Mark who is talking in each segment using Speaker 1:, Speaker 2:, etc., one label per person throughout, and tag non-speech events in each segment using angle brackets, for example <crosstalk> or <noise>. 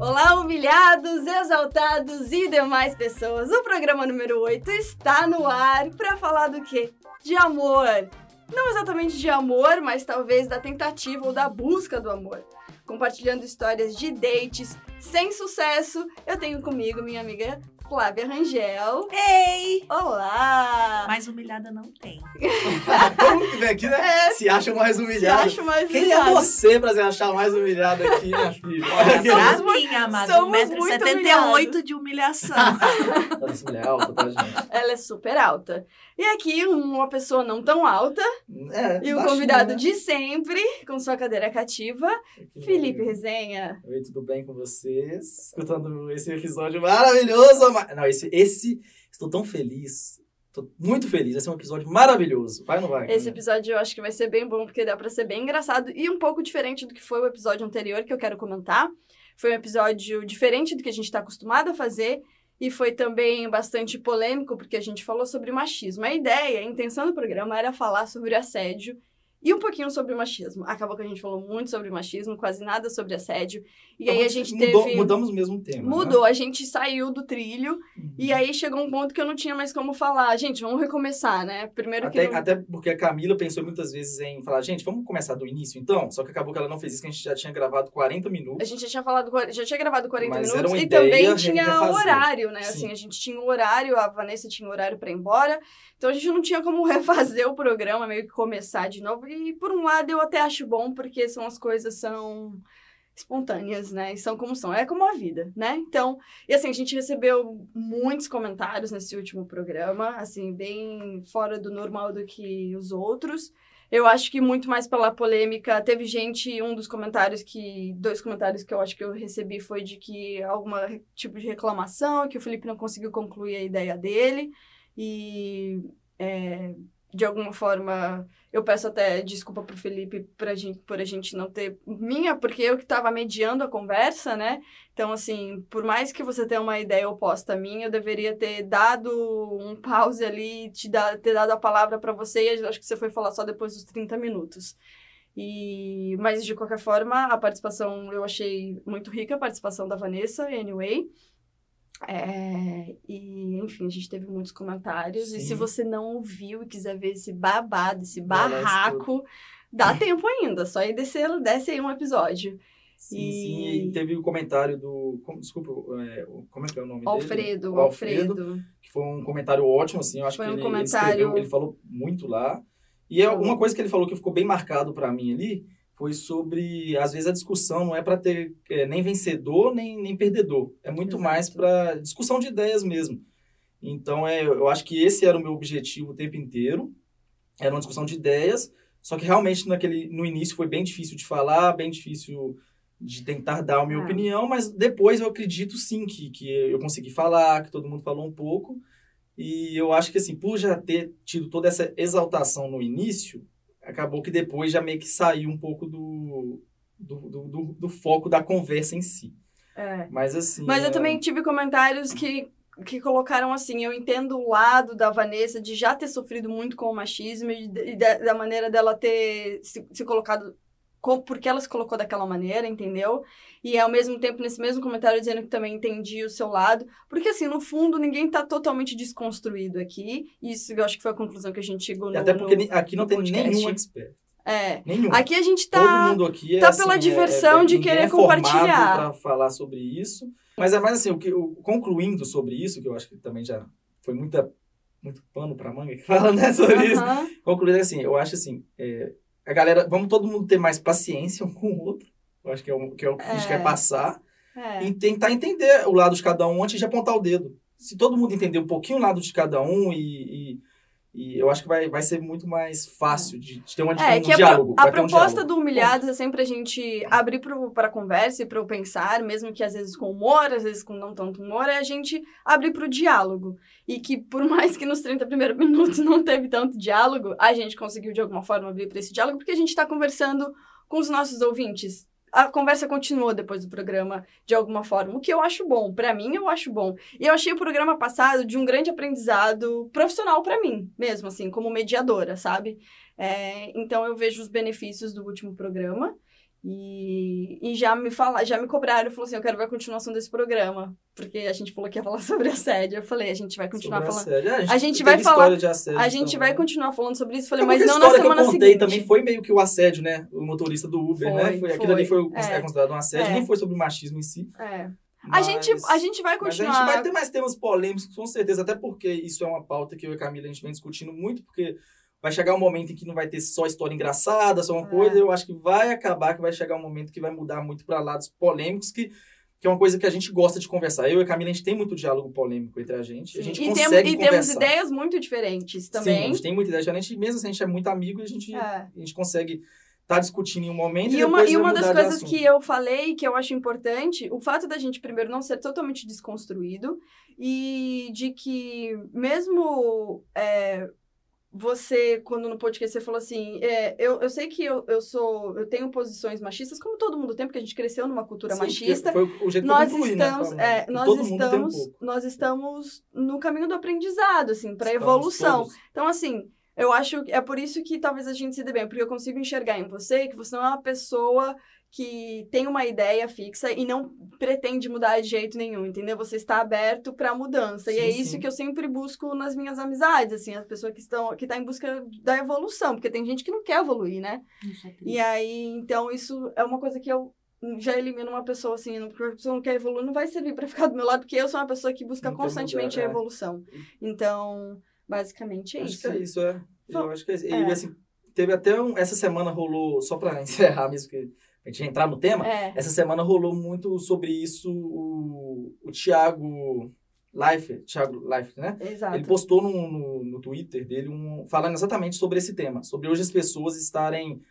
Speaker 1: Olá, humilhados, exaltados e demais pessoas. O programa número 8 está no ar para falar do quê? De amor. Não exatamente de amor, mas talvez da tentativa ou da busca do amor. Compartilhando histórias de dates sem sucesso, eu tenho comigo minha amiga Flávia Rangel.
Speaker 2: Ei!
Speaker 1: Olá!
Speaker 2: Mais humilhada não tem.
Speaker 3: Como que vem aqui, né?
Speaker 1: É.
Speaker 3: Se acham mais
Speaker 1: Te
Speaker 3: humilhados.
Speaker 1: acho mais
Speaker 3: Quem é
Speaker 1: humilhada.
Speaker 3: você pra se achar mais humilhado aqui,
Speaker 1: <laughs>
Speaker 3: minha filha? Olha aqui.
Speaker 2: Pra
Speaker 1: <laughs> Somos
Speaker 2: mim, um amada,
Speaker 1: somos muito
Speaker 2: 1,78m de humilhação.
Speaker 3: Olha, Essa mulher é alta, tá, gente?
Speaker 1: Ela é super alta. E aqui, uma pessoa não tão alta
Speaker 3: É,
Speaker 1: e o
Speaker 3: baixinho,
Speaker 1: convidado
Speaker 3: né?
Speaker 1: de sempre, com sua cadeira cativa, Felipe Resenha.
Speaker 3: Oi, tudo bem com vocês? Escutando esse episódio maravilhoso. ma- Não, esse, esse... Estou tão feliz. Estou muito feliz. Vai ser um episódio maravilhoso. Vai ou não vai?
Speaker 1: Esse episódio eu acho que vai ser bem bom, porque dá pra ser bem engraçado e um pouco diferente do que foi o episódio anterior que eu quero comentar. Foi um episódio diferente do que a gente tá acostumado a fazer e foi também bastante polêmico, porque a gente falou sobre machismo. A ideia, a intenção do programa era falar sobre assédio e um pouquinho sobre machismo. Acabou que a gente falou muito sobre machismo, quase nada sobre assédio. E aí a gente
Speaker 3: Então Mudou-
Speaker 1: teve.
Speaker 3: Mudamos o mesmo tema. né?
Speaker 1: Mudou, a gente saiu do trilho
Speaker 3: Uhum.
Speaker 1: e aí chegou um ponto que eu não tinha mais como falar. Gente, vamos recomeçar, né? Primeiro que.
Speaker 3: Até,
Speaker 1: não-
Speaker 3: até porque a Camila pensou muitas vezes em falar, gente, vamos começar do início então? Só que acabou que ela não fez isso, que a gente já tinha gravado 40
Speaker 1: A
Speaker 3: minutos.
Speaker 1: gente já tinha falado, quar- já tinha gravado 40
Speaker 3: Mas era
Speaker 1: minutos
Speaker 3: uma
Speaker 1: e
Speaker 3: ideia,
Speaker 1: também
Speaker 3: a gente
Speaker 1: tinha
Speaker 3: ia
Speaker 1: o
Speaker 3: fazer.
Speaker 1: horário, né?
Speaker 3: Sim.
Speaker 1: Assim, a gente tinha o horário, a Vanessa tinha o horário pra ir embora. Então a gente não tinha como <laughs> refazer o programa, meio que começar de novo. E por um lado eu até acho bom, porque são as coisas são espontâneas, né? E são como são, é como a vida, né? Então, e assim, a gente recebeu muitos comentários nesse último programa, assim, bem fora do normal do que os outros. Eu acho que muito mais pela polêmica. Teve gente, um dos comentários que. Dois comentários que eu acho que eu recebi foi de que algum tipo de reclamação, que o Felipe não conseguiu concluir a ideia dele. E é, de alguma forma eu peço até desculpa pro Felipe pra gente, por a gente não ter minha, porque eu que tava mediando a conversa, né? Então, assim, por mais que você tenha uma ideia oposta a minha, eu deveria ter dado um pause ali, te dar, ter dado a palavra pra você, e eu acho que você foi falar só depois dos 30 minutos. E, mas de qualquer forma, a participação eu achei muito rica, a participação da Vanessa, anyway. É, e enfim, a gente teve muitos comentários. E se
Speaker 3: Sim.
Speaker 1: você não ouviu e quiser ver esse babado, esse
Speaker 3: Vai lá,
Speaker 1: barraco, dá tempo ainda, só aí descer, desce aí um episódio.
Speaker 3: Sim,
Speaker 1: E-
Speaker 3: sim. E teve o comentário do. como- desculpa, é, o- como é que é o nome dele?
Speaker 1: Alfredo,
Speaker 3: O
Speaker 1: Alfredo.
Speaker 3: Que foi um comentário ótimo, assim. Eu acho
Speaker 1: Foi
Speaker 3: que
Speaker 1: um
Speaker 3: ele,
Speaker 1: comentário-
Speaker 3: ele escreveu, ele falou muito lá. E é uma coisa que ele falou que ficou bem marcado pra mim ali foi sobre, às vezes, a discussão não é pra ter é, nem vencedor, nem, nem perdedor. É muito
Speaker 1: Exato.
Speaker 3: mais pra discussão de ideias mesmo. Então, é, eu acho que esse era o meu objetivo o tempo inteiro. Era uma discussão de ideias, só que realmente naquele, no início foi bem difícil de falar, bem difícil de tentar dar a minha
Speaker 1: Ah.
Speaker 3: opinião, mas depois eu acredito sim que, que eu consegui falar, que todo mundo falou um pouco. E eu acho que, assim, por já ter tido toda essa exaltação no início, acabou que depois já meio que saiu um pouco do, do, do, do- do foco da conversa em si.
Speaker 1: É.
Speaker 3: Mas, assim.
Speaker 1: Mas
Speaker 3: é-
Speaker 1: eu também tive comentários que, que colocaram assim: eu entendo o lado da Vanessa de já ter sofrido muito com o machismo e, de- e da, da maneira dela ter se, se colocado. co- Porque ela se colocou daquela maneira, entendeu? E ao mesmo tempo, nesse mesmo comentário, dizendo que também entendi o seu lado. Porque, assim, no fundo, ninguém tá totalmente desconstruído aqui. Isso eu acho que foi a conclusão que a gente chegou
Speaker 3: E
Speaker 1: no.
Speaker 3: até porque
Speaker 1: no-
Speaker 3: ni- aqui não
Speaker 1: no
Speaker 3: tem
Speaker 1: podcast.
Speaker 3: nenhum expert.
Speaker 1: É.
Speaker 3: Nenhum.
Speaker 1: Aqui a gente
Speaker 3: Todo
Speaker 1: tá.
Speaker 3: mundo aqui é,
Speaker 1: tá pela
Speaker 3: assim, é-
Speaker 1: diversão
Speaker 3: é-
Speaker 1: de
Speaker 3: ninguém
Speaker 1: querer
Speaker 3: é formado
Speaker 1: compartilhar.
Speaker 3: pra falar sobre isso. Mas é mais assim, o que, o- concluindo sobre isso, que eu acho que também já foi muita, muito pano pra manga que <laughs> fala, né, sobre isso.
Speaker 1: Aham.
Speaker 3: Concluindo assim, eu acho assim, é, a galera, vamos todo mundo ter mais paciência um com o outro. Eu acho que é o que, é o que a gente
Speaker 1: É.
Speaker 3: quer passar.
Speaker 1: É.
Speaker 3: E tentar entender o lado de cada um antes de apontar o dedo. Se todo mundo entender um pouquinho o lado de cada um e, e, E eu acho que vai, vai ser muito mais fácil de, de ter uma,
Speaker 1: É,
Speaker 3: um
Speaker 1: que a, pro-
Speaker 3: diálogo.
Speaker 1: a
Speaker 3: vai ter um
Speaker 1: proposta
Speaker 3: diálogo.
Speaker 1: do Humilhados é sempre a gente abrir para conversa e para pensar, mesmo que às vezes com humor, às vezes com não tanto humor, é a gente abrir para o diálogo. E que por mais que nos 30 primeiros minutos não teve tanto diálogo, a gente conseguiu de alguma forma abrir para esse diálogo, porque a gente está conversando com os nossos ouvintes. A conversa continuou depois do programa, de alguma forma, o que eu acho bom. Para mim, eu acho bom. E eu achei o programa passado de um grande aprendizado profissional para mim, mesmo assim, como mediadora, sabe? É, então eu vejo os benefícios do último programa e, e já me fala, já me cobraram, falou assim, eu quero ver a continuação desse programa, porque a gente falou que ia falar <laughs> sobre assédio. Eu falei, a gente vai continuar
Speaker 3: Sobre
Speaker 1: falando.
Speaker 3: assédio. É,
Speaker 1: a gente
Speaker 3: teve
Speaker 1: vai
Speaker 3: história
Speaker 1: falar-
Speaker 3: de assédio
Speaker 1: A gente
Speaker 3: também.
Speaker 1: vai continuar falando sobre isso. Eu Falei, mas
Speaker 3: Então, porque a
Speaker 1: não na
Speaker 3: história
Speaker 1: semana
Speaker 3: que eu contei
Speaker 1: seguinte.
Speaker 3: também foi meio que o assédio, né? O motorista do Uber,
Speaker 1: Foi,
Speaker 3: né? Foi, aquilo
Speaker 1: foi.
Speaker 3: ali foi
Speaker 1: É.
Speaker 3: é. considerado um assédio,
Speaker 1: É.
Speaker 3: nem foi sobre machismo em si.
Speaker 1: É. A
Speaker 3: mas-
Speaker 1: gente, a gente vai
Speaker 3: Mas
Speaker 1: continuar.
Speaker 3: a gente vai ter mais temas polêmicos, com certeza, até porque isso é uma pauta que eu e a Camila a gente vem discutindo muito, porque vai chegar um momento em que não vai ter só história engraçada, só uma
Speaker 1: É.
Speaker 3: coisa, eu acho que vai acabar que vai chegar um momento que vai mudar muito para lados polêmicos, que, que é uma coisa que a gente gosta de conversar. Eu e a Camila, a gente tem muito diálogo polêmico entre a gente, a gente
Speaker 1: e
Speaker 3: consegue
Speaker 1: temos, e temos
Speaker 3: conversar.
Speaker 1: ideias muito diferentes
Speaker 3: Sim, a
Speaker 1: também.
Speaker 3: gente tem muita ideia diferente, e mesmo assim a gente é muito amigo e a gente,
Speaker 1: É.
Speaker 3: a gente consegue estar discutindo em um momento e,
Speaker 1: E uma,
Speaker 3: depois
Speaker 1: e
Speaker 3: vai
Speaker 1: uma
Speaker 3: mudar
Speaker 1: das
Speaker 3: de
Speaker 1: coisas
Speaker 3: assunto.
Speaker 1: que é eu falei, que eu acho importante, o fato da gente, primeiro, não ser totalmente desconstruído e de que, mesmo é, você, quando no podcast você falou assim, é, eu, eu sei que eu, eu sou, eu tenho posições machistas, como todo mundo tem, porque a gente cresceu numa cultura
Speaker 3: Sim, porque
Speaker 1: machista,
Speaker 3: Foi o jeito que eu
Speaker 1: nós
Speaker 3: concluí, né,
Speaker 1: estamos,
Speaker 3: falando,
Speaker 1: é,
Speaker 3: que
Speaker 1: nós
Speaker 3: todo mundo tem um
Speaker 1: estamos,
Speaker 3: pouco.
Speaker 1: nós estamos no caminho do aprendizado, assim, para
Speaker 3: Estamos
Speaker 1: evolução.
Speaker 3: todos.
Speaker 1: Então, assim, eu acho que é por isso que talvez a gente se dê bem, porque eu consigo enxergar em você que você não é uma pessoa que tem uma ideia fixa e não pretende mudar de jeito nenhum, entendeu? Você está aberto para mudança. e
Speaker 3: Sim,
Speaker 1: é isso
Speaker 3: sim.
Speaker 1: que eu sempre busco nas minhas amizades, assim, as pessoas que estão que tá em busca da evolução, porque tem gente que não quer evoluir, né? E aí, então isso é uma coisa que eu já elimino uma pessoa assim, não- porque a pessoa não quer evoluir, não vai servir para <laughs> ficar do meu lado, porque eu sou uma pessoa que busca
Speaker 3: Não quer
Speaker 1: constantemente a
Speaker 3: mudar, é.
Speaker 1: evolução. Então, basicamente é
Speaker 3: acho
Speaker 1: isso.
Speaker 3: que é isso, é. Eu acho que é isso. E
Speaker 1: É.
Speaker 3: assim, teve até um. Essa semana rolou, só pra <laughs> encerrar mesmo, que a gente ia entrar no tema.
Speaker 1: É.
Speaker 3: Essa semana rolou muito sobre isso o, o Thiago Leifert, Thiago Leifert, né?
Speaker 1: Exato.
Speaker 3: Ele postou no, no, no Twitter dele um, falando exatamente sobre esse tema, sobre hoje as pessoas estarem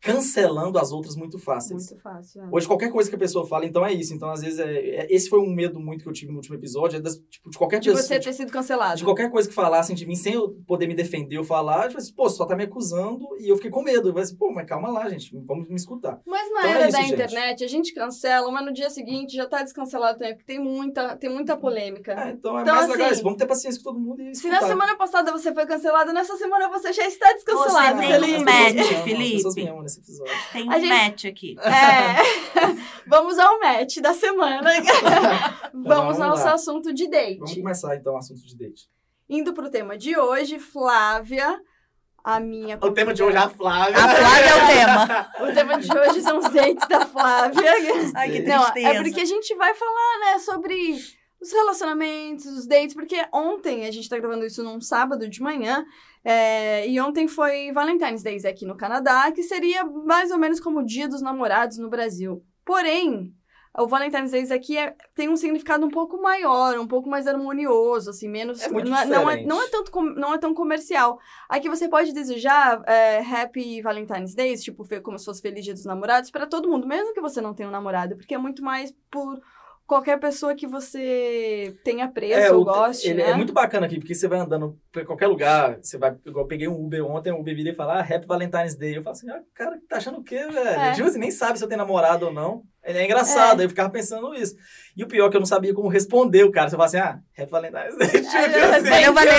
Speaker 3: cancelando as outras muito fáceis.
Speaker 1: Muito fácil. é.
Speaker 3: Hoje, qualquer coisa que a pessoa fala, então é isso. Então, às vezes, é, é- esse foi um medo muito que eu tive no último episódio, é das- tipo, de qualquer
Speaker 1: De
Speaker 3: pessoa.
Speaker 1: você
Speaker 3: de
Speaker 1: ter sido cancelado.
Speaker 3: de qualquer coisa que falassem de mim, sem eu poder me defender ou falar, tipo assim, pô, você só tá me acusando e eu fiquei com medo. Eu falei assim, pô, mas calma lá, gente, vamos me escutar.
Speaker 1: Mas na
Speaker 3: Então é
Speaker 1: era
Speaker 3: isso,
Speaker 1: da
Speaker 3: gente.
Speaker 1: internet, a gente cancela, mas no dia seguinte já tá descancelado também, porque tem muita, tem muita polêmica.
Speaker 3: Ah, então é
Speaker 1: Então,
Speaker 3: mais legal
Speaker 1: assim,
Speaker 3: isso, vamos ter paciência com todo mundo e
Speaker 1: Se
Speaker 3: escutar.
Speaker 1: na semana passada você foi cancelado, nessa semana você já está descancelado,
Speaker 2: Você
Speaker 3: Ah,
Speaker 2: tem um
Speaker 1: Felipe.
Speaker 2: match,
Speaker 3: me amam,
Speaker 2: Felipe.
Speaker 3: As pessoas me amam nesse
Speaker 2: <laughs>
Speaker 3: episódio. <laughs>
Speaker 2: Tem um
Speaker 1: A gente-
Speaker 2: match aqui.
Speaker 1: É. <laughs> Vamos ao match da
Speaker 3: <laughs>
Speaker 1: semana. Vamos
Speaker 3: vamos
Speaker 1: ao nosso
Speaker 3: lá.
Speaker 1: assunto de date.
Speaker 3: Vamos começar, então, o assunto de date.
Speaker 1: Indo pro tema de hoje, Flávia, a minha
Speaker 3: O tema de hoje é a Flávia.
Speaker 2: A Flávia é o tema.
Speaker 1: <laughs> O tema de hoje são os dates da
Speaker 3: <laughs>
Speaker 1: Flávia.
Speaker 2: <laughs> Ai, que
Speaker 1: Não,
Speaker 2: tristeza.
Speaker 1: é porque a gente vai falar, né, sobre os relacionamentos, os dates, porque ontem, a gente tá gravando isso num sábado de manhã, é, e ontem foi Valentine's Day aqui no Canadá, que seria mais ou menos como o Dia dos Namorados no Brasil. Porém, o Valentine's Day aqui é- tem um significado um pouco maior, um pouco mais harmonioso, assim, menos.
Speaker 3: É muito
Speaker 1: não, não é,
Speaker 3: diferente.
Speaker 1: não é tanto com- não é tão comercial. Aqui você pode desejar é, Happy Valentine's Day, tipo, fe- como se fosse Feliz Dia dos Namorados, pra todo mundo, mesmo que você não tenha um namorado, porque é muito mais por qualquer pessoa que você tenha preço ou
Speaker 3: o-
Speaker 1: goste.
Speaker 3: ele
Speaker 1: né?
Speaker 3: <laughs> é muito bacana aqui, porque você vai andando pra qualquer lugar, você vai, igual eu peguei um Uber ontem, o Uber vira e fala, ah, Happy Valentine's Day. Eu falo assim, ah, cara, tá achando o quê, velho?
Speaker 1: É.
Speaker 3: Tipo assim, nem sabe se eu tenho namorado ou não. Ele é engraçado, eu ficava pensando isso. E o pior é que eu não sabia como responder o cara. Você fala assim, ah, Happy Valentine's Day. <laughs> Tipo assim,
Speaker 2: É, Valeu, valeu!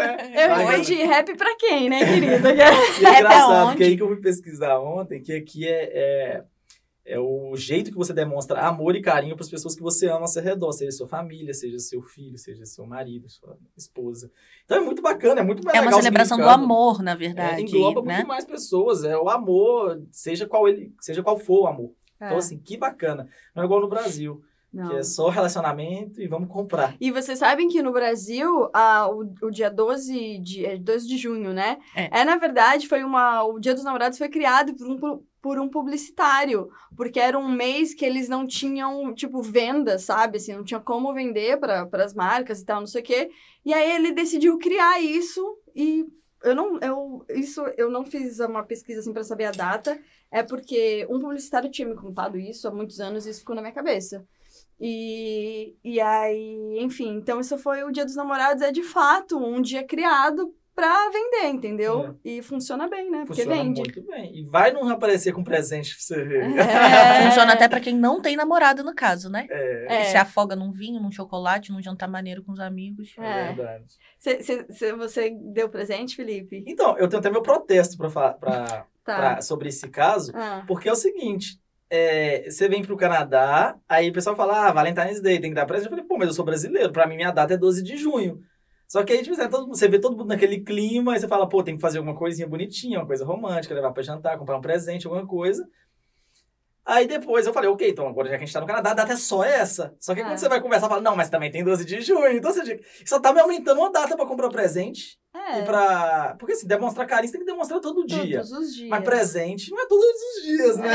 Speaker 1: É, Eu
Speaker 3: Vai.
Speaker 1: respondi rap pra quem,
Speaker 3: <laughs>
Speaker 1: né, querida?
Speaker 3: E é
Speaker 2: Happy
Speaker 3: engraçado,
Speaker 2: aonde?
Speaker 3: porque aí que eu fui pesquisar ontem, que aqui é, é, é o jeito que você demonstra amor e carinho para as pessoas que você ama ao seu redor, seja sua família, seja seu filho, seja seu marido, sua esposa. Então é muito bacana, é muito mais
Speaker 2: É uma
Speaker 3: legal o
Speaker 2: celebração do
Speaker 3: significado.
Speaker 2: amor, na
Speaker 3: É,
Speaker 2: verdade.
Speaker 3: engloba
Speaker 2: né?
Speaker 3: muito mais pessoas, é o amor, seja qual ele, seja qual for o amor.
Speaker 1: É.
Speaker 3: Então assim, que bacana. Não é igual no Brasil, que é só relacionamento e vamos comprar.
Speaker 1: E vocês sabem que no Brasil, a, o, o dia 12 de, é 12 de junho, né?
Speaker 2: É.
Speaker 1: na verdade, foi uma. O Dia dos Namorados foi criado por um, pu- por um publicitário. Porque era um mês que eles não tinham, tipo, venda, sabe? Assim, não tinha como vender para as marcas e tal, não sei o quê. E aí ele decidiu criar isso E eu não, eu, isso, eu não fiz uma pesquisa assim para saber a data, é porque um publicitário tinha me contado isso há muitos anos e isso ficou na minha cabeça. E, e aí, enfim, então isso foi o Dia dos Namorados, é de fato um dia criado pra vender, entendeu? E funciona bem,
Speaker 2: É
Speaker 1: né? Porque
Speaker 3: Uhum. Funciona
Speaker 1: vende.
Speaker 3: muito bem. E vai não aparecer com presente pra você ver.
Speaker 1: É.
Speaker 2: Funciona até pra quem não tem namorado, no caso, né?
Speaker 3: É,
Speaker 1: É.
Speaker 2: Se afoga num vinho, num chocolate, num jantar maneiro com os amigos.
Speaker 3: é
Speaker 1: É.
Speaker 3: verdade.
Speaker 1: Cê- cê- cê- você deu presente, Felipe?
Speaker 3: Então, eu tenho até meu protesto pra, falar- pra,
Speaker 1: Tá.
Speaker 3: pra- sobre esse caso,
Speaker 1: Ah,
Speaker 3: porque é o seguinte. é, você vem pro Canadá, aí o pessoal fala, ah, Valentine's Day, tem que dar presente. Eu falei, pô, mas eu sou brasileiro, pra mim minha data é 12 de junho. Só que aí, tipo, todo mundo- você vê todo mundo naquele clima, aí você fala, pô, tem que fazer alguma coisinha bonitinha, uma coisa romântica, levar pra jantar, comprar um presente, alguma coisa. Aí depois eu falei, ok, então agora já que a gente tá no Canadá, a data é só essa. Só que
Speaker 1: É.
Speaker 3: quando você vai conversar, fala, não, mas também tem 12 de junho. Então, ou seja, só tá me aumentando uma data pra comprar presente. E
Speaker 1: é,
Speaker 3: pra... Porque assim, demonstrar carinho você tem que demonstrar todo dia.
Speaker 1: todos os dias.
Speaker 3: Mas presente não é todos os dias, né?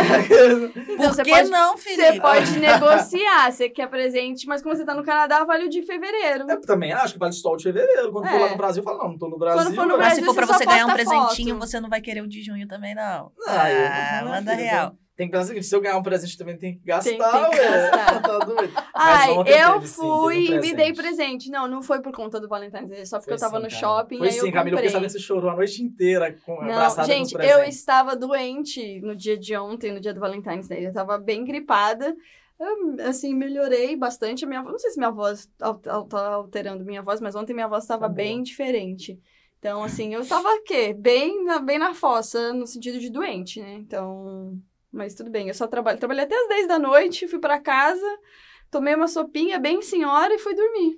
Speaker 1: Então,
Speaker 2: Por
Speaker 1: você
Speaker 2: que
Speaker 1: pode,
Speaker 2: não, Felipe?
Speaker 1: você pode negociar, você quer presente, mas como você tá no Canadá, vale o de fevereiro.
Speaker 3: <laughs> Eu também acho que vale só o de fevereiro. Quando for
Speaker 1: É.
Speaker 3: lá no Brasil, fala, não, não tô no Brasil.
Speaker 1: for no
Speaker 2: Mas
Speaker 3: né?
Speaker 1: Brasil,
Speaker 2: se for pra
Speaker 1: você só
Speaker 2: você ganhar um
Speaker 1: posta foto.
Speaker 2: presentinho, você não vai querer o de junho também, não.
Speaker 3: Ah, eu-
Speaker 2: Ah,
Speaker 3: minha
Speaker 2: manda
Speaker 3: filha,
Speaker 2: real.
Speaker 3: Tem que pensar o seguinte, se eu ganhar um presente também tem que
Speaker 1: Tem-
Speaker 3: gastar,
Speaker 1: tem que
Speaker 3: ué.
Speaker 1: gastar.
Speaker 3: <laughs> Tá doido.
Speaker 1: Ai,
Speaker 3: ontem
Speaker 1: eu
Speaker 3: teve, sim,
Speaker 1: fui
Speaker 3: teve um
Speaker 1: e me dei
Speaker 3: presente.
Speaker 1: presente. Não, não foi por conta do Valentine's Day, só porque
Speaker 3: Foi
Speaker 1: eu tava
Speaker 3: sim,
Speaker 1: no
Speaker 3: cara.
Speaker 1: shopping
Speaker 3: Foi
Speaker 1: aí
Speaker 3: sim,
Speaker 1: eu
Speaker 3: Camila, eu
Speaker 1: comprei.
Speaker 3: fiquei sabendo que você chorou a noite inteira com,
Speaker 1: não,
Speaker 3: abraçada
Speaker 1: gente,
Speaker 3: um com os
Speaker 1: eu
Speaker 3: presentes.
Speaker 1: estava doente no dia de ontem, no dia do Valentine's Day. Eu tava bem gripada. Eu, assim, melhorei bastante a minha voz. Não sei se minha voz al- al- tá alterando minha voz, mas ontem minha voz estava
Speaker 3: Tá boa.
Speaker 1: bem diferente. Então, assim, eu tava o quê? Bem na, bem na fossa, no sentido de doente, né? Então, mas tudo bem. Eu só trabalho. Trabalhei até as 10 da noite, fui pra casa, tomei uma sopinha bem senhora e fui dormir.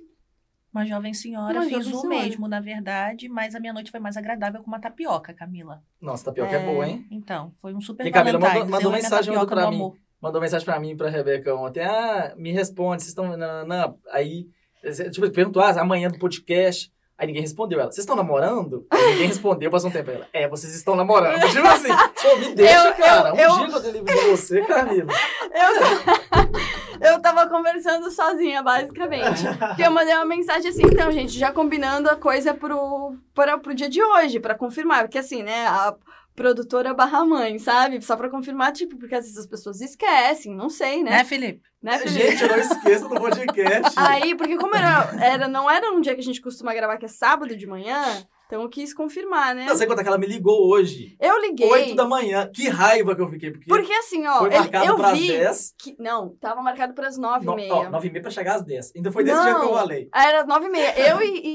Speaker 2: Uma jovem senhora,
Speaker 1: Uma
Speaker 2: fiz
Speaker 1: jovem
Speaker 2: o
Speaker 1: senhora.
Speaker 2: mesmo, na verdade, mas a minha noite foi mais agradável com uma tapioca, Camila.
Speaker 3: Nossa, tapioca é,
Speaker 1: É.
Speaker 3: boa, hein?
Speaker 2: Então, foi um super
Speaker 3: E Camila
Speaker 2: Valentine's,
Speaker 3: mandou- mandou
Speaker 2: eu e minha
Speaker 3: mensagem
Speaker 2: tapioca
Speaker 3: pra
Speaker 2: do
Speaker 3: mim.
Speaker 2: amor.
Speaker 3: Mandou mensagem pra mim e pra Rebeca ontem. Ah, me responde, vocês estão... nananã. Aí, você, tipo, perguntou, ah, amanhã do podcast... Aí ninguém respondeu ela. Vocês estão namorando? Aí ninguém respondeu, passou um tempo. Ela, é, vocês estão namorando. Tipo assim, pô, me deixa,
Speaker 1: Eu- eu-
Speaker 3: cara. um
Speaker 1: eu-
Speaker 3: dia que eu delivery de você, Camila.
Speaker 1: Eu, <laughs> eu tava conversando sozinha, basicamente. Que eu mandei uma mensagem assim, então, gente, já combinando a coisa pro, para, pro dia de hoje, pra confirmar. Porque assim, né, a produtora barra mãe, sabe? Só pra confirmar, tipo, porque às vezes as pessoas esquecem, não sei, né?
Speaker 2: Né, Felipe?
Speaker 1: Né, Felipe?
Speaker 3: Gente, eu não esqueço do podcast.
Speaker 1: Aí, porque como era, era, não era um dia que a gente costuma gravar, que é sábado de manhã, então eu quis confirmar, né?
Speaker 3: Não sei quanto é que ela me ligou hoje.
Speaker 1: Eu liguei.
Speaker 3: oito da manhã. Que raiva que eu fiquei, porque
Speaker 1: Porque assim, ó,
Speaker 3: foi
Speaker 1: ele-
Speaker 3: marcado
Speaker 1: eu
Speaker 3: pras
Speaker 1: vi.
Speaker 3: 10.
Speaker 1: Que, não, tava marcado pras nove e
Speaker 3: No,
Speaker 1: meia.
Speaker 3: ó, 9 e meia pra chegar às 10. Então foi desse
Speaker 1: Não.
Speaker 3: jeito que eu falei.
Speaker 1: Ah, Era nove e meia. Eu e,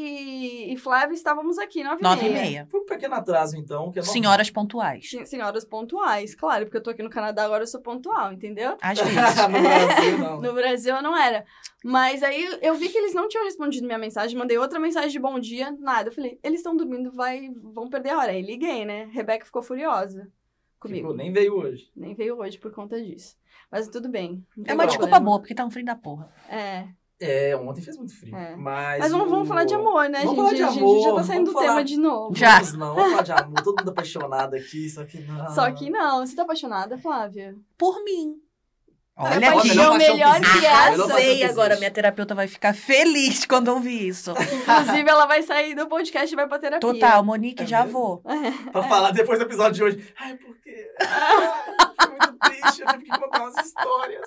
Speaker 1: e, e Flávio estávamos aqui, nove e
Speaker 2: Nove e
Speaker 1: meia.
Speaker 2: meia.
Speaker 3: Foi um pequeno atraso, então. Que é normal. <laughs>
Speaker 2: Senhoras pontuais.
Speaker 1: Sen- Senhoras pontuais, claro, porque eu tô aqui no Canadá agora, eu sou pontual, entendeu?
Speaker 3: <laughs>
Speaker 2: Às vezes.
Speaker 3: no Brasil, não. né?
Speaker 1: No Brasil eu não era. Mas aí eu vi que eles não tinham respondido minha mensagem, mandei outra mensagem de bom dia, nada. Eu falei, eles estão dormindo, vai, vão perder a hora. Aí liguei, né? Rebeca ficou furiosa comigo.
Speaker 3: Ficou, né? nem veio hoje.
Speaker 1: Nem veio hoje por conta disso. Mas tudo bem. não né?
Speaker 2: É
Speaker 1: tem
Speaker 2: uma
Speaker 1: problema.
Speaker 2: desculpa boa, porque tá um frio da porra.
Speaker 1: É.
Speaker 3: É, ontem fez muito frio.
Speaker 1: É.
Speaker 3: Mas,
Speaker 1: Mas vamos, vamos
Speaker 3: o-
Speaker 1: falar de amor, né,
Speaker 3: Vamos
Speaker 1: gente?
Speaker 3: falar de
Speaker 1: A gente já
Speaker 3: amor,
Speaker 1: tá saindo do
Speaker 3: vamos falar-
Speaker 1: tema de novo.
Speaker 2: Já.
Speaker 3: Vamos Não, vamos falar de amor. Todo mundo apaixonado aqui, só que não.
Speaker 1: Só que não. Você tá apaixonada, Flávia?
Speaker 2: Por mim.
Speaker 3: é
Speaker 1: Olha
Speaker 2: Olha
Speaker 1: aqui.
Speaker 2: aqui.
Speaker 1: paixão, melhor
Speaker 3: que existe,
Speaker 1: piada.
Speaker 3: a
Speaker 2: Ah,
Speaker 3: melhor paixão
Speaker 2: sei
Speaker 3: que
Speaker 2: agora,
Speaker 3: existe.
Speaker 2: minha terapeuta vai ficar feliz quando ouvir isso.
Speaker 1: Inclusive, ela vai sair do podcast e vai pra terapia.
Speaker 2: Total, Monique,
Speaker 3: É
Speaker 2: já
Speaker 3: mesmo?
Speaker 2: vou.
Speaker 1: É.
Speaker 3: Pra falar depois do episódio de hoje. Ai, porque. Ai, foi muito triste, eu tive que contar umas histórias.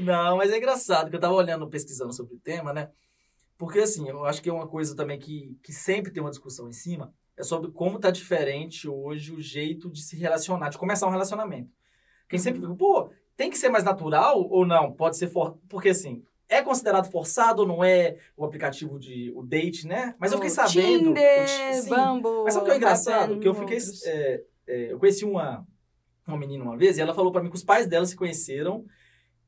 Speaker 3: Não, mas é engraçado que eu tava olhando, pesquisando sobre o tema, né? Porque, assim, eu acho que é uma coisa também que, que sempre tem uma discussão em cima, é sobre como tá diferente hoje o jeito de se relacionar, de começar um relacionamento. Quem sempre
Speaker 1: Uhum.
Speaker 3: fica, pô, tem que ser mais natural ou não? Pode ser for... Porque, assim, é considerado forçado ou não é o aplicativo de... o date, né? Mas eu fiquei
Speaker 1: O
Speaker 3: sabendo... o
Speaker 1: Tinder,
Speaker 3: ti- sim,
Speaker 1: Bumble.
Speaker 3: mas sabe o que é engraçado?
Speaker 1: Happen,
Speaker 3: Que eu fiquei.
Speaker 1: outros.
Speaker 3: é, é, eu conheci uma, uma menina uma vez e ela falou pra mim que os pais dela se conheceram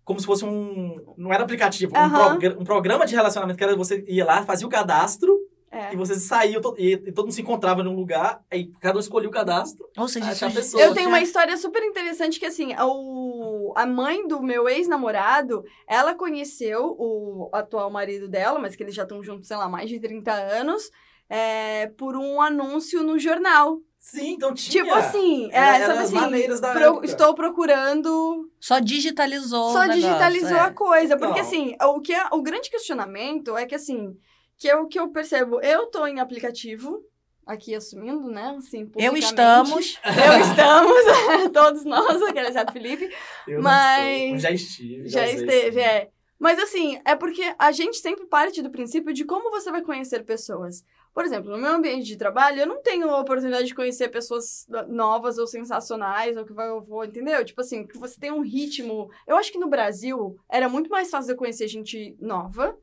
Speaker 3: como se fosse um. Não era aplicativo, um,
Speaker 1: Aham.
Speaker 3: progra- um programa de relacionamento que era você ia lá, fazia o cadastro
Speaker 1: É.
Speaker 3: e vocês saíam to- e, e todo mundo se encontrava num lugar, aí cada um escolhia o cadastro.
Speaker 2: Ou seja,
Speaker 3: Achar
Speaker 2: isso
Speaker 3: a
Speaker 2: já-
Speaker 3: pessoa. né?
Speaker 1: Eu tenho uma história super interessante que, assim, o... a mãe do meu ex-namorado, ela conheceu o atual marido dela, mas que eles já estão juntos, sei lá, mais de 30 anos, é, por um anúncio no jornal.
Speaker 3: Sim, então tinha.
Speaker 1: Tipo assim, é,
Speaker 3: era, era
Speaker 1: sabe
Speaker 3: as
Speaker 1: assim...
Speaker 3: maneiras da
Speaker 1: pro-
Speaker 3: época.
Speaker 1: estou procurando
Speaker 2: Só digitalizou.
Speaker 1: Só
Speaker 2: o negócio,
Speaker 1: digitalizou
Speaker 2: é.
Speaker 1: a coisa. Porque,
Speaker 3: Então.
Speaker 1: assim, o, que é- o grande questionamento é que, assim, que é o que eu percebo. Eu tô em aplicativo, aqui assumindo, né? Assim,
Speaker 2: Eu
Speaker 1: publicamente.
Speaker 2: estamos.
Speaker 1: Eu estamos, <laughs> todos nós, aquele exceto Felipe,
Speaker 3: Eu
Speaker 1: Mas-
Speaker 3: não sou. Já estive.
Speaker 1: já
Speaker 3: usei, sim.
Speaker 1: esteve, é. Mas assim, é porque a gente sempre parte do princípio de como você vai conhecer pessoas. Por exemplo, no meu ambiente de trabalho, eu não tenho a oportunidade de conhecer pessoas novas ou sensacionais, ou que vai- eu vou, entendeu? Tipo assim, que você tem um ritmo. Eu acho que no Brasil era muito mais fácil eu conhecer gente nova,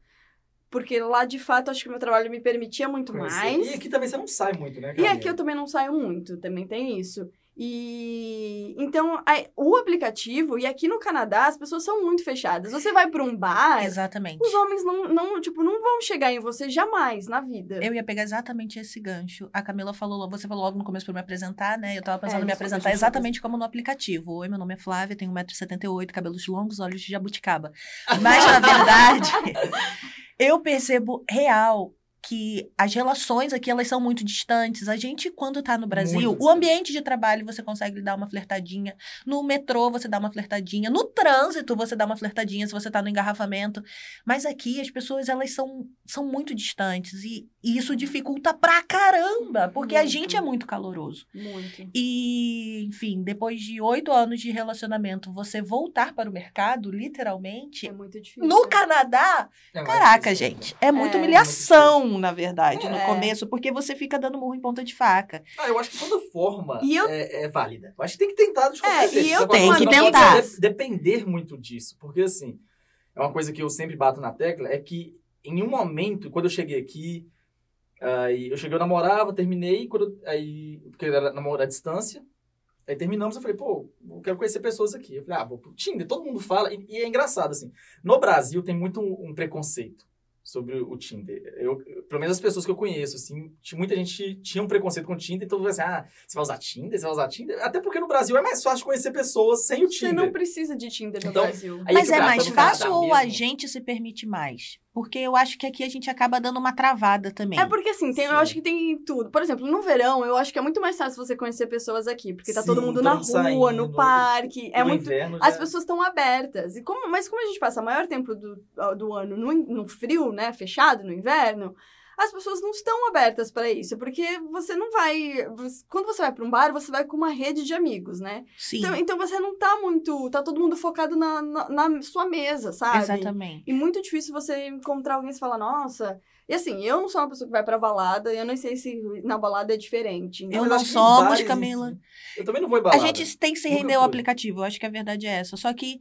Speaker 1: porque lá de fato acho que o meu trabalho me permitia muito
Speaker 3: Conheci.
Speaker 1: mais.
Speaker 3: E aqui também você não sai muito, né,
Speaker 1: E
Speaker 3: Camila?
Speaker 1: aqui eu também não saio muito, também tem isso. E então a- o aplicativo, e aqui no Canadá, as pessoas são muito fechadas. Você vai pra um bar,
Speaker 2: Exatamente.
Speaker 1: os homens não, não, tipo, não vão chegar em você jamais na vida.
Speaker 2: Eu ia pegar exatamente esse gancho. A Camila falou, lo- você falou logo no começo pra me apresentar, né? Eu tava pensando em me
Speaker 1: desculpa,
Speaker 2: apresentar
Speaker 1: gente,
Speaker 2: exatamente como no aplicativo. Oi, meu nome é Flávia, tenho 1,78m, cabelos longos, olhos de jabuticaba. Mas, na verdade, eu percebo real que as relações aqui, elas são muito distantes. A gente, quando tá no Brasil,
Speaker 3: Muito
Speaker 2: o ambiente de trabalho, você consegue dar uma flertadinha. No metrô, você dá uma flertadinha. No trânsito, você dá uma flertadinha se você tá no engarrafamento. Mas aqui as pessoas elas são, são muito distantes e, e isso dificulta pra caramba, porque a
Speaker 1: Muito.
Speaker 2: gente é muito caloroso.
Speaker 1: Muito.
Speaker 2: E, enfim, depois de oito anos de relacionamento, você voltar para o mercado, literalmente,
Speaker 1: É muito difícil.
Speaker 2: no Canadá,
Speaker 3: É, mas-
Speaker 2: caraca, gente, é muita
Speaker 1: É.
Speaker 2: humilhação, na verdade, no
Speaker 1: É.
Speaker 2: começo, porque você fica dando murro em ponta de faca.
Speaker 3: Ah, eu acho que toda forma
Speaker 1: E eu-
Speaker 3: é, é válida. Eu acho que tem que tentar de qualquer
Speaker 1: É, e
Speaker 3: jeito.
Speaker 1: eu
Speaker 3: Só que
Speaker 2: tenho
Speaker 3: você
Speaker 2: que
Speaker 3: não pode
Speaker 2: tentar.
Speaker 3: de- depender muito disso. Porque, assim, é uma coisa que eu sempre bato na tecla, é que em um momento, quando eu cheguei aqui, aí eu cheguei, eu namorava, terminei, quando eu- aí, porque eu era namorado à distância, aí terminamos, eu falei, pô, eu quero conhecer pessoas aqui. Eu falei, ah, vou pro Tinder, todo mundo fala, e, e é engraçado, assim, no Brasil tem muito um, um preconceito sobre o Tinder. Eu, eu- pelo menos as pessoas que eu conheço, assim, t- muita gente tinha um preconceito com o Tinder, então assim, ah, você vai usar Tinder, você vai usar Tinder? Até porque no Brasil é mais fácil de conhecer pessoas sem o
Speaker 1: Você
Speaker 3: Tinder.
Speaker 1: não precisa de Tinder no
Speaker 3: Então,
Speaker 1: Brasil.
Speaker 3: aí
Speaker 2: Mas
Speaker 3: que
Speaker 2: é
Speaker 3: tá,
Speaker 2: mais
Speaker 3: todo mundo dá
Speaker 2: fácil ou a
Speaker 3: mesmo.
Speaker 2: gente se permite mais? Porque eu acho que aqui a gente acaba dando uma travada também.
Speaker 1: É porque assim, tem, eu
Speaker 3: Sim.
Speaker 1: acho que tem tudo. Por exemplo, no verão, eu acho que é muito mais fácil você conhecer pessoas aqui, porque tá todo
Speaker 3: Sim,
Speaker 1: mundo
Speaker 3: todo
Speaker 1: na rua,
Speaker 3: mundo saindo.
Speaker 1: no parque. É
Speaker 3: No
Speaker 1: muito
Speaker 3: inverno
Speaker 1: As
Speaker 3: já-
Speaker 1: pessoas estão abertas. E como, mas como a gente passa o maior tempo do, do ano no, in- no frio, né? Fechado, no inverno, as pessoas não estão abertas para isso. Porque você não vai. você- Quando você vai para um bar, você vai com uma rede de amigos, né?
Speaker 2: Sim,
Speaker 1: Então, então você não tá muito. Tá todo mundo focado na, na, na sua mesa, sabe?
Speaker 2: exatamente.
Speaker 1: E muito difícil você encontrar alguém e você falar, nossa. E assim, eu não sou uma pessoa que vai pra balada, eu não sei se na balada é diferente.
Speaker 2: Eu
Speaker 3: Mas
Speaker 2: não
Speaker 3: acho que
Speaker 2: somos,
Speaker 3: bares em
Speaker 2: Camila.
Speaker 3: si- Eu também não vou né? em
Speaker 2: A
Speaker 3: balada.
Speaker 2: gente tem que se
Speaker 3: Nunca
Speaker 2: render ao
Speaker 3: fui.
Speaker 2: aplicativo, eu acho que a verdade é essa. Só que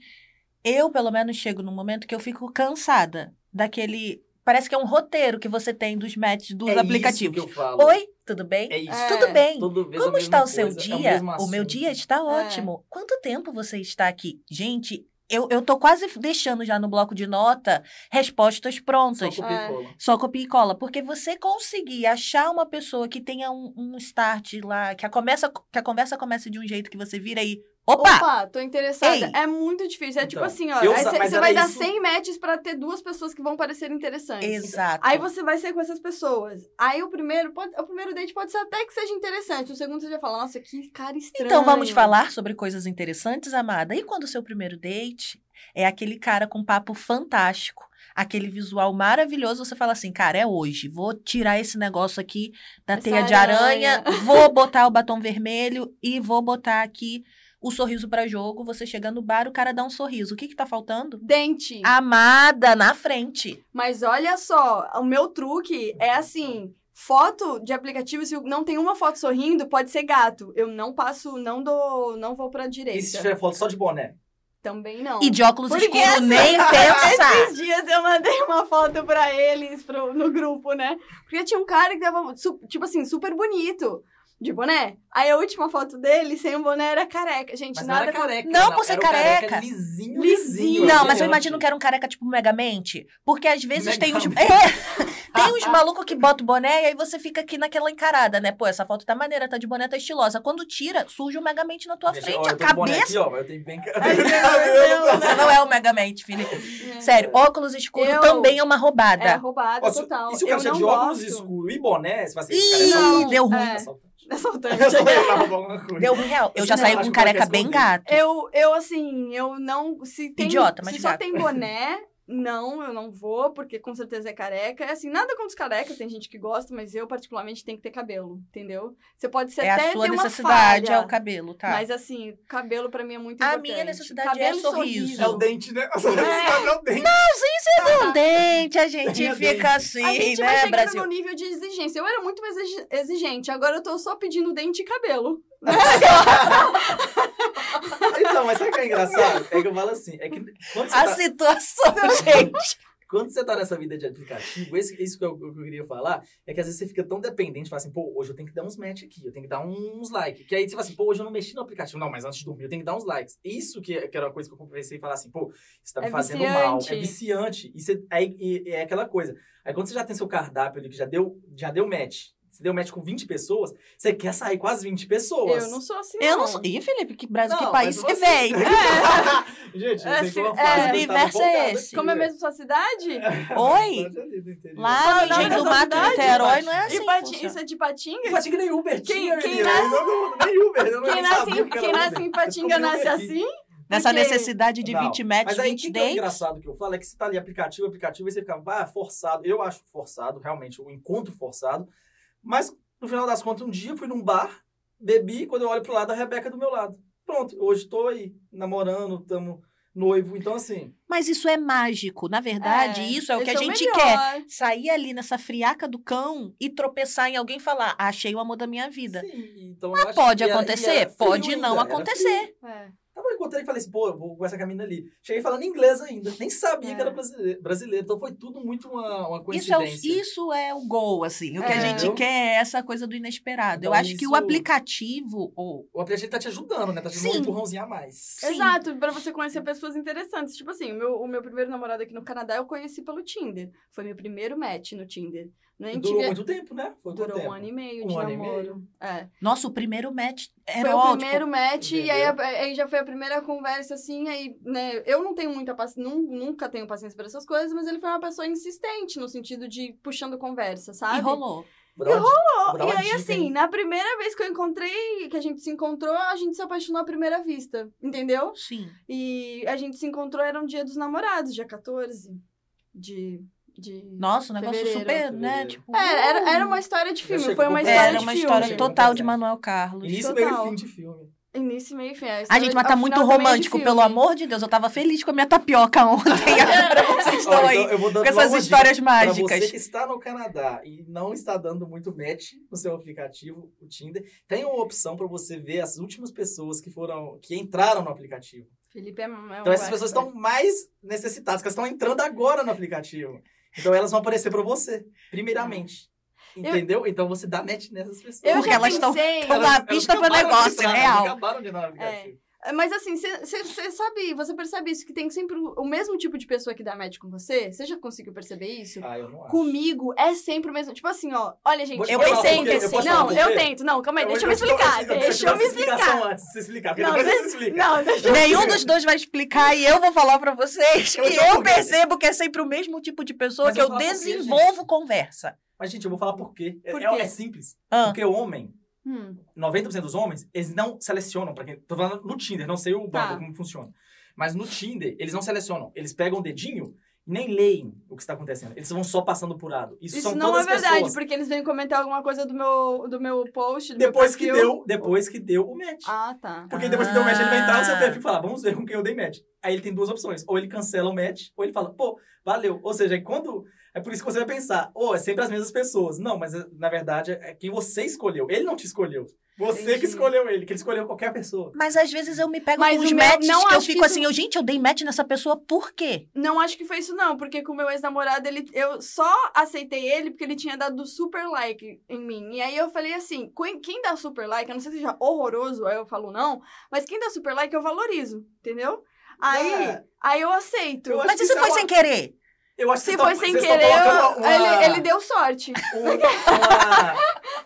Speaker 2: eu, pelo menos, chego num momento que eu fico cansada daquele. Parece que é um roteiro que você tem dos matches dos
Speaker 3: É isso
Speaker 2: aplicativos.
Speaker 3: que eu falo.
Speaker 2: Oi, tudo bem?
Speaker 3: É isso.
Speaker 1: É.
Speaker 2: Tudo bem.
Speaker 3: Toda vez a
Speaker 2: Como
Speaker 3: mesma
Speaker 2: está o seu
Speaker 3: coisa, é o
Speaker 2: dia?
Speaker 3: mesmo
Speaker 2: o, meu
Speaker 3: assunto. É.
Speaker 2: dia está ótimo. Quanto tempo você está aqui? Gente, eu, eu tô quase deixando já no bloco de nota respostas
Speaker 3: Só
Speaker 2: prontas.
Speaker 3: copia e cola.
Speaker 2: Só copia e cola. Porque você conseguir achar uma pessoa que tenha um, um start lá, que a, começa, que a conversa comece de um jeito que você vira aí. Opa!
Speaker 1: Opa, tô interessada.
Speaker 2: Ei.
Speaker 1: é muito difícil. É tipo
Speaker 3: Então,
Speaker 1: assim, ó.
Speaker 3: eu
Speaker 1: aí
Speaker 3: sa-
Speaker 1: cê-
Speaker 3: mas
Speaker 1: Você
Speaker 3: era
Speaker 1: vai dar
Speaker 3: isso-
Speaker 1: 100 matches pra ter duas pessoas que vão parecer interessantes.
Speaker 2: Exato.
Speaker 1: Aí você vai ser com essas pessoas. Aí o primeiro, pode, o primeiro date pode ser até que seja interessante. O segundo você já fala, nossa, que cara estranho.
Speaker 2: Então vamos falar sobre coisas interessantes, amada. E quando o seu primeiro date é aquele cara com papo fantástico, aquele visual maravilhoso, você fala assim, cara, é hoje. Vou tirar esse negócio aqui da
Speaker 1: Essa
Speaker 2: teia de aranha,
Speaker 1: <laughs>
Speaker 2: vou botar o batom vermelho e vou botar aqui o sorriso pra jogo. Você chega no bar, o cara dá um sorriso. O que que tá faltando?
Speaker 1: Dente.
Speaker 2: Ah. Amada na frente.
Speaker 1: Mas olha só, o meu truque é assim. Foto de aplicativo, se não tem uma foto sorrindo, pode ser gato. Eu não passo, não dou, não vou pra direita.
Speaker 3: E se tiver foto só de boné?
Speaker 1: Também não.
Speaker 2: E de óculos
Speaker 1: Porque
Speaker 2: escuros,
Speaker 1: essa-
Speaker 2: nem pensar.
Speaker 1: Esses dias eu mandei uma foto pra eles pro- no grupo, né? Porque tinha um cara que tava, su- tipo assim, super bonito. De boné. Aí a última foto dele, sem o boné, era careca. Gente,
Speaker 3: Mas não
Speaker 1: nada.
Speaker 3: era careca.
Speaker 2: Não, por ser
Speaker 3: era o careca
Speaker 2: careca.
Speaker 3: Lisinho,
Speaker 1: Lisinho.
Speaker 3: lisinho. assim,
Speaker 2: Não, mas eu
Speaker 3: gigante.
Speaker 2: imagino que era um careca tipo Megamente. Porque às vezes tem uns.
Speaker 3: Megamente.
Speaker 2: É, <laughs> tem uns malucos que botam boné e aí você fica aqui naquela encarada, né? Pô, essa foto tá maneira, tá de boné, tá estilosa. Quando tira, surge o Megamente na tua
Speaker 3: Deixa-
Speaker 2: frente,
Speaker 3: olha,
Speaker 2: a
Speaker 3: eu tô de boné
Speaker 2: cabeça.
Speaker 3: Aqui, ó, mas eu tenho bem... <laughs>
Speaker 2: Você não é o Megamente, filho.
Speaker 1: É.
Speaker 2: Sério, óculos escuro
Speaker 1: Eu-
Speaker 2: também é uma roubada.
Speaker 1: É roubada
Speaker 3: Ó, se-
Speaker 1: total.
Speaker 3: E se o
Speaker 1: eu
Speaker 3: cara tiver
Speaker 1: não
Speaker 3: de óculos
Speaker 1: gosto. <laughs>
Speaker 3: escuro e boné,
Speaker 1: É
Speaker 3: você vai ser...
Speaker 2: Ih,
Speaker 1: Não,
Speaker 2: deu ruim.
Speaker 1: é.
Speaker 3: <laughs>
Speaker 1: Assaltante.
Speaker 3: Eu só lembrava alguma
Speaker 1: É.
Speaker 3: coisa.
Speaker 2: Deu ruim real. Eu já
Speaker 1: Não,
Speaker 2: saí
Speaker 1: acho
Speaker 2: com um
Speaker 3: que o cara
Speaker 2: careca
Speaker 3: quer
Speaker 2: bem
Speaker 3: esconder.
Speaker 2: gato.
Speaker 1: Eu, eu, assim, eu não. Se tem,
Speaker 2: Idiota, mas
Speaker 1: Se só
Speaker 2: gato.
Speaker 1: tem boné, não, eu não vou, porque com certeza é careca. É assim, nada contra os carecas, tem gente que gosta, mas eu particularmente tenho que ter cabelo, entendeu? Você pode ser
Speaker 2: É
Speaker 1: até
Speaker 2: a sua
Speaker 1: ter uma
Speaker 2: necessidade,
Speaker 1: falha,
Speaker 2: é o cabelo, tá?
Speaker 1: Mas assim, cabelo pra mim é muito
Speaker 2: A
Speaker 1: importante.
Speaker 2: minha necessidade é
Speaker 1: cabelo e
Speaker 2: sorriso.
Speaker 4: É o dente,
Speaker 3: <laughs>
Speaker 4: né? A sua
Speaker 1: É.
Speaker 4: necessidade é o dente.
Speaker 2: um dente, a gente
Speaker 3: Meu
Speaker 2: fica
Speaker 3: Deus.
Speaker 2: assim,
Speaker 1: a gente vai
Speaker 2: né,
Speaker 1: chegando
Speaker 2: Brasil?
Speaker 1: no nível de exigência. Eu era muito mais exi- exigente, agora eu tô só pedindo dente e cabelo.
Speaker 3: Então, mas sabe o que é engraçado? É que eu falo assim, é que quando você,
Speaker 2: A
Speaker 3: tá,
Speaker 2: situação, gente.
Speaker 3: quando você tá nessa vida de aplicativo, esse, isso que eu, que eu queria falar, é que às vezes você fica tão dependente, fala assim, pô, hoje eu tenho que dar uns match aqui, eu tenho que dar uns likes. Que aí você fala assim, pô, hoje eu não mexi no aplicativo. Não, mas antes de dormir eu tenho que dar uns likes. Isso que, que era uma coisa que eu comecei a falar assim, pô, isso tá me
Speaker 1: É
Speaker 3: fazendo mal, é
Speaker 1: viciante.
Speaker 3: viciante. E, você, aí, e- e é aquela coisa. Aí quando você já tem seu cardápio ali, que já deu, já deu match, você deu match com 20 pessoas, você quer sair com as 20 pessoas.
Speaker 1: Eu não sou assim.
Speaker 2: Eu não sou. Ih, Felipe, que Brasil,
Speaker 3: Não,
Speaker 2: que país
Speaker 3: mas
Speaker 2: você
Speaker 3: você-
Speaker 2: vem? né?
Speaker 3: Gente,
Speaker 1: É,
Speaker 3: eu sei
Speaker 1: se-
Speaker 3: que uma
Speaker 1: é,
Speaker 3: fase que eu tava
Speaker 2: universo é
Speaker 3: empolgado
Speaker 2: esse.
Speaker 3: aqui,
Speaker 1: Como é
Speaker 3: velho.
Speaker 1: mesmo sua cidade?
Speaker 2: É Oi? Lá no
Speaker 1: Não,
Speaker 2: Engenho
Speaker 1: não,
Speaker 2: do Mato,
Speaker 1: não,
Speaker 2: Niterói,
Speaker 3: não,
Speaker 2: não é
Speaker 3: não,
Speaker 2: assim.
Speaker 1: de
Speaker 2: que
Speaker 1: Pati-
Speaker 2: funciona.
Speaker 1: Isso é de Patinga?
Speaker 3: Não Patinga nem
Speaker 1: Quem-
Speaker 3: Uber tinha,
Speaker 1: quem
Speaker 3: menina.
Speaker 1: nasce-
Speaker 3: Eu não- Nem Uber, eu não
Speaker 1: Quem nasce,
Speaker 3: sabia
Speaker 1: em,
Speaker 3: que era
Speaker 1: quem nasce
Speaker 3: Uber.
Speaker 1: em
Speaker 3: Eu
Speaker 1: Patinga
Speaker 3: descobri
Speaker 1: nasce
Speaker 3: aqui.
Speaker 1: assim?
Speaker 2: Nessa
Speaker 1: porque-
Speaker 2: necessidade de
Speaker 3: Não,
Speaker 2: 20 metros,
Speaker 3: Mas aí, o
Speaker 2: 20
Speaker 3: que, que é o
Speaker 2: dentes.
Speaker 3: engraçado que eu falo é que você tá ali aplicativo, aplicativo, e você fica, ah, forçado. Eu acho forçado, realmente, o encontro forçado. Mas, no final das contas, um dia eu fui num bar, bebi, quando eu olho pro lado, a Rebeca é do meu lado. Pronto, hoje tô aí, namorando, tamo noivo. Então, assim,
Speaker 2: Mas isso é mágico. Na verdade, isso é o
Speaker 1: esse
Speaker 2: que a gente
Speaker 1: melhor.
Speaker 2: quer. Sair ali nessa friaca do cão e tropeçar em alguém e falar: "Ah, achei o amor da minha vida.
Speaker 3: sim, então eu acho
Speaker 2: Pode
Speaker 3: que era- e
Speaker 2: acontecer?
Speaker 3: era frio
Speaker 2: Pode não
Speaker 3: ainda, era
Speaker 2: acontecer.
Speaker 1: É.
Speaker 3: Tava eu encontrei e falei assim, pô, eu vou com essa caminha ali. Cheguei falando inglês ainda, nem sabia
Speaker 1: É.
Speaker 3: que era brasileiro, brasileiro. Então foi tudo muito uma, uma
Speaker 2: Isso é, o,
Speaker 3: coincidência.
Speaker 2: isso é o gol, assim. O que a
Speaker 1: É. um
Speaker 2: gente quer é essa coisa do inesperado. Eu
Speaker 3: Então,
Speaker 2: acho que o
Speaker 3: isso-
Speaker 2: aplicativo, ou
Speaker 3: O aplicativo tá te ajudando, né? Tá te dando
Speaker 2: Sim.
Speaker 3: um empurrãozinho a mais.
Speaker 2: Sim.
Speaker 1: Exato, pra você conhecer pessoas interessantes. Tipo assim, o meu, o meu primeiro namorado aqui no Canadá eu conheci pelo Tinder. Foi meu primeiro match no Tinder.
Speaker 3: E
Speaker 1: Nem
Speaker 3: durou
Speaker 2: é
Speaker 1: tive...
Speaker 3: muito tempo, né? Foi quanto
Speaker 1: Durou
Speaker 3: tempo?
Speaker 1: um ano e meio
Speaker 3: Um
Speaker 1: de
Speaker 3: ano e
Speaker 1: namoro. É.
Speaker 2: nosso primeiro match
Speaker 1: Foi
Speaker 2: era
Speaker 1: o
Speaker 2: ótimo.
Speaker 1: primeiro match e aí,
Speaker 3: Entendeu?
Speaker 1: a- aí já foi a primeira conversa, assim, aí, né, eu não tenho muita paciência, nunca tenho paciência para essas coisas, mas ele foi uma pessoa insistente no sentido de puxando conversa, sabe?
Speaker 2: E rolou.
Speaker 3: Vou dar uma- vou dar
Speaker 1: E
Speaker 3: uma
Speaker 1: aí,
Speaker 3: dica,
Speaker 1: assim,
Speaker 3: hein?
Speaker 1: na primeira vez que eu encontrei, que a gente se encontrou, a gente se apaixonou à primeira vista, entendeu?
Speaker 2: Sim.
Speaker 1: E a gente se encontrou, era um dia dos namorados, dia 14 de... de...
Speaker 2: Nossa, um negócio
Speaker 1: Fevereiro.
Speaker 2: super, né?
Speaker 3: Fevereiro.
Speaker 2: tipo,
Speaker 1: É, era, era uma
Speaker 2: uh,
Speaker 1: história de
Speaker 3: Já
Speaker 1: filme,
Speaker 3: chegou
Speaker 1: foi uma
Speaker 3: com-
Speaker 1: história
Speaker 2: Era
Speaker 1: de
Speaker 2: uma
Speaker 1: filme.
Speaker 2: história
Speaker 3: filme.
Speaker 2: total de Manuel Carlos.
Speaker 3: Início,
Speaker 1: total.
Speaker 3: meio e fim de filme.
Speaker 1: Início, meio e fim. é a
Speaker 2: A
Speaker 1: história-
Speaker 2: gente, mas tá
Speaker 1: ao
Speaker 2: muito
Speaker 1: final também é de
Speaker 2: romântico,
Speaker 1: filme.
Speaker 2: pelo amor de Deus. Eu tava feliz com a minha tapioca <laughs> ontem. Agora vocês
Speaker 3: Ó,
Speaker 2: estão aí
Speaker 3: então eu vou dando
Speaker 2: com essas
Speaker 3: logo uma dica
Speaker 2: histórias
Speaker 3: pra
Speaker 2: mágicas.
Speaker 3: você que está no Canadá e não está dando muito match no seu aplicativo, o Tinder, tem uma opção para você ver as últimas pessoas que foram, que entraram no aplicativo.
Speaker 1: Felipe é, é um
Speaker 3: Então essas pessoas
Speaker 1: expert.
Speaker 3: estão mais necessitadas, que elas estão entrando agora no aplicativo. Então elas vão aparecer para você, primeiramente. Entendeu? Então você dá match nessas pessoas.
Speaker 1: É. Eu
Speaker 2: Porque
Speaker 1: já
Speaker 2: elas tão-
Speaker 1: pensei-
Speaker 2: tão lá- pista
Speaker 3: acabaram
Speaker 2: pro
Speaker 3: de
Speaker 2: negócio, é
Speaker 3: entrar, elas
Speaker 2: real.
Speaker 3: acabaram de entrar no aplicativo.
Speaker 1: Mas assim, você sabe, você percebe isso, que tem sempre o, o mesmo tipo de pessoa que dá match com você? Você já conseguiu perceber isso?
Speaker 3: Ah, eu não acho.
Speaker 1: Comigo é sempre o mesmo. Tipo assim, ó, olha, gente,
Speaker 3: Vou te
Speaker 2: eu
Speaker 3: falar um
Speaker 2: pensei em
Speaker 3: pouquinho,
Speaker 2: ter
Speaker 3: posso falar
Speaker 1: Não,
Speaker 3: um
Speaker 1: eu
Speaker 3: pouquinho?
Speaker 1: tento. Não, calma aí,
Speaker 3: Eu
Speaker 1: deixa eu
Speaker 3: vou
Speaker 1: me
Speaker 3: te falar-
Speaker 1: explicar. Deixa eu me
Speaker 3: te dar essa
Speaker 1: explicar.
Speaker 3: explicação Antes, de você explicar, porque
Speaker 1: Não,
Speaker 3: depois você
Speaker 1: deixa-
Speaker 3: se explica.
Speaker 1: Não, deixa eu.
Speaker 2: Nenhum dos dois vai explicar e eu vou falar pra vocês que
Speaker 3: Eu já
Speaker 2: eu
Speaker 3: comentei.
Speaker 2: percebo que é sempre o mesmo tipo de pessoa
Speaker 3: Mas
Speaker 2: que
Speaker 3: eu
Speaker 2: eu
Speaker 3: falo pra você, gente.
Speaker 2: desenvolvo conversa.
Speaker 3: Mas, gente, eu vou falar por quê. É-
Speaker 1: Por
Speaker 3: é-
Speaker 1: quê?
Speaker 3: é simples.
Speaker 2: Ah,
Speaker 3: Porque o homem,
Speaker 1: Hum,
Speaker 3: 90% dos homens, eles não selecionam para quem. Tô falando no Tinder, não sei o
Speaker 1: Tá.
Speaker 3: Bumble como funciona. Mas no Tinder, eles não selecionam. Eles pegam o dedinho e nem leem o que está acontecendo. Eles vão só passando por lado. Isso,
Speaker 1: Isso
Speaker 3: são
Speaker 1: não é
Speaker 3: todas as
Speaker 1: verdade,
Speaker 3: pessoas.
Speaker 1: porque eles vêm comentar alguma coisa do meu, do meu post. Do
Speaker 3: Depois
Speaker 1: meu
Speaker 3: que
Speaker 1: perfil.
Speaker 3: deu, depois que deu o match.
Speaker 1: Ah, tá.
Speaker 3: Porque depois que deu o match, ele vai entrar no seu
Speaker 2: Ah.
Speaker 3: perfil e falar, vamos ver com quem eu dei match. Aí ele tem duas opções. Ou ele cancela o match, ou ele fala, pô, valeu. Ou seja, quando. É por isso que você vai pensar, oh, é sempre as mesmas pessoas. Não, mas na verdade é quem você escolheu. Ele não te escolheu. Você
Speaker 1: Entendi.
Speaker 3: que escolheu ele, que ele escolheu qualquer pessoa.
Speaker 2: Mas às vezes eu me pego
Speaker 1: Mas
Speaker 2: com
Speaker 1: o
Speaker 2: uns
Speaker 1: meu-
Speaker 2: matches
Speaker 1: não
Speaker 2: que eu
Speaker 1: acho que
Speaker 2: fico
Speaker 1: isso-
Speaker 2: assim, eu, gente, eu dei match nessa pessoa por quê?
Speaker 1: Não acho que foi isso, não, porque com o meu ex-namorado, ele, eu só aceitei ele porque ele tinha dado super like em mim. E aí eu falei assim: quem, quem dá super like, eu não sei se seja horroroso, aí eu falo não, mas quem dá super like eu valorizo, entendeu? Aí,
Speaker 3: É.
Speaker 1: aí eu aceito.
Speaker 3: Eu acho
Speaker 2: Mas
Speaker 3: que
Speaker 2: isso
Speaker 3: isso é
Speaker 2: foi
Speaker 3: uma-
Speaker 2: sem querer.
Speaker 3: Eu acho que
Speaker 1: Se foi
Speaker 3: vocês tão-
Speaker 1: sem
Speaker 3: vocês tão
Speaker 1: querer,
Speaker 3: colocando uma- uma-
Speaker 1: ele, ele deu sorte.
Speaker 3: uma- uma-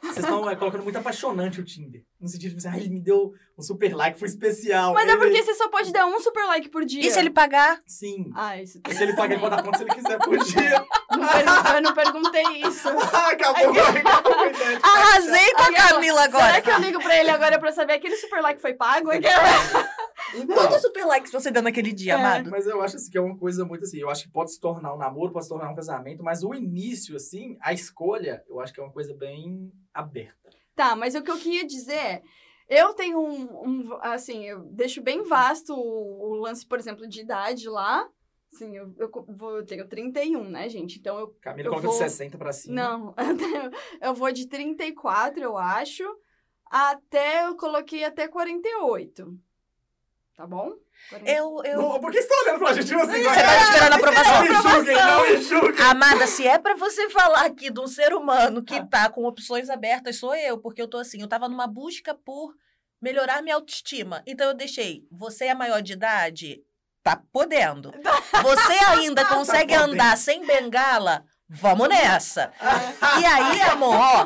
Speaker 3: Vocês estão é, colocando muito apaixonante o Tinder. No sentido de assim, ah, ele me deu um super like, foi especial.
Speaker 1: Mas é
Speaker 3: Ele-
Speaker 1: porque você só pode dar um super like por dia.
Speaker 2: E se ele pagar?
Speaker 3: Sim.
Speaker 1: Ah, isso
Speaker 3: <laughs> E se ele paga ele pode dar conta se ele quiser por dia.
Speaker 1: <laughs>
Speaker 3: Ah,
Speaker 1: Não pergun- eu não perguntei isso. É
Speaker 3: acabou, acabou a ideia.
Speaker 2: Arrasei com a
Speaker 1: Aí agora-
Speaker 2: Camila agora.
Speaker 1: <laughs> Será que eu ligo pra ele agora pra saber aquele super like foi pago?
Speaker 2: Quantos
Speaker 3: Então,
Speaker 2: super likes você deu naquele dia,
Speaker 1: É.
Speaker 2: amado?
Speaker 3: mas eu acho assim, que é uma coisa muito assim. Eu acho que pode se tornar um namoro, pode se tornar um casamento, mas o início, assim, a escolha, eu acho que é uma coisa bem aberta.
Speaker 1: Tá, mas o que eu queria dizer é. Eu tenho um, um, Assim, eu deixo bem
Speaker 2: Uhum.
Speaker 1: vasto o, o lance, por exemplo, de idade lá. Assim, eu, eu, co- vou, eu tenho 31, né, gente? Então eu.
Speaker 3: Camila
Speaker 1: Eu
Speaker 3: coloca
Speaker 1: vou-
Speaker 3: de 60 pra cima.
Speaker 1: Não, <laughs> eu vou de 34, eu acho, até. Eu coloquei até 48. Tá bom? 40.
Speaker 2: Eu, eu...
Speaker 3: Não, Por que você tá olhando pra gente assim?
Speaker 2: Você tava esperando a aprovação.
Speaker 3: Não me julguem, não me julguem.
Speaker 2: Amada, se é pra você falar aqui de um ser humano que tá com opções abertas, sou eu, porque eu tô assim, eu tava numa busca por melhorar minha autoestima. Então eu deixei, você é maior de idade? Tá podendo. Você ainda consegue
Speaker 3: podendo.
Speaker 2: andar sem bengala? Vamos nessa. E aí, amor, ó,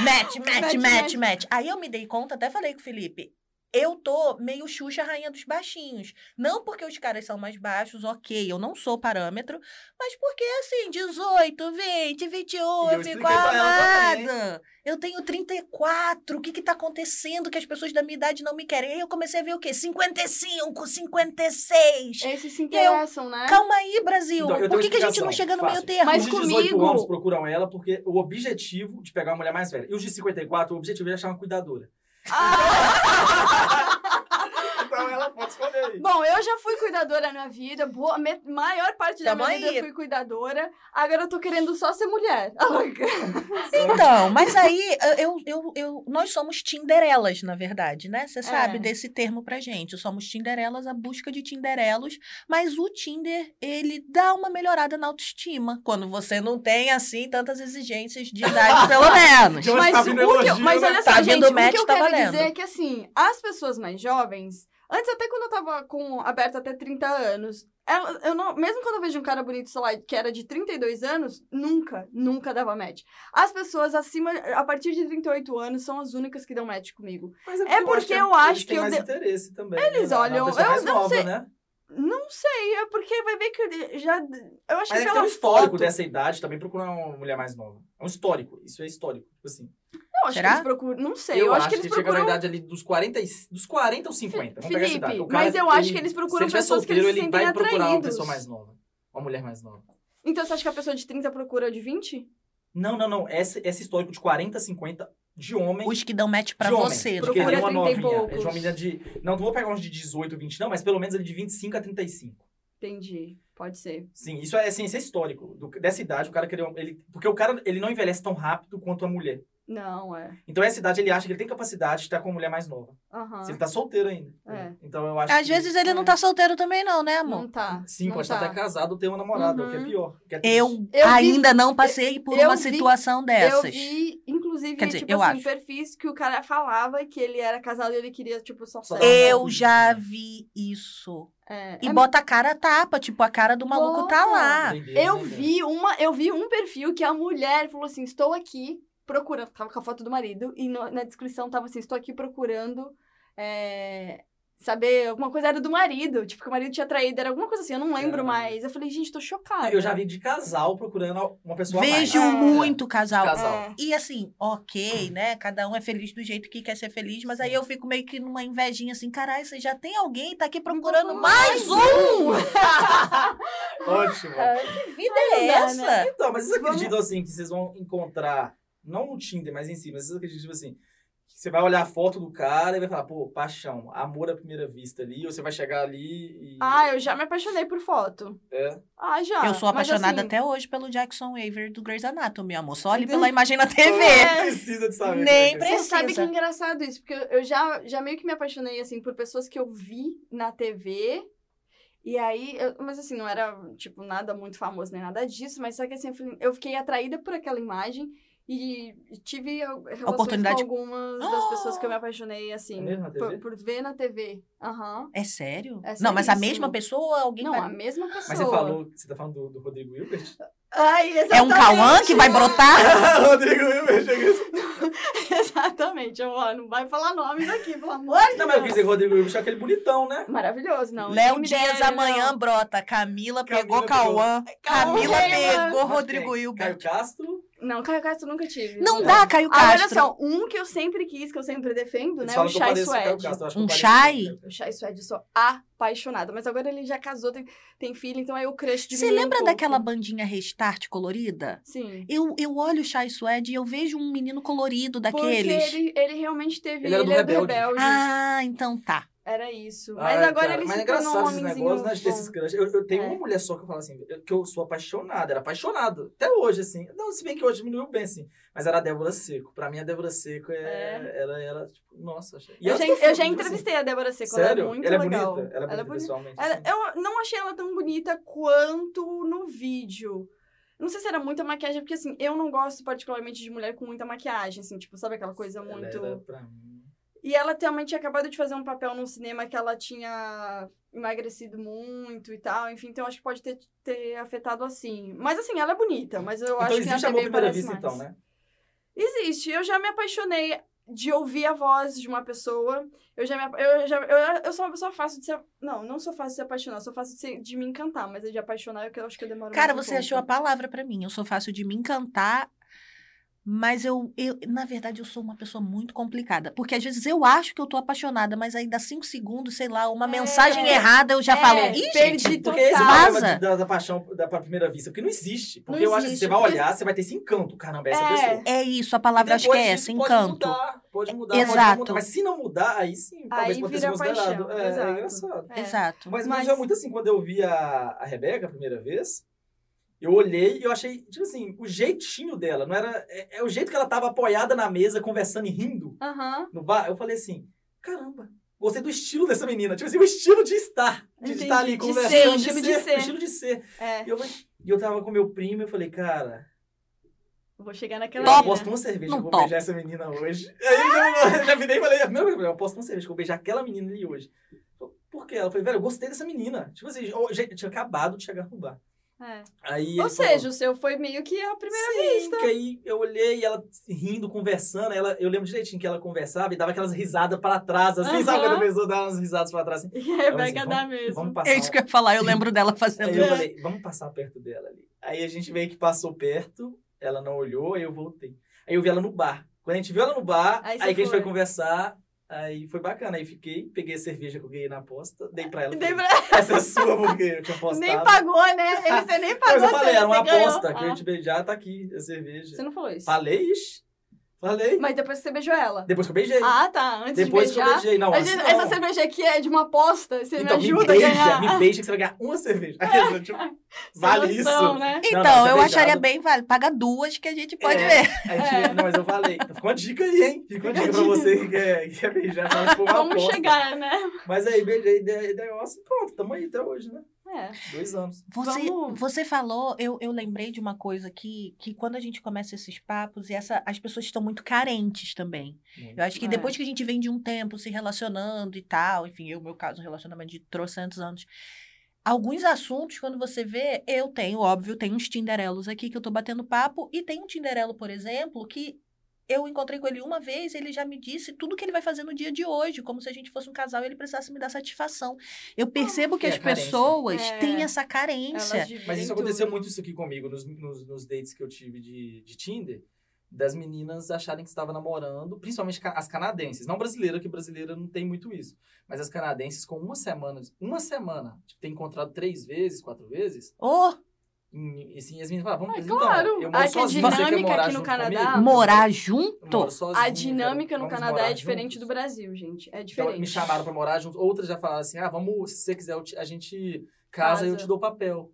Speaker 2: match, match,
Speaker 1: Match,
Speaker 2: match,
Speaker 1: match.
Speaker 2: match. Aí eu me dei conta, até falei com o Felipe, eu tô meio Xuxa Rainha dos Baixinhos. Não porque os caras são mais baixos, ok, eu não sou parâmetro, mas porque assim, 18, 20, 21,
Speaker 3: E
Speaker 2: eu
Speaker 3: eu
Speaker 2: fico
Speaker 3: expliquei pra ela também.
Speaker 2: amada. Eu tenho 34, o que que tá acontecendo que as pessoas da minha idade não me querem? Aí eu comecei a ver o quê? 55, 56.
Speaker 1: Esses se interessam, né?
Speaker 2: Calma aí, Brasil.
Speaker 3: Então, eu tenho
Speaker 2: Por que, que a gente
Speaker 3: explicação,
Speaker 2: não chega no
Speaker 3: fácil.
Speaker 2: meio termo?
Speaker 1: Mas
Speaker 3: os de 18
Speaker 1: comigo-
Speaker 3: anos procuram ela porque o objetivo de pegar uma mulher mais velha. E os de 54, o objetivo é achar uma cuidadora.
Speaker 1: Ah,
Speaker 3: Então ela pode escolher aí.
Speaker 1: Bom, eu já fui cuidadora na vida, boa, me- maior parte da
Speaker 2: Tamo
Speaker 1: minha vida
Speaker 2: Tá aí.
Speaker 1: eu fui cuidadora. Agora eu tô querendo só ser mulher. <laughs>
Speaker 2: Então, mas aí eu, eu, eu, nós somos tinderelas, na verdade, né? Você sabe
Speaker 1: É.
Speaker 2: desse termo pra gente. Somos tinderelas, a busca de tinderelos. Mas o Tinder, ele dá uma melhorada na autoestima. Quando você não tem, assim, tantas exigências de idade, pelo menos.
Speaker 3: De onde
Speaker 1: mas,
Speaker 3: tá vindo
Speaker 1: o que eu-
Speaker 3: elogio,
Speaker 1: mas
Speaker 3: né?
Speaker 1: olha só,
Speaker 2: Tá vindo
Speaker 1: gente, o
Speaker 2: match,
Speaker 1: que eu
Speaker 2: tá
Speaker 1: quero
Speaker 2: valendo.
Speaker 1: dizer é que, assim, as pessoas mais jovens... Antes, até quando eu tava com, aberta até 30 anos, ela- eu não, mesmo quando eu vejo um cara bonito, sei lá, que era de 32 anos, nunca, nunca dava match. As pessoas acima, a partir de 38 anos, são as únicas que dão match comigo.
Speaker 3: Mas
Speaker 1: É porque eu acho
Speaker 3: eles
Speaker 1: que
Speaker 3: têm
Speaker 1: eu
Speaker 3: mais
Speaker 1: de-
Speaker 3: interesse também.
Speaker 1: Eles
Speaker 3: né? na- na
Speaker 1: olham-
Speaker 3: pessoa
Speaker 1: eu
Speaker 3: mais
Speaker 1: não
Speaker 3: nova,
Speaker 1: sei.
Speaker 3: Né?
Speaker 1: Não sei, é porque vai ver que eu já... Eu acho
Speaker 3: Mas é
Speaker 1: que
Speaker 3: que tem um
Speaker 1: pela
Speaker 3: histórico
Speaker 1: foto...
Speaker 3: dessa idade também procurar uma mulher mais nova. É um histórico. Isso é histórico. Tipo assim,
Speaker 1: Eu acho
Speaker 2: Será?
Speaker 1: que eles procuram... Não sei, eu, acho que eles
Speaker 3: chega é na
Speaker 1: procuram
Speaker 3: idade ali dos 40, e- dos 40 aos 50. Vamos pegar essa idade.
Speaker 1: Felipe,
Speaker 3: O cara
Speaker 1: mas eu
Speaker 3: tem-
Speaker 1: acho que eles procuram
Speaker 3: se ele tiver
Speaker 1: pessoas que
Speaker 3: solteiro,
Speaker 1: eles se
Speaker 3: ele
Speaker 1: sentem
Speaker 3: vai procurar uma
Speaker 1: atraídos.
Speaker 3: pessoa mais nova. Uma mulher mais nova.
Speaker 1: Então você acha que a pessoa de 30 procura de 20?
Speaker 3: Não, não, não. Esse, esse histórico de 40, 50 de homem.
Speaker 2: Os que dão match pra
Speaker 3: de homem,
Speaker 2: você. né? no
Speaker 3: Porque ele é
Speaker 2: caso.
Speaker 3: uma
Speaker 1: Procura 30 e
Speaker 3: novinha. É
Speaker 1: poucos.
Speaker 3: de uma menina de. Não, não vou pegar uns de 18, 20, não, mas pelo menos ele de 25 a 35.
Speaker 1: Entendi. Pode ser.
Speaker 3: Sim, isso é, assim, isso é histórico. Do- dessa idade, o cara queria. um, Ele, porque o cara ele não envelhece tão rápido quanto a mulher.
Speaker 1: Não, é.
Speaker 3: Então, essa idade, ele acha que ele tem capacidade de estar com a mulher mais nova.
Speaker 1: Aham.
Speaker 3: Se ele tá solteiro ainda.
Speaker 1: Ah. É.
Speaker 3: Então, eu acho
Speaker 2: Às
Speaker 3: que-
Speaker 2: vezes ele não tá solteiro também, não, né, amor?
Speaker 1: Não tá.
Speaker 3: Sim,
Speaker 1: não
Speaker 3: pode
Speaker 1: tá.
Speaker 3: estar até casado ou ter uma namorada, o que é
Speaker 1: Uhum.
Speaker 3: pior. o que é triste.
Speaker 2: Eu,
Speaker 1: Eu vi-
Speaker 2: ainda não passei por
Speaker 1: eu
Speaker 2: uma
Speaker 1: vi-
Speaker 2: situação dessas.
Speaker 1: Eu vi, inclusive,
Speaker 2: Quer dizer,
Speaker 1: tipo
Speaker 2: eu
Speaker 1: assim,
Speaker 2: acho.
Speaker 1: perfis que o cara falava que ele era casado e ele queria, tipo, só
Speaker 3: Só-
Speaker 1: sexo.
Speaker 2: Eu já vi isso.
Speaker 1: É,
Speaker 2: E
Speaker 1: é-
Speaker 2: bota a cara a tapa, tipo, a cara do maluco tá
Speaker 1: Bota.
Speaker 2: lá.
Speaker 3: Doideira,
Speaker 1: eu
Speaker 3: né, cara?
Speaker 1: vi uma, eu vi um perfil que a mulher falou assim: "Estou aqui procurando", tava com a foto do marido e no- na descrição tava assim: "Estou aqui procurando é, saber alguma coisa era do marido, tipo que o marido tinha traído, era alguma coisa assim, eu não lembro
Speaker 3: Caramba.
Speaker 1: mais". Eu falei: "Gente, tô chocada".
Speaker 3: Eu já vi de casal procurando uma pessoa a mais.
Speaker 2: Vejo
Speaker 1: É.
Speaker 2: muito casal.
Speaker 3: Casal.
Speaker 1: É.
Speaker 2: E assim, ok, né? Cada um é feliz do jeito que quer ser feliz, mas aí eu fico meio que numa invejinha assim, caralho, você já tem alguém, tá aqui procurando
Speaker 1: Procurando
Speaker 2: mais <laughs> um!
Speaker 3: Ótimo.
Speaker 2: Que vida
Speaker 1: Ai,
Speaker 2: é
Speaker 1: não dá,
Speaker 2: essa?
Speaker 1: né?
Speaker 3: Então, mas vocês
Speaker 1: Vamos-
Speaker 3: acreditam assim que vocês vão encontrar, não no Tinder, mas em si, mas vocês acreditam assim, que você vai olhar a foto do cara e vai falar, pô, paixão, amor à primeira vista ali, ou você vai chegar ali e.
Speaker 1: Ah, eu já me apaixonei por foto.
Speaker 3: É.
Speaker 1: Ah, já.
Speaker 2: Eu sou
Speaker 1: Mas,
Speaker 2: apaixonada
Speaker 1: assim,
Speaker 2: até hoje pelo Jackson Waver do Grey's Anatomy, amor. Só olhe
Speaker 1: Entendi.
Speaker 2: pela imagem na TV.
Speaker 3: Nem precisa de saber.
Speaker 2: Nem
Speaker 3: como é que é.
Speaker 1: Você sabe que
Speaker 2: Precisa.
Speaker 1: é engraçado isso, porque eu- eu já, já meio que me apaixonei, assim, por pessoas que eu vi na TV. E aí, eu- mas assim, não era, tipo, nada muito famoso nem nada disso, mas só que assim, eu fui- eu fiquei atraída por aquela imagem e tive al- relações
Speaker 2: Oportunidade-
Speaker 1: com algumas das
Speaker 2: Ah!
Speaker 1: pessoas que eu me apaixonei,
Speaker 3: É
Speaker 1: assim,
Speaker 3: mesmo na TV?
Speaker 1: por, por ver na TV. Aham.
Speaker 2: É sério?
Speaker 1: É
Speaker 2: não, mas a
Speaker 1: seríssimo.
Speaker 2: mesma pessoa, alguém
Speaker 1: Não,
Speaker 2: vai-
Speaker 1: a mesma pessoa.
Speaker 3: Mas você falou, você tá falando do, do Rodrigo Hilbert? <laughs>
Speaker 1: Ai,
Speaker 2: É um
Speaker 1: exatamente.
Speaker 2: Cauã que vai brotar?
Speaker 3: Ah, Rodrigo Hilbert, chega isso.
Speaker 1: <laughs> Exatamente, amor, não vai falar nomes aqui, pelo amor de
Speaker 3: assim. Não, mas eu quis
Speaker 1: Deus.
Speaker 3: dizer que o Rodrigo Hilbert é aquele bonitão, né?
Speaker 1: Maravilhoso, não.
Speaker 2: Léo
Speaker 1: Quem me
Speaker 2: Dias
Speaker 1: dera,
Speaker 2: amanhã
Speaker 1: não.
Speaker 2: brota. Camila,
Speaker 3: Camila
Speaker 2: pegou Cauã. Camila
Speaker 1: Cauã.
Speaker 2: pegou
Speaker 3: Acho que
Speaker 2: Rodrigo
Speaker 3: é.
Speaker 2: Hilbert.
Speaker 3: Caio Castro.
Speaker 1: Não, Caio Castro eu nunca tive.
Speaker 2: Não dá, Caio
Speaker 1: Agora,
Speaker 2: Castro.
Speaker 1: assim, ó, um que eu sempre quis, que eu sempre defendo,
Speaker 2: é
Speaker 3: Eles
Speaker 1: né? O
Speaker 3: falam que eu
Speaker 1: Chai
Speaker 3: pareço com o Caio
Speaker 1: Suede.
Speaker 3: Castro, eu acho que
Speaker 2: Um
Speaker 3: eu pareço
Speaker 2: chai?
Speaker 3: com o Caio
Speaker 1: O Chai Suede, eu sou apaixonada. Mas agora ele já casou, tem, tem filho, então aí o crush de
Speaker 2: Você lembra daquela bandinha Restart colorida?
Speaker 1: Sim.
Speaker 2: Eu, eu olho o Chai Suede e eu vejo um menino colorido daqueles.
Speaker 1: Porque ele, ele realmente teve
Speaker 3: Ele era do
Speaker 1: Ilha
Speaker 3: Rebelde.
Speaker 2: Ah, então tá.
Speaker 1: Era isso.
Speaker 3: Ah,
Speaker 1: Mas agora
Speaker 3: cara,
Speaker 1: ele
Speaker 3: Mas é
Speaker 1: se tornou um
Speaker 3: engraçado esses
Speaker 1: homenzinho.
Speaker 3: negócios, né? de ter esses
Speaker 1: bom.
Speaker 3: crush. Eu, eu tenho
Speaker 1: É.
Speaker 3: uma mulher só que eu falo assim, eu- que eu sou apaixonada, era apaixonado. Até hoje, assim. Não, se bem que hoje diminuiu bem, assim. Mas era a Débora Seco. Pra mim, a Débora Seco é,
Speaker 1: É.
Speaker 3: Ela, ela, tipo, nossa. achei- E
Speaker 1: Eu
Speaker 3: ela
Speaker 1: já,
Speaker 3: tá
Speaker 1: eu já
Speaker 3: foda, tipo assim.
Speaker 1: entrevistei a Débora Seco, ela
Speaker 3: Sério?
Speaker 1: é muito
Speaker 3: ela
Speaker 1: legal.
Speaker 3: bonita. Ela é bonita, pessoalmente.
Speaker 1: Ela-
Speaker 3: assim.
Speaker 1: eu não achei ela tão bonita quanto no vídeo. Não sei se era muita maquiagem, porque assim, eu não gosto particularmente de mulher com muita maquiagem, assim, tipo, sabe aquela coisa
Speaker 3: Ela
Speaker 1: muito.
Speaker 3: era pra mim.
Speaker 1: E ela também tinha acabado de fazer um papel num cinema que ela tinha emagrecido muito e tal, enfim, então acho que pode ter, ter afetado assim. Mas assim, ela é bonita, mas eu
Speaker 3: Então
Speaker 1: acho que na
Speaker 3: existe
Speaker 1: TV
Speaker 3: amor à primeira
Speaker 1: parece
Speaker 3: vista,
Speaker 1: mais.
Speaker 3: então, né?
Speaker 1: Existe. Eu já me apaixonei de ouvir a voz de uma pessoa. Eu já me apa- eu já eu, eu sou uma pessoa fácil de ser, não, não sou fácil de se apaixonar, sou fácil de, se- de me encantar, mas é de apaixonar eu que- eu acho que eu demoro
Speaker 2: Cara,
Speaker 1: mais um
Speaker 2: você achou a
Speaker 1: pouco.
Speaker 2: palavra pra mim. Eu sou fácil de me encantar, mas eu, eu, na verdade, eu sou uma pessoa muito complicada. Porque às vezes eu acho que eu tô apaixonada, mas aí dá cinco segundos, sei lá, uma
Speaker 1: É.
Speaker 2: mensagem errada, eu já
Speaker 1: É,
Speaker 2: falo, ih,
Speaker 1: perdi
Speaker 2: gente,
Speaker 1: tudo.
Speaker 3: Porque esse
Speaker 1: Total.
Speaker 3: problema
Speaker 2: Vaza.
Speaker 3: de- da, da paixão da, pra primeira vista, porque não existe. Porque
Speaker 1: Não
Speaker 3: eu acho que
Speaker 1: existe,
Speaker 3: você vai
Speaker 1: porque-
Speaker 3: olhar, você vai ter esse encanto. Caramba, é essa
Speaker 1: É.
Speaker 3: pessoa.
Speaker 2: é isso, a palavra acho que
Speaker 3: Depois
Speaker 2: é
Speaker 3: disso,
Speaker 2: essa,
Speaker 3: pode
Speaker 2: encanto. É,
Speaker 3: Mudar, pode mudar, pode
Speaker 2: Exato.
Speaker 3: não mudar. Mas se não mudar, aí sim, talvez
Speaker 1: Aí
Speaker 3: pode ter
Speaker 1: vira
Speaker 3: sido considerado.
Speaker 1: paixão,
Speaker 3: É,
Speaker 1: exato.
Speaker 3: é engraçado.
Speaker 1: É.
Speaker 2: Exato.
Speaker 3: Mas,
Speaker 1: Mas-
Speaker 3: mas... é muito assim, quando eu vi a, a Rebeca a primeira vez, eu olhei e eu achei, tipo assim, o jeitinho dela, não era. É, é o jeito que ela tava apoiada na mesa, conversando e rindo
Speaker 1: Aham.
Speaker 3: no bar. Eu falei assim, caramba, gostei do estilo dessa menina. Tipo assim, o estilo de estar. De
Speaker 1: Entendi,
Speaker 3: estar ali
Speaker 1: de
Speaker 3: conversando,
Speaker 1: ser, o estilo de
Speaker 3: ser,
Speaker 1: ser.
Speaker 3: o estilo de ser.
Speaker 1: É.
Speaker 3: E eu, e eu tava com meu primo e eu falei, cara,
Speaker 1: Eu Vou chegar naquela
Speaker 3: eu
Speaker 2: Topo.
Speaker 1: mina.
Speaker 3: aposto uma cerveja que
Speaker 2: Não
Speaker 3: eu vou
Speaker 2: topo.
Speaker 3: beijar essa menina hoje. <laughs> Aí eu já, já virei e falei, a primeira coisa, eu falei, eu aposto uma cerveja que eu vou beijar aquela menina ali hoje. Eu, Por quê? Ela falou, velho, eu gostei dessa menina. Tipo assim, eu, gente, eu tinha acabado de chegar no bar.
Speaker 1: É.
Speaker 3: Aí
Speaker 1: Ou
Speaker 3: ele
Speaker 1: seja, o seu foi meio que a
Speaker 3: falou,
Speaker 1: primeira
Speaker 3: Sim, que aí eu olhei e ela rindo, conversando. Ela, eu lembro direitinho que ela conversava e dava aquelas risadas pra trás, assim,
Speaker 1: Aham.
Speaker 3: sabe? Quando a pessoa dava umas risadas pra trás, assim.
Speaker 1: <laughs> E a Rebeca
Speaker 3: assim,
Speaker 1: dá mesmo.
Speaker 3: Vamos passar.
Speaker 2: É isso que eu ia falar, eu lembro
Speaker 3: <laughs>
Speaker 2: dela fazendo
Speaker 3: Aí
Speaker 1: É.
Speaker 3: eu
Speaker 2: isso.
Speaker 3: falei, vamos passar perto dela ali. Aí a gente meio que passou perto, ela não olhou, aí eu voltei. Aí eu vi ela no bar. Quando a gente viu ela no bar,
Speaker 1: Aí você
Speaker 3: aí, que a gente
Speaker 1: foi.
Speaker 3: foi conversar, aí foi bacana. Aí fiquei, peguei a cerveja que eu ganhei na aposta, dei pra ela.
Speaker 1: E daí
Speaker 3: falei,
Speaker 1: pra-
Speaker 3: Essa é sua, porque eu tinha apostado.
Speaker 1: <laughs> Nem pagou,
Speaker 3: <laughs>
Speaker 1: né? Ele, você nem pagou.
Speaker 3: Mas eu falei,
Speaker 1: você-
Speaker 3: era uma
Speaker 1: você ganhou.
Speaker 3: aposta que eu
Speaker 1: Ah.
Speaker 3: ia te beijar, tá aqui a cerveja.
Speaker 1: Você não falou isso.
Speaker 3: Falei, ixi. Falei.
Speaker 1: Mas depois que você beijou ela.
Speaker 3: Depois que eu beijei.
Speaker 1: Ah, tá. Antes
Speaker 3: Depois
Speaker 1: de
Speaker 3: que eu
Speaker 1: beijar.
Speaker 3: beijei. Não,
Speaker 1: A
Speaker 3: antes
Speaker 1: gente-
Speaker 3: não.
Speaker 1: Essa cerveja aqui é de uma aposta. Você
Speaker 3: Então,
Speaker 1: me ajuda
Speaker 3: me
Speaker 1: a
Speaker 3: beija,
Speaker 1: ganhar. É.
Speaker 3: me beija que você vai ganhar uma cerveja. <laughs> Aqueles, tipo,
Speaker 1: Sem
Speaker 3: vale
Speaker 1: noção,
Speaker 3: isso.
Speaker 1: Né?
Speaker 2: Então,
Speaker 3: não, você
Speaker 2: eu
Speaker 3: é
Speaker 2: acharia
Speaker 3: beijado.
Speaker 2: bem, vale, paga duas que a gente pode
Speaker 3: É.
Speaker 2: ver.
Speaker 3: Aí tinha-
Speaker 1: É.
Speaker 3: não, mas eu falei, ficou uma dica aí, hein? Ficou uma dica pra você que quer, que quer beijar, fala que foi uma
Speaker 1: É, Vamos
Speaker 3: aposta.
Speaker 1: chegar, né?
Speaker 3: Mas aí, beijei, dei dei osso e pronto, tamo aí até hoje, né?
Speaker 1: É.
Speaker 3: Dois anos.
Speaker 2: Você,
Speaker 1: Vamos-
Speaker 2: você falou, eu, eu lembrei de uma coisa aqui, que quando a gente começa esses papos, e essa, as pessoas estão muito carentes também. Eu acho que
Speaker 1: É.
Speaker 2: depois que a gente vem de um tempo se relacionando e tal, enfim, eu, meu caso, um relacionamento de trocentos anos, alguns assuntos, quando você vê, eu tenho, óbvio, tem uns tinderelos aqui que eu tô batendo papo, e tem um tinderelo, por exemplo, que eu encontrei com ele uma vez, ele já me disse tudo que ele vai fazer no dia de hoje, como se a gente fosse um casal e ele precisasse me dar satisfação. Eu percebo que
Speaker 3: É
Speaker 2: as
Speaker 3: a carência.
Speaker 2: pessoas
Speaker 1: É.
Speaker 2: têm essa
Speaker 1: Elas
Speaker 2: carência.
Speaker 1: dividem
Speaker 3: é, Mas isso aconteceu
Speaker 1: tudo.
Speaker 3: muito isso aqui comigo, nos, nos, nos dates que eu tive de, de Tinder, das meninas acharem que estava namorando, principalmente ca- as canadenses, não brasileira, que brasileira não tem muito isso, mas as canadenses com uma semana, uma semana, tipo, tem encontrado três vezes, quatro vezes,
Speaker 2: Ô,
Speaker 3: e, e assim, as meninas falam, vamos,
Speaker 1: Ah,
Speaker 3: então,
Speaker 1: claro.
Speaker 3: eu
Speaker 1: Ah,
Speaker 3: moro
Speaker 1: que a
Speaker 3: sozinha, você quer
Speaker 1: dinâmica
Speaker 3: morar
Speaker 1: aqui no
Speaker 3: junto
Speaker 1: Canadá-
Speaker 3: comigo?"
Speaker 2: morar
Speaker 3: Eu
Speaker 2: junto?
Speaker 3: moro sozinho,
Speaker 1: A
Speaker 3: quero-
Speaker 1: dinâmica no
Speaker 3: né? vamos
Speaker 1: Canadá
Speaker 3: morar
Speaker 1: é diferente
Speaker 3: juntos.
Speaker 1: do Brasil, gente. É
Speaker 3: Então,
Speaker 1: diferente.
Speaker 3: me chamaram pra morar junto. Outras já falaram assim: ah, vamos, se você quiser, eu te- a gente casa e eu
Speaker 1: Casa.
Speaker 3: te dou papel.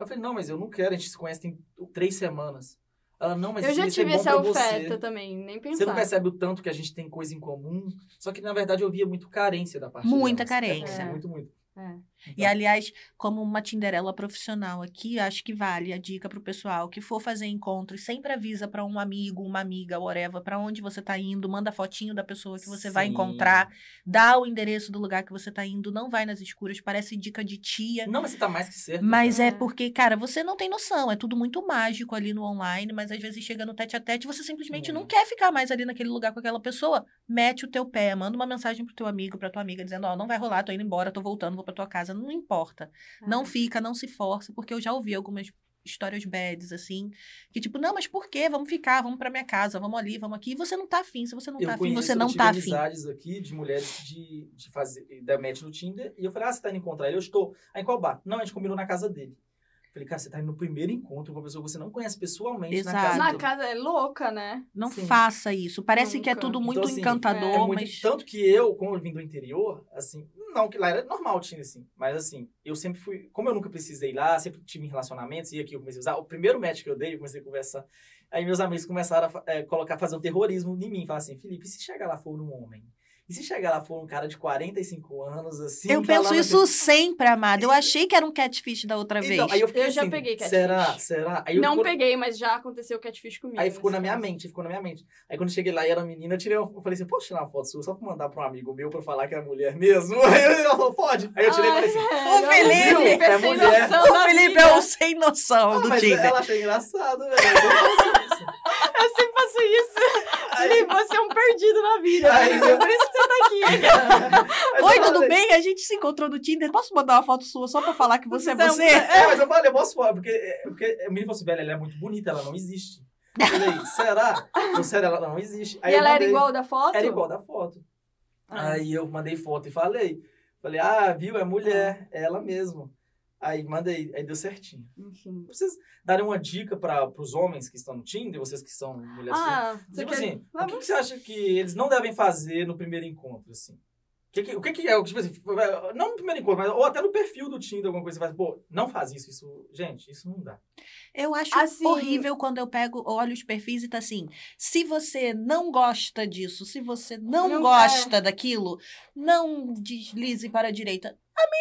Speaker 3: Eu falei: não, mas eu não quero, a gente se conhece tem três semanas. Ela, não, mas
Speaker 1: eu
Speaker 3: isso
Speaker 1: já
Speaker 3: ia ser
Speaker 1: tive
Speaker 3: bom
Speaker 1: essa
Speaker 3: pra
Speaker 1: oferta
Speaker 3: Você.
Speaker 1: também, nem pensar.
Speaker 3: Você não percebe o tanto que a gente tem coisa em comum. Só que, na verdade, eu via muito carência da parte
Speaker 2: Muita
Speaker 3: delas.
Speaker 2: carência.
Speaker 3: É, muito, muito.
Speaker 1: É.
Speaker 2: E, aliás, como uma Tinderela profissional aqui, acho que vale a dica pro pessoal que for fazer encontros, sempre avisa pra um amigo, uma amiga, whatever, pra onde você tá indo, manda fotinho da pessoa que você vai
Speaker 3: Sim.
Speaker 2: encontrar, dá o endereço do lugar que você tá indo, não vai nas escuras, parece dica de tia.
Speaker 3: Não, mas você tá mais que certo.
Speaker 2: Mas
Speaker 1: É.
Speaker 2: é porque, cara, você não tem noção, é tudo muito mágico ali no online, mas às vezes chega no tete a tete, você simplesmente
Speaker 3: É.
Speaker 2: não quer ficar mais ali naquele lugar com aquela pessoa, mete o teu pé, manda uma mensagem pro teu amigo, pra tua amiga, dizendo, ó, não vai rolar, tô indo embora, tô voltando, vou pra tua casa, não importa.
Speaker 3: Tá.
Speaker 1: É.
Speaker 2: Não fica, não se força, porque eu já ouvi algumas histórias bads, assim, que tipo, não, mas por quê? Vamos ficar, vamos pra minha casa, vamos ali, vamos aqui. E você não tá afim, se você não tá afim,
Speaker 3: conheço-
Speaker 2: você
Speaker 3: eu
Speaker 2: não
Speaker 3: tive
Speaker 2: tá afim.
Speaker 3: amizades aqui de mulheres de, de fazer, da match no Tinder. E eu falei, ah, você tá indo encontrar ele? Eu estou. Aí, em qual bar? Não, a gente combinou na casa dele. Falei, cara, você tá indo no primeiro encontro com uma pessoa que você não conhece pessoalmente na
Speaker 2: Exato.
Speaker 3: casa
Speaker 1: Na
Speaker 3: do-
Speaker 1: casa é louca, né?
Speaker 2: Não
Speaker 3: Sim.
Speaker 2: faça isso. Parece que é
Speaker 1: Nunca.
Speaker 2: tudo muito
Speaker 3: Então, assim,
Speaker 2: encantador,
Speaker 3: É muito-
Speaker 2: mas.
Speaker 3: Tanto que eu, como eu vim do interior, assim, não que lá era normal tinha assim, mas assim, eu sempre fui, como eu nunca precisei ir lá, sempre tive em relacionamentos, e aqui eu comecei a usar, o primeiro match que eu dei, eu comecei a conversar, aí meus amigos começaram a fa- eh, colocar, fazer um terrorismo em mim, falar assim, Felipe, e se chegar lá for um homem? E se chegar lá for um cara de 45 anos, assim?
Speaker 2: eu
Speaker 3: falando
Speaker 2: penso
Speaker 3: assim,
Speaker 2: isso sempre, amada. Eu achei que era um catfish da outra
Speaker 3: Então,
Speaker 2: vez.
Speaker 3: aí eu, fiquei
Speaker 1: Eu já
Speaker 3: assim,
Speaker 1: peguei catfish.
Speaker 3: Será? Será? Aí eu
Speaker 1: não
Speaker 3: fico-
Speaker 1: peguei, mas já aconteceu catfish comigo.
Speaker 3: Aí ficou
Speaker 1: nesse
Speaker 3: na minha
Speaker 1: caso.
Speaker 3: mente, ficou na minha mente. Aí quando eu cheguei lá e era uma menina, eu tirei uma, eu falei assim, posso tirar uma foto sua só pra mandar pra um amigo meu pra falar que é mulher mesmo? <laughs> Aí ela falou, pode. Aí eu
Speaker 1: Ah,
Speaker 3: tirei e falei assim,
Speaker 1: Ai,
Speaker 2: Ô,
Speaker 1: velho,
Speaker 2: Felipe,
Speaker 3: é
Speaker 1: sem
Speaker 3: mulher.
Speaker 1: noção da
Speaker 2: O Felipe é
Speaker 1: vida.
Speaker 2: o sem noção
Speaker 3: ah,
Speaker 2: do
Speaker 3: mas
Speaker 2: Tinder.
Speaker 3: ela achou engraçado, velho. <laughs> Eu
Speaker 1: Eu
Speaker 3: faço isso.
Speaker 1: sempre faço isso.
Speaker 3: Aí-
Speaker 1: Felipe, você é um perdido na vida.
Speaker 3: Ai,
Speaker 1: Felipe, <laughs>
Speaker 3: meu-
Speaker 1: Por isso que você tá aqui.
Speaker 3: Mas eu
Speaker 2: Oi, tudo
Speaker 3: falei-
Speaker 2: bem? A gente se encontrou no Tinder. Posso mandar uma foto sua só pra falar que você é
Speaker 1: Você
Speaker 2: você?
Speaker 3: É, mas eu falei, eu posso falar, porque, é, porque a menina falou assim, velho, ela é muito bonita, ela não existe. Eu falei, será? Eu, sério, ela não existe. Aí
Speaker 1: e
Speaker 3: eu
Speaker 1: ela era
Speaker 3: mandei-
Speaker 1: igual da foto?
Speaker 3: Era igual da foto.
Speaker 1: Ah.
Speaker 3: Aí eu mandei foto e falei. Falei, ah, viu? É mulher, é ela mesmo. Aí mandei, aí deu certinho.
Speaker 1: Enfim.
Speaker 3: Pra vocês darem uma dica para os homens que estão no Tinder, vocês que são mulheres.
Speaker 1: Ah,
Speaker 3: assim,
Speaker 1: você
Speaker 3: tipo
Speaker 1: quer-
Speaker 3: assim,
Speaker 1: lá
Speaker 3: o que, que você acha que eles não devem fazer no primeiro encontro, assim? O que, que- o que, que é, tipo assim, não no primeiro encontro, mas, ou até no perfil do Tinder, alguma coisa, você faz, pô, não faz isso, isso, gente, isso não dá.
Speaker 2: Eu acho
Speaker 1: Assim-
Speaker 2: horrível quando eu pego, olho os perfis e tá assim: se você não gosta disso, se você não,
Speaker 1: Não
Speaker 2: gosta daquilo, não deslize para a direita.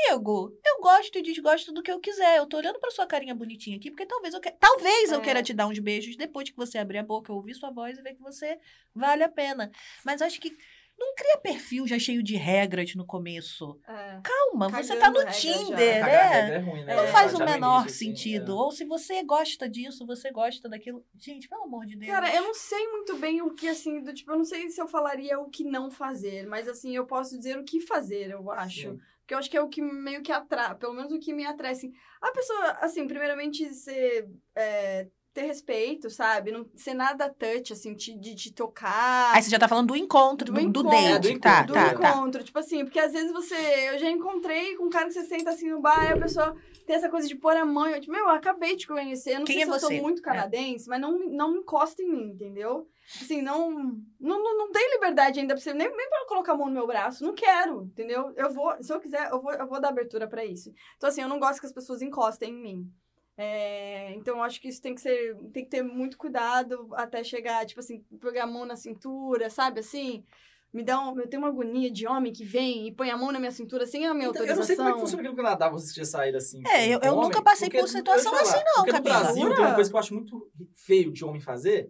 Speaker 2: Amigo, eu gosto e desgosto do que eu quiser. Eu tô olhando pra sua carinha bonitinha aqui, porque talvez eu queira, talvez eu
Speaker 1: É.
Speaker 2: queira te dar uns beijos depois que você abrir a boca, eu ouvir sua voz e ver que você vale a pena. Mas acho que não cria perfil já cheio de regras no começo.
Speaker 1: É.
Speaker 2: Calma, você
Speaker 1: Cagando
Speaker 2: tá no
Speaker 1: regra já.
Speaker 2: Tinder,
Speaker 3: Cagar
Speaker 2: né?
Speaker 3: regra é ruim, né?
Speaker 2: Não
Speaker 1: É,
Speaker 2: faz
Speaker 3: Já
Speaker 2: o
Speaker 3: no
Speaker 2: menor
Speaker 3: início, assim,
Speaker 2: sentido.
Speaker 3: é.
Speaker 2: Ou se você gosta disso, você gosta daquilo. Gente, pelo amor de Deus.
Speaker 1: Cara, eu não sei muito bem o que, assim, do tipo, eu não sei se eu falaria o que não fazer, mas, assim, eu posso dizer o que fazer, eu acho.
Speaker 3: Sim.
Speaker 1: Porque eu acho que é o que meio que atrai, pelo menos o que me atrai, assim. A pessoa, assim, primeiramente, ser, é, ter respeito, sabe? Não ser nada touch, assim, te- de te tocar.
Speaker 2: Aí você já tá falando do encontro, do,
Speaker 1: Do
Speaker 2: do
Speaker 1: encontro,
Speaker 2: date.
Speaker 3: é, do
Speaker 2: tá,
Speaker 3: encontro,
Speaker 1: do
Speaker 2: tá,
Speaker 3: é.
Speaker 2: tá.
Speaker 1: encontro. Tipo assim, porque às vezes você. Eu já encontrei com um cara que você senta assim no bar e a pessoa tem essa coisa de pôr a mão. e Eu, tipo, meu, eu acabei de conhecer. Eu não
Speaker 2: Quem
Speaker 1: sei
Speaker 2: é
Speaker 1: se eu
Speaker 2: você?
Speaker 1: tô muito canadense, mas não, não me encosta em mim, entendeu? Assim, não, não, não, não dei liberdade ainda pra você, nem, nem pra colocar a mão no meu braço. Não quero, entendeu? Eu vou, se eu quiser, eu vou, eu vou dar abertura pra isso. Então, assim, eu não gosto que as pessoas encostem em mim. É, então, eu acho que isso tem que ser. Tem que ter muito cuidado até chegar, tipo assim, pegar a mão na cintura, sabe assim? Me dá um, eu tenho uma agonia de homem que vem e põe a mão na minha cintura sem a minha
Speaker 3: Então, eu não sei
Speaker 1: autorização.
Speaker 3: como é que funciona aqui no Canadá, vocês que já saíram assim.
Speaker 2: É,
Speaker 3: com-
Speaker 2: eu-
Speaker 3: com
Speaker 2: eu
Speaker 3: homem,
Speaker 2: nunca passei
Speaker 3: porque
Speaker 2: por situação
Speaker 3: eu ia falar,
Speaker 2: assim, não,
Speaker 3: porque no
Speaker 2: Camila.
Speaker 3: Brasil tem
Speaker 1: Jura?
Speaker 3: uma coisa que eu acho muito feio de homem fazer.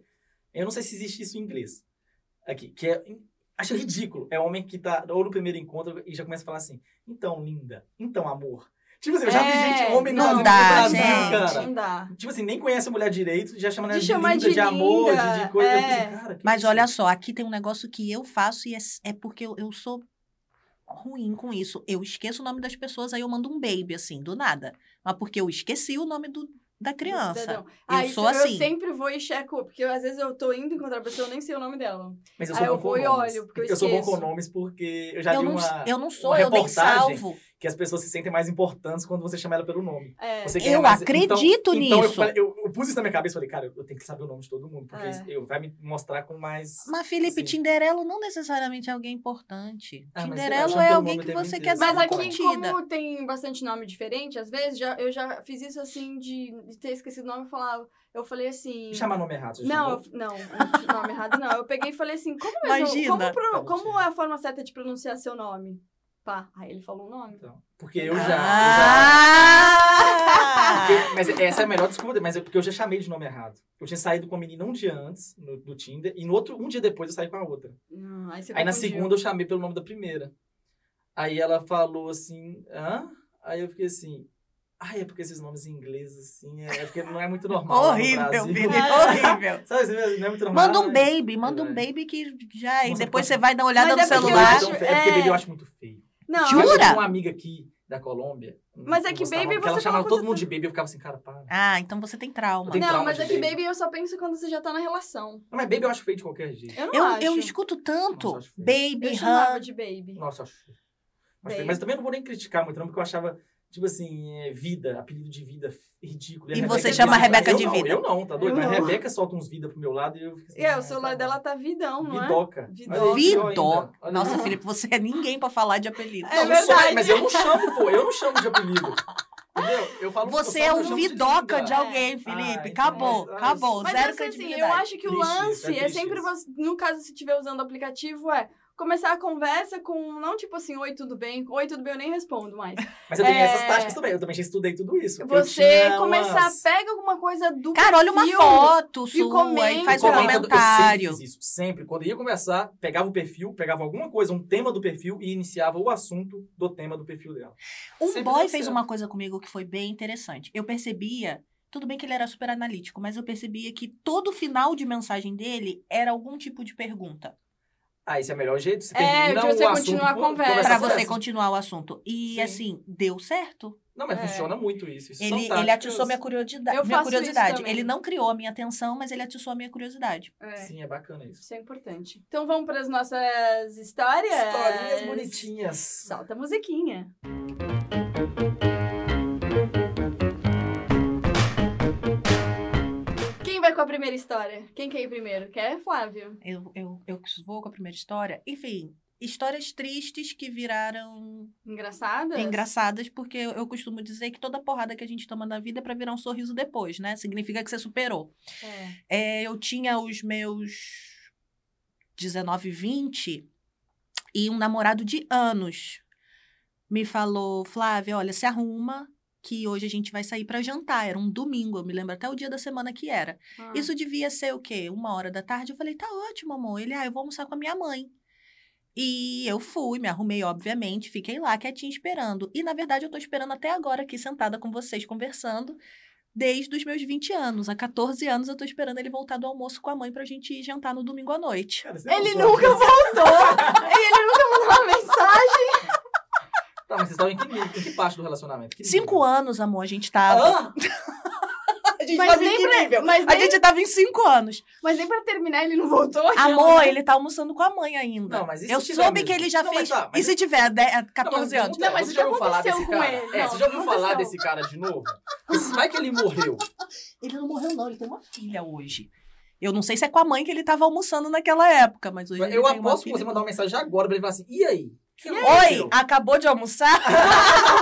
Speaker 3: Eu não sei se existe isso em inglês. Aqui, que é. Acho ridículo. É homem que tá ou no primeiro encontro e já começa a falar assim: então, linda, então, amor. Tipo assim, eu já vi
Speaker 1: É,
Speaker 3: gente, homem no
Speaker 2: não
Speaker 3: Brasil,
Speaker 2: dá,
Speaker 3: no Brasil,
Speaker 2: gente.
Speaker 3: né, cara.
Speaker 1: Não dá.
Speaker 3: Tipo assim, nem conhece a mulher direito, já chama
Speaker 1: De
Speaker 3: ela de,
Speaker 1: chamar
Speaker 3: linda,
Speaker 1: de
Speaker 3: de, amor,
Speaker 1: linda,
Speaker 3: de, de coisa. Eu falei
Speaker 1: é.
Speaker 3: assim, cara, que
Speaker 2: Mas
Speaker 3: isso?
Speaker 2: olha só, aqui tem um negócio que eu faço e é, é porque eu, eu sou ruim com isso. Eu esqueço o nome das pessoas, aí eu mando um baby, assim, do nada. Mas porque eu esqueci o nome do, da criança.
Speaker 1: Cidadão. Ah,
Speaker 2: eu
Speaker 1: isso
Speaker 2: sou
Speaker 1: Eu
Speaker 2: assim.
Speaker 1: sempre vou e checo, porque às vezes eu tô indo encontrar a pessoa, eu nem sei o nome dela.
Speaker 3: Mas eu
Speaker 1: Aí
Speaker 3: sou
Speaker 1: eu
Speaker 3: bom com
Speaker 1: vou e
Speaker 3: nomes.
Speaker 1: olho, porque eu
Speaker 3: sou bom com
Speaker 1: esqueço.
Speaker 3: nomes porque eu já
Speaker 2: Eu
Speaker 3: vi
Speaker 2: não,
Speaker 3: uma.
Speaker 2: eu não sou,
Speaker 3: uma
Speaker 2: eu nem
Speaker 3: reportagem
Speaker 2: salvo.
Speaker 3: que as pessoas se sentem mais importantes quando você chama ela pelo nome.
Speaker 1: É.
Speaker 3: Você
Speaker 2: Eu
Speaker 3: mais-
Speaker 2: acredito
Speaker 3: então, Então eu,
Speaker 2: nisso.
Speaker 3: falei- eu- eu pus isso na minha cabeça e falei, cara, eu tenho que saber o nome de todo mundo, porque
Speaker 1: É.
Speaker 3: isso- eu, vai me mostrar com mais.
Speaker 2: Mas Felipe,
Speaker 3: Sim.
Speaker 2: Tinderelo não necessariamente é alguém importante.
Speaker 3: Ah, mas eu
Speaker 2: Tinderelo
Speaker 3: chamo
Speaker 2: é
Speaker 3: pelo
Speaker 2: alguém
Speaker 3: nome
Speaker 2: que
Speaker 3: o tempo
Speaker 2: você
Speaker 3: inteiro,
Speaker 2: quer
Speaker 3: assim,
Speaker 2: dar
Speaker 1: Mas
Speaker 2: uma
Speaker 1: aqui,
Speaker 3: Exatamente.
Speaker 2: é curtida.
Speaker 1: como tem bastante nome diferente, às vezes já, eu já fiz isso assim de, de ter esquecido o nome e falava. Eu falei assim.
Speaker 3: E chamar nome errado. você
Speaker 1: Não,
Speaker 3: chamou?
Speaker 1: eu- não, o nome errado não. Eu peguei e falei assim, como mesmo-
Speaker 2: Imagina.
Speaker 1: Como, pro-
Speaker 3: Tá bom,
Speaker 1: como
Speaker 3: gente.
Speaker 1: é a forma certa de pronunciar seu nome? Pá, aí ele falou o nome.
Speaker 3: Então, porque eu já. eu já-
Speaker 2: Ah!
Speaker 3: <laughs> porque- mas essa é a melhor desculpa, mas é porque eu já chamei de nome errado. Eu tinha saído com a menina um dia antes no, do Tinder, e no outro, um dia depois eu saí com a outra.
Speaker 1: Hum, aí você
Speaker 3: Aí na
Speaker 1: confundiu.
Speaker 3: segunda eu chamei pelo nome da primeira. Aí ela falou assim, hã? Aí eu fiquei assim, ai, é porque esses nomes em inglês, assim, é, é porque não é muito normal. lá no
Speaker 2: horrível,
Speaker 3: Brasil. <laughs>
Speaker 2: Felipe,
Speaker 1: Ah.
Speaker 2: horrível.
Speaker 3: Sabe, assim, não é muito normal.
Speaker 2: Manda um
Speaker 3: mas-
Speaker 2: baby, manda um
Speaker 3: Verdade.
Speaker 2: baby que já. E
Speaker 3: Nossa,
Speaker 2: depois
Speaker 3: pode-
Speaker 2: você vai dar uma olhada
Speaker 1: Mas
Speaker 2: no
Speaker 1: é porque eu
Speaker 2: celular.
Speaker 1: acho-
Speaker 3: É porque baby
Speaker 1: é.
Speaker 3: eu acho muito feio.
Speaker 1: Não,
Speaker 2: Jura?
Speaker 3: Eu tenho uma amiga aqui da Colômbia.
Speaker 1: Mas é
Speaker 3: Eu
Speaker 1: que
Speaker 3: gostava,
Speaker 1: Baby
Speaker 3: porque
Speaker 1: você
Speaker 3: Ela chamava
Speaker 1: fala
Speaker 3: todo
Speaker 1: quando
Speaker 3: mundo
Speaker 1: você
Speaker 3: de Baby, eu ficava assim, cara, para.
Speaker 2: Ah, então você tem trauma.
Speaker 3: Tem
Speaker 1: não,
Speaker 3: trauma
Speaker 1: mas
Speaker 3: de
Speaker 1: é que
Speaker 3: baby.
Speaker 1: baby eu só penso quando você já tá na relação.
Speaker 3: Não, mas Baby eu acho feio de qualquer jeito.
Speaker 1: Eu não
Speaker 2: Eu,
Speaker 1: acho.
Speaker 2: eu escuto tanto
Speaker 3: Nossa, acho feio.
Speaker 2: Baby
Speaker 1: Eu
Speaker 2: Han.
Speaker 1: chamava de baby.
Speaker 3: Nossa, eu acho feio. Acho
Speaker 1: Baby.
Speaker 3: feio. Mas também não vou nem criticar muito, não, porque eu achava, tipo assim, é, vida, apelido de vida ridículo. a
Speaker 2: E
Speaker 3: Rebeca
Speaker 2: você
Speaker 3: é
Speaker 2: chama a
Speaker 3: vida, mas
Speaker 2: Rebeca
Speaker 3: eu
Speaker 2: de
Speaker 3: não,
Speaker 2: vida.
Speaker 3: Eu não, tá doido?
Speaker 1: Eu
Speaker 3: Mas a
Speaker 1: não.
Speaker 3: Rebeca solta uns vida pro meu lado e eu fico assim.
Speaker 1: E é,
Speaker 3: ah,
Speaker 1: o celular
Speaker 3: tá bom.
Speaker 1: dela tá vidão, não é?
Speaker 3: Vidoca.
Speaker 1: Vidoca.
Speaker 3: Olha, pior
Speaker 2: Vidó.
Speaker 3: ainda. Olha,
Speaker 2: Nossa,
Speaker 3: não.
Speaker 2: Felipe, você é ninguém pra falar de apelido. Então,
Speaker 1: É
Speaker 3: Não, eu sou,
Speaker 1: verdade.
Speaker 3: mas eu não chamo, pô. Eu não chamo de apelido. Entendeu? Eu falo
Speaker 2: Você
Speaker 3: eu
Speaker 2: é
Speaker 3: falo,
Speaker 2: um
Speaker 3: eu chamo
Speaker 2: vidoca de
Speaker 3: vida.
Speaker 2: alguém,
Speaker 3: Ah,
Speaker 2: Felipe.
Speaker 3: então,
Speaker 2: Acabou,
Speaker 3: mas-
Speaker 2: acabou.
Speaker 1: Mas assim,
Speaker 2: Zero
Speaker 1: assim,
Speaker 2: credibilidade.
Speaker 1: eu acho É. que o
Speaker 3: Triste, tá
Speaker 1: lance é
Speaker 3: triste
Speaker 1: sempre
Speaker 3: isso.
Speaker 1: você, no caso, se estiver usando o aplicativo, é começar a conversa com, não tipo assim, oi, tudo bem, oi, tudo bem, eu nem respondo
Speaker 3: <laughs>
Speaker 1: mais.
Speaker 3: Mas eu tenho
Speaker 1: É.
Speaker 3: essas táticas também. Eu também já estudei tudo isso. Eu
Speaker 1: Você
Speaker 3: tinha
Speaker 1: começar,
Speaker 3: umas-
Speaker 1: pega alguma coisa do
Speaker 2: Cara, olha uma
Speaker 1: perfil,
Speaker 2: foto sua e
Speaker 1: comenta.
Speaker 2: faz um
Speaker 1: Comenta,
Speaker 3: Comenta- Eu sempre
Speaker 2: comentário.
Speaker 3: fiz isso, sempre. Quando ia conversar, pegava o perfil, pegava alguma coisa, um tema do perfil e iniciava o assunto do tema do perfil dela.
Speaker 2: Um
Speaker 3: Sempre
Speaker 2: boy
Speaker 3: deu
Speaker 2: fez
Speaker 3: certo.
Speaker 2: uma coisa comigo que foi bem interessante. Eu percebia, tudo bem que ele era super analítico, mas eu percebia que todo final de mensagem dele era algum tipo de pergunta.
Speaker 3: Ah, esse é o melhor jeito? Você
Speaker 1: É,
Speaker 3: termina
Speaker 1: de você
Speaker 3: o assunto
Speaker 1: continuar a
Speaker 3: com-
Speaker 1: conversa.
Speaker 3: conversa
Speaker 2: Pra
Speaker 1: Essa
Speaker 2: você
Speaker 3: dessa.
Speaker 2: continuar o assunto. E
Speaker 3: Sim.
Speaker 2: assim, deu certo.
Speaker 3: Não, mas
Speaker 1: É.
Speaker 3: funciona muito isso. isso são
Speaker 2: Ele, ele
Speaker 3: táticas.
Speaker 2: atiçou minha curiosidade.
Speaker 1: Eu
Speaker 2: Minha
Speaker 1: faço isso
Speaker 2: curiosidade.
Speaker 1: também.
Speaker 2: Ele não criou a minha atenção, mas ele atiçou a minha curiosidade.
Speaker 1: É,
Speaker 3: Sim, é bacana isso.
Speaker 1: isso é importante. Então vamos para as nossas histórias.
Speaker 3: Historinhas bonitinhas.
Speaker 1: Solta a musiquinha. Quem vai com a primeira história? Quem quer ir primeiro? Quer, Flávio?
Speaker 2: Eu, eu, eu vou com a primeira história. Enfim, histórias tristes que viraram
Speaker 1: Engraçadas?
Speaker 2: engraçadas, porque eu, eu costumo dizer que toda porrada que a gente toma na vida é pra virar um sorriso depois, né? Significa que você superou.
Speaker 1: É.
Speaker 2: É, eu tinha os meus 19, 20 e um namorado de anos me falou, Flávia, olha, se arruma que hoje a gente vai sair pra jantar. Era um domingo, eu me lembro até o dia da semana que era.
Speaker 1: Ah.
Speaker 2: Isso devia ser o quê? Uma hora da tarde. Eu falei, tá ótimo, amor. Ele, ah, eu vou almoçar com a minha mãe. E eu fui, me arrumei, obviamente, fiquei lá quietinha esperando. E, na verdade, eu tô esperando até agora aqui, sentada com vocês, conversando, desde os meus 20 anos. Há 14 anos eu tô esperando ele voltar do almoço com a mãe pra gente ir jantar no domingo à noite.
Speaker 3: Cara, você
Speaker 1: Ele
Speaker 3: não sabe.
Speaker 1: nunca voltou! e ele nunca mandou uma mensagem!
Speaker 3: Tá, mas vocês estavam em que, em que parte do relacionamento? Que
Speaker 2: Cinco
Speaker 3: nível?
Speaker 2: anos, amor, a gente tava.
Speaker 3: Ah,
Speaker 2: a gente
Speaker 1: Mas nem pra- mas
Speaker 2: A
Speaker 1: nem-
Speaker 2: gente tava em cinco anos.
Speaker 1: Mas nem pra terminar ele não voltou?
Speaker 2: Amor, ele tá almoçando com a mãe ainda.
Speaker 3: Não, mas e se
Speaker 2: eu
Speaker 3: tiver
Speaker 2: soube
Speaker 3: mesmo?
Speaker 2: que ele já
Speaker 3: Não,
Speaker 2: fez.
Speaker 3: mas tá, mas
Speaker 2: e se tiver dez- 14
Speaker 3: Não,
Speaker 2: anos?
Speaker 1: Não, mas
Speaker 3: você
Speaker 1: o
Speaker 3: já
Speaker 1: que
Speaker 3: ouviu falar
Speaker 1: aconteceu
Speaker 3: desse
Speaker 1: com
Speaker 3: cara?
Speaker 1: ele?
Speaker 3: É,
Speaker 1: Não,
Speaker 3: você já ouviu falar
Speaker 1: aconteceu.
Speaker 3: desse cara de novo? Vai que ele morreu.
Speaker 2: Ele não morreu, não. Ele tem uma filha hoje. Eu não sei se é com a mãe que ele tava almoçando naquela época, mas hoje ele tem
Speaker 3: Eu
Speaker 2: uma
Speaker 3: aposto que
Speaker 2: filha
Speaker 3: você
Speaker 2: e
Speaker 3: mandar uma
Speaker 2: tudo.
Speaker 3: mensagem agora pra ele falar assim, e aí? Que
Speaker 2: Oi,
Speaker 3: aconteceu?"
Speaker 2: acabou de
Speaker 3: <laughs>
Speaker 2: almoçar?
Speaker 3: Não,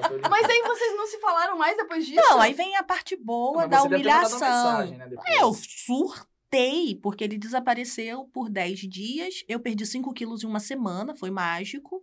Speaker 3: tô brincando.
Speaker 1: Mas é aí vocês não se falaram mais depois disso?
Speaker 2: Não, aí vem a parte boa
Speaker 3: Não, mas
Speaker 2: da
Speaker 3: você deve ter mandado uma
Speaker 2: humilhação.
Speaker 3: mensagem, né, depois.
Speaker 2: Eu surtei, porque ele desapareceu por 10 dias. Eu perdi 5 quilos em uma semana, foi mágico.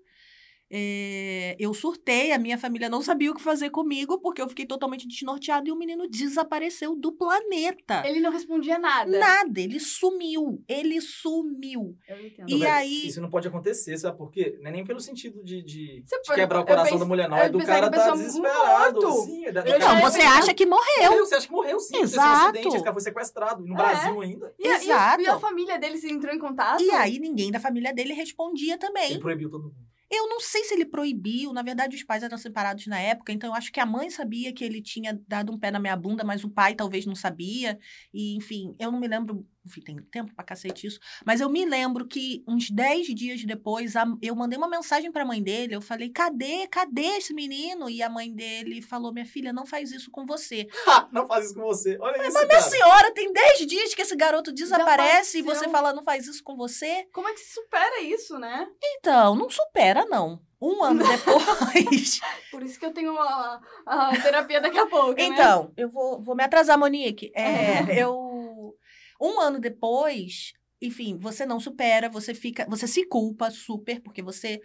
Speaker 2: É, eu surtei, a minha família não sabia o que fazer comigo, porque eu fiquei totalmente desnorteada e o menino desapareceu do planeta.
Speaker 1: Ele não respondia nada.
Speaker 2: Nada, ele sumiu. Ele sumiu.
Speaker 1: Eu entendo.
Speaker 2: E
Speaker 3: Não, velho,
Speaker 2: aí-
Speaker 3: Isso não pode acontecer, sabe por quê? Não é nem pelo sentido de, de-
Speaker 1: Você
Speaker 3: de
Speaker 1: pode-
Speaker 3: quebrar o
Speaker 1: eu
Speaker 3: coração
Speaker 1: penso-
Speaker 3: da mulher, não.
Speaker 1: eu
Speaker 3: É do
Speaker 1: pensava
Speaker 3: cara
Speaker 1: que
Speaker 3: tá
Speaker 1: a pessoa
Speaker 3: desesperado.
Speaker 1: morto.
Speaker 3: Sim, é da- do
Speaker 1: Eu
Speaker 2: Então,
Speaker 3: cara-
Speaker 1: já-
Speaker 2: você acha que morreu.
Speaker 3: Morreu, Você acha que morreu, sim. aconteceu
Speaker 2: Exato.
Speaker 3: Um acidente, esse cara foi sequestrado. E no
Speaker 1: É.
Speaker 3: Brasil ainda.
Speaker 1: E, a- e-
Speaker 2: Exato.
Speaker 1: e a família dele se entrou em contato?
Speaker 2: E aí ninguém da família dele respondia também.
Speaker 3: Ele proibiu todo mundo.
Speaker 2: Eu não sei se ele proibiu, na verdade os pais eram separados na época, então eu acho que a mãe sabia que ele tinha dado um pé na minha bunda, mas o pai talvez não sabia. E enfim, eu não me lembro, enfim, tem tempo pra cacete isso, mas eu me lembro que uns 10 dias depois a- eu mandei uma mensagem pra mãe dele, eu falei: "Cadê? Cadê esse menino?" E a mãe dele falou: "Minha filha, não faz isso com você.
Speaker 3: Ha, não faz isso com você. Olha isso,
Speaker 2: Minha
Speaker 3: cara.
Speaker 2: senhora, tem 10 dias que esse garoto desaparece e você
Speaker 1: Desapareceu.
Speaker 2: fala: "Não faz isso com você?"
Speaker 1: Como é que se supera isso, né?
Speaker 2: Então, não supera não. Um ano depois, <laughs>
Speaker 1: Por isso que eu tenho a, a terapia daqui a pouco, né?
Speaker 2: Então, eu vou, vou me atrasar, Monique. É, <laughs> eu. Um ano depois, enfim, você não supera, você fica. Você se culpa super, porque você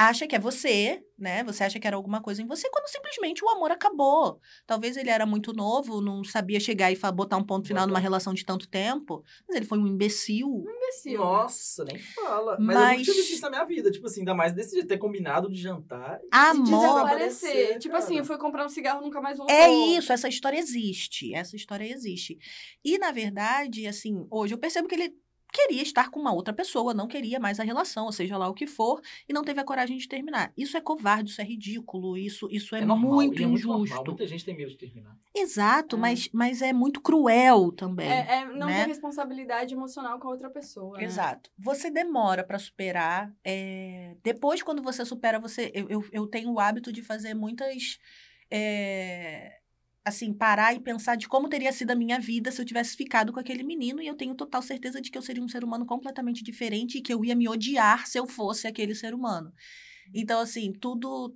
Speaker 2: acha que é você, né? Você acha que era alguma coisa em você, quando simplesmente o amor acabou. Talvez ele era muito novo, não sabia chegar e fa- botar um ponto final numa relação de tanto tempo, mas ele foi um imbecil.
Speaker 1: Imbecil.
Speaker 3: Nossa, nem fala. Mas, eu
Speaker 2: Mas-
Speaker 3: nunca tive isso na minha vida. Tipo assim, ainda mais desse jeito, ter combinado de jantar.
Speaker 2: tá
Speaker 1: Se
Speaker 2: Amor.
Speaker 1: desaparecer. Tipo
Speaker 3: cara.
Speaker 1: assim, foi comprar um cigarro nunca mais voltou.
Speaker 2: É
Speaker 3: Uhum.
Speaker 2: isso, essa história existe. Essa história existe. E, na verdade, assim, hoje eu percebo que ele. queria estar com uma outra pessoa, não queria mais a relação, ou seja lá o que for, e não teve a coragem de terminar. Isso é covarde, isso é ridículo, isso, isso é,
Speaker 3: normal,
Speaker 2: muito
Speaker 3: e é normal.
Speaker 2: injusto.
Speaker 3: Muita gente tem medo de terminar.
Speaker 2: Exato,
Speaker 1: É.
Speaker 2: mas, mas é muito cruel também.
Speaker 1: É, é não
Speaker 2: né?
Speaker 1: ter responsabilidade emocional com a outra pessoa. né?
Speaker 2: Exato. Você demora pra superar. é, Depois, quando você supera, você. Eu, eu, eu tenho o hábito de fazer muitas. é, Assim, parar e pensar de como teria sido a minha vida se eu tivesse ficado com aquele menino, e eu tenho total certeza de que eu seria um ser humano completamente diferente e que eu ia me odiar se eu fosse aquele ser humano.
Speaker 1: Uhum.
Speaker 2: Então, assim, tudo.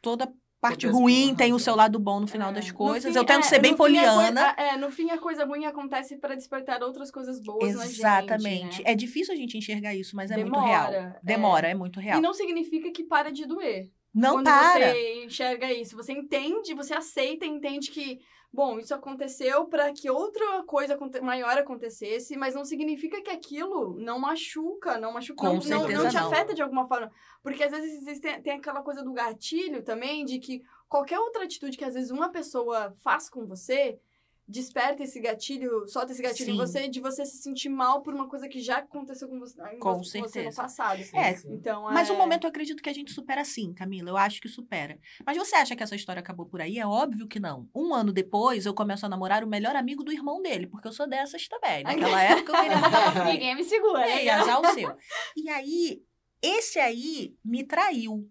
Speaker 2: Toda parte
Speaker 3: Acontece por
Speaker 2: ruim
Speaker 3: uma
Speaker 2: tem o
Speaker 3: razão.
Speaker 2: seu lado bom no final
Speaker 1: É.
Speaker 2: das
Speaker 1: No
Speaker 2: coisas.
Speaker 1: fim,
Speaker 2: eu tento
Speaker 1: é,
Speaker 2: ser bem
Speaker 1: no fim, a
Speaker 2: poliana.
Speaker 1: coisa- é, no fim a coisa ruim acontece pra despertar outras coisas boas na gente.
Speaker 2: Exatamente.
Speaker 1: né?
Speaker 2: É difícil a gente enxergar isso, mas é muito
Speaker 1: Demora,
Speaker 2: real.
Speaker 1: é.
Speaker 2: Demora, é, muito real.
Speaker 1: E não significa que para de doer.
Speaker 2: Não
Speaker 1: Quando
Speaker 2: para.
Speaker 1: você enxerga isso, você entende, você aceita, entende que, bom, isso aconteceu pra que outra coisa aconte- maior acontecesse, mas não significa que aquilo não machuca, não machuca,
Speaker 2: Com
Speaker 1: não, não,
Speaker 2: certeza
Speaker 1: não te
Speaker 2: não.
Speaker 1: afeta de alguma forma. Porque às vezes existe, tem aquela coisa do gatilho também, de que qualquer outra atitude que às vezes uma pessoa faz com você, desperta esse gatilho, solta esse gatilho em
Speaker 2: Sim.
Speaker 1: você, de você se sentir mal por uma coisa que já aconteceu com você, com
Speaker 2: Com
Speaker 1: você no
Speaker 2: certeza.
Speaker 1: passado.
Speaker 2: É,
Speaker 3: Sim, sim.
Speaker 1: Então,
Speaker 2: Mas
Speaker 1: é...
Speaker 2: um momento eu acredito que a gente supera sim, Camila. Eu acho que supera. Mas você acha que essa história acabou por aí? É óbvio que não. Um ano depois, eu começo a namorar o melhor amigo do irmão dele, porque eu sou dessas também.
Speaker 1: <laughs>
Speaker 2: né? Naquela época eu queria
Speaker 1: <laughs>
Speaker 2: matar
Speaker 1: Ninguém me segura.
Speaker 2: É, e
Speaker 1: né?
Speaker 2: azar o seu. E aí, esse aí me traiu.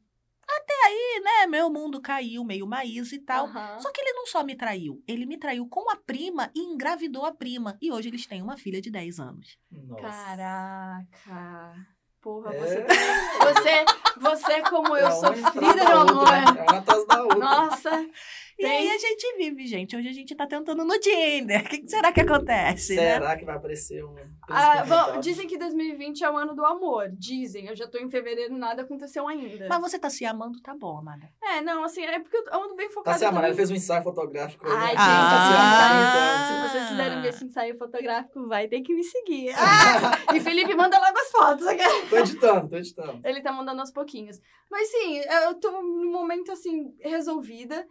Speaker 2: Até aí, né? Meu mundo caiu, meio maísa e tal.
Speaker 1: Aham.
Speaker 2: Só que ele não só me traiu, ele me traiu com a prima e engravidou a prima. E hoje eles têm uma filha de 10 anos.
Speaker 3: Nossa.
Speaker 1: Caraca. Porra,
Speaker 3: É.
Speaker 1: você também. Você, você como eu,
Speaker 3: É uma
Speaker 1: sofrida
Speaker 3: atrás
Speaker 1: do
Speaker 3: da
Speaker 1: amor.
Speaker 3: outra, né? É uma atrás da outra.
Speaker 1: Nossa.
Speaker 2: E aí a gente vive, gente. Hoje a gente tá tentando no Tinder. O que, que será
Speaker 4: Hum,
Speaker 2: que acontece, né?
Speaker 3: Será que vai aparecer um.
Speaker 1: Ah,
Speaker 3: príncipe
Speaker 1: vão-
Speaker 3: encantado?
Speaker 1: dizem que 2020 é o ano do amor. Dizem. Eu já tô em fevereiro, nada aconteceu ainda.
Speaker 2: Mas você tá se amando, tá bom, amada.
Speaker 1: É, não, assim, é porque eu ando bem
Speaker 3: Tá
Speaker 1: focada.
Speaker 3: se amando, ele
Speaker 1: também.
Speaker 3: fez né? um ensaio fotográfico. Tá
Speaker 1: Ai, gente,
Speaker 2: Ah.
Speaker 1: assim,
Speaker 2: Ah.
Speaker 1: se vocês fizeram ver esse ensaio fotográfico, vai ter que me seguir. Ah! E Felipe, manda logo as fotos.
Speaker 3: assim. Tô editando, tô editando.
Speaker 1: Ele tá mandando aos pouquinhos. Mas sim, eu tô num momento assim, resolvida.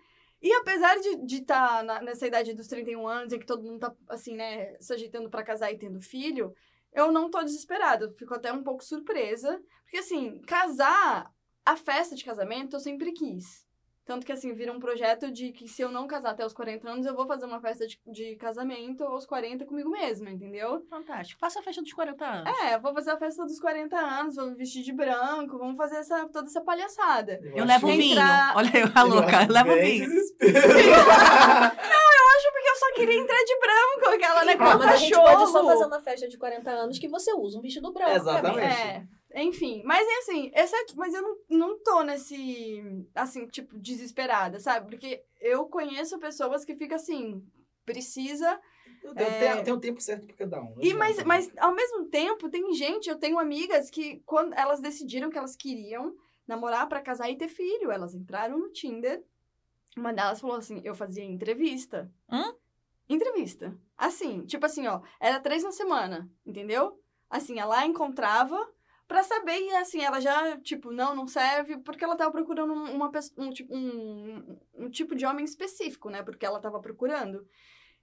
Speaker 1: E apesar de estar de tá na- nessa idade dos 31 anos, em que todo mundo tá, assim, né, se ajeitando pra casar e tendo filho, eu não tô desesperada. Eu fico até um pouco surpresa. Porque, assim, casar, a festa de casamento eu sempre quis. Tanto que, assim, vira um projeto de que se eu não casar até os 40 anos, eu vou fazer uma festa de, de casamento aos 40 comigo mesma, entendeu?
Speaker 2: Fantástico. Faça a festa dos 40 anos.
Speaker 1: É, vou fazer a festa dos 40 anos, vou me vestir de branco, vamos fazer essa, toda essa palhaçada.
Speaker 2: Eu
Speaker 1: acho
Speaker 2: levo o
Speaker 1: que
Speaker 2: vinho.
Speaker 1: entrar-
Speaker 2: Olha eu, a louca. Eu levo o vinho.
Speaker 1: <laughs> Porque eu só queria entrar de branco,
Speaker 4: <laughs>
Speaker 1: aquela, né, com
Speaker 4: Não,
Speaker 1: o
Speaker 4: mas a gente pode só fazer um
Speaker 1: cachorro.
Speaker 4: uma festa de 40 anos que você usa um vestido branco.
Speaker 3: Exatamente.
Speaker 4: Camila.
Speaker 1: É, enfim. Mas, é assim, exceto, mas eu não, não tô nesse, assim, tipo, desesperada, sabe? Porque eu conheço pessoas que ficam assim, precisa
Speaker 3: Tem,
Speaker 1: É.
Speaker 3: tem, tem um tempo certo pra cada um. não
Speaker 1: E mas,
Speaker 3: adianta.
Speaker 1: mas ao mesmo tempo tem gente, eu tenho amigas que quando elas decidiram que elas queriam namorar pra casar e ter filho, elas entraram no Tinder. Uma delas falou assim: "Eu fazia entrevista".
Speaker 2: Hã?
Speaker 1: Entrevista. Assim, tipo assim, ó, era três na semana, entendeu? Assim, ela encontrava pra saber e assim, ela já, tipo, não, não serve, porque ela tava procurando um- uma pessoa, um, tipo- um, um tipo de homem específico, né? Porque ela tava procurando.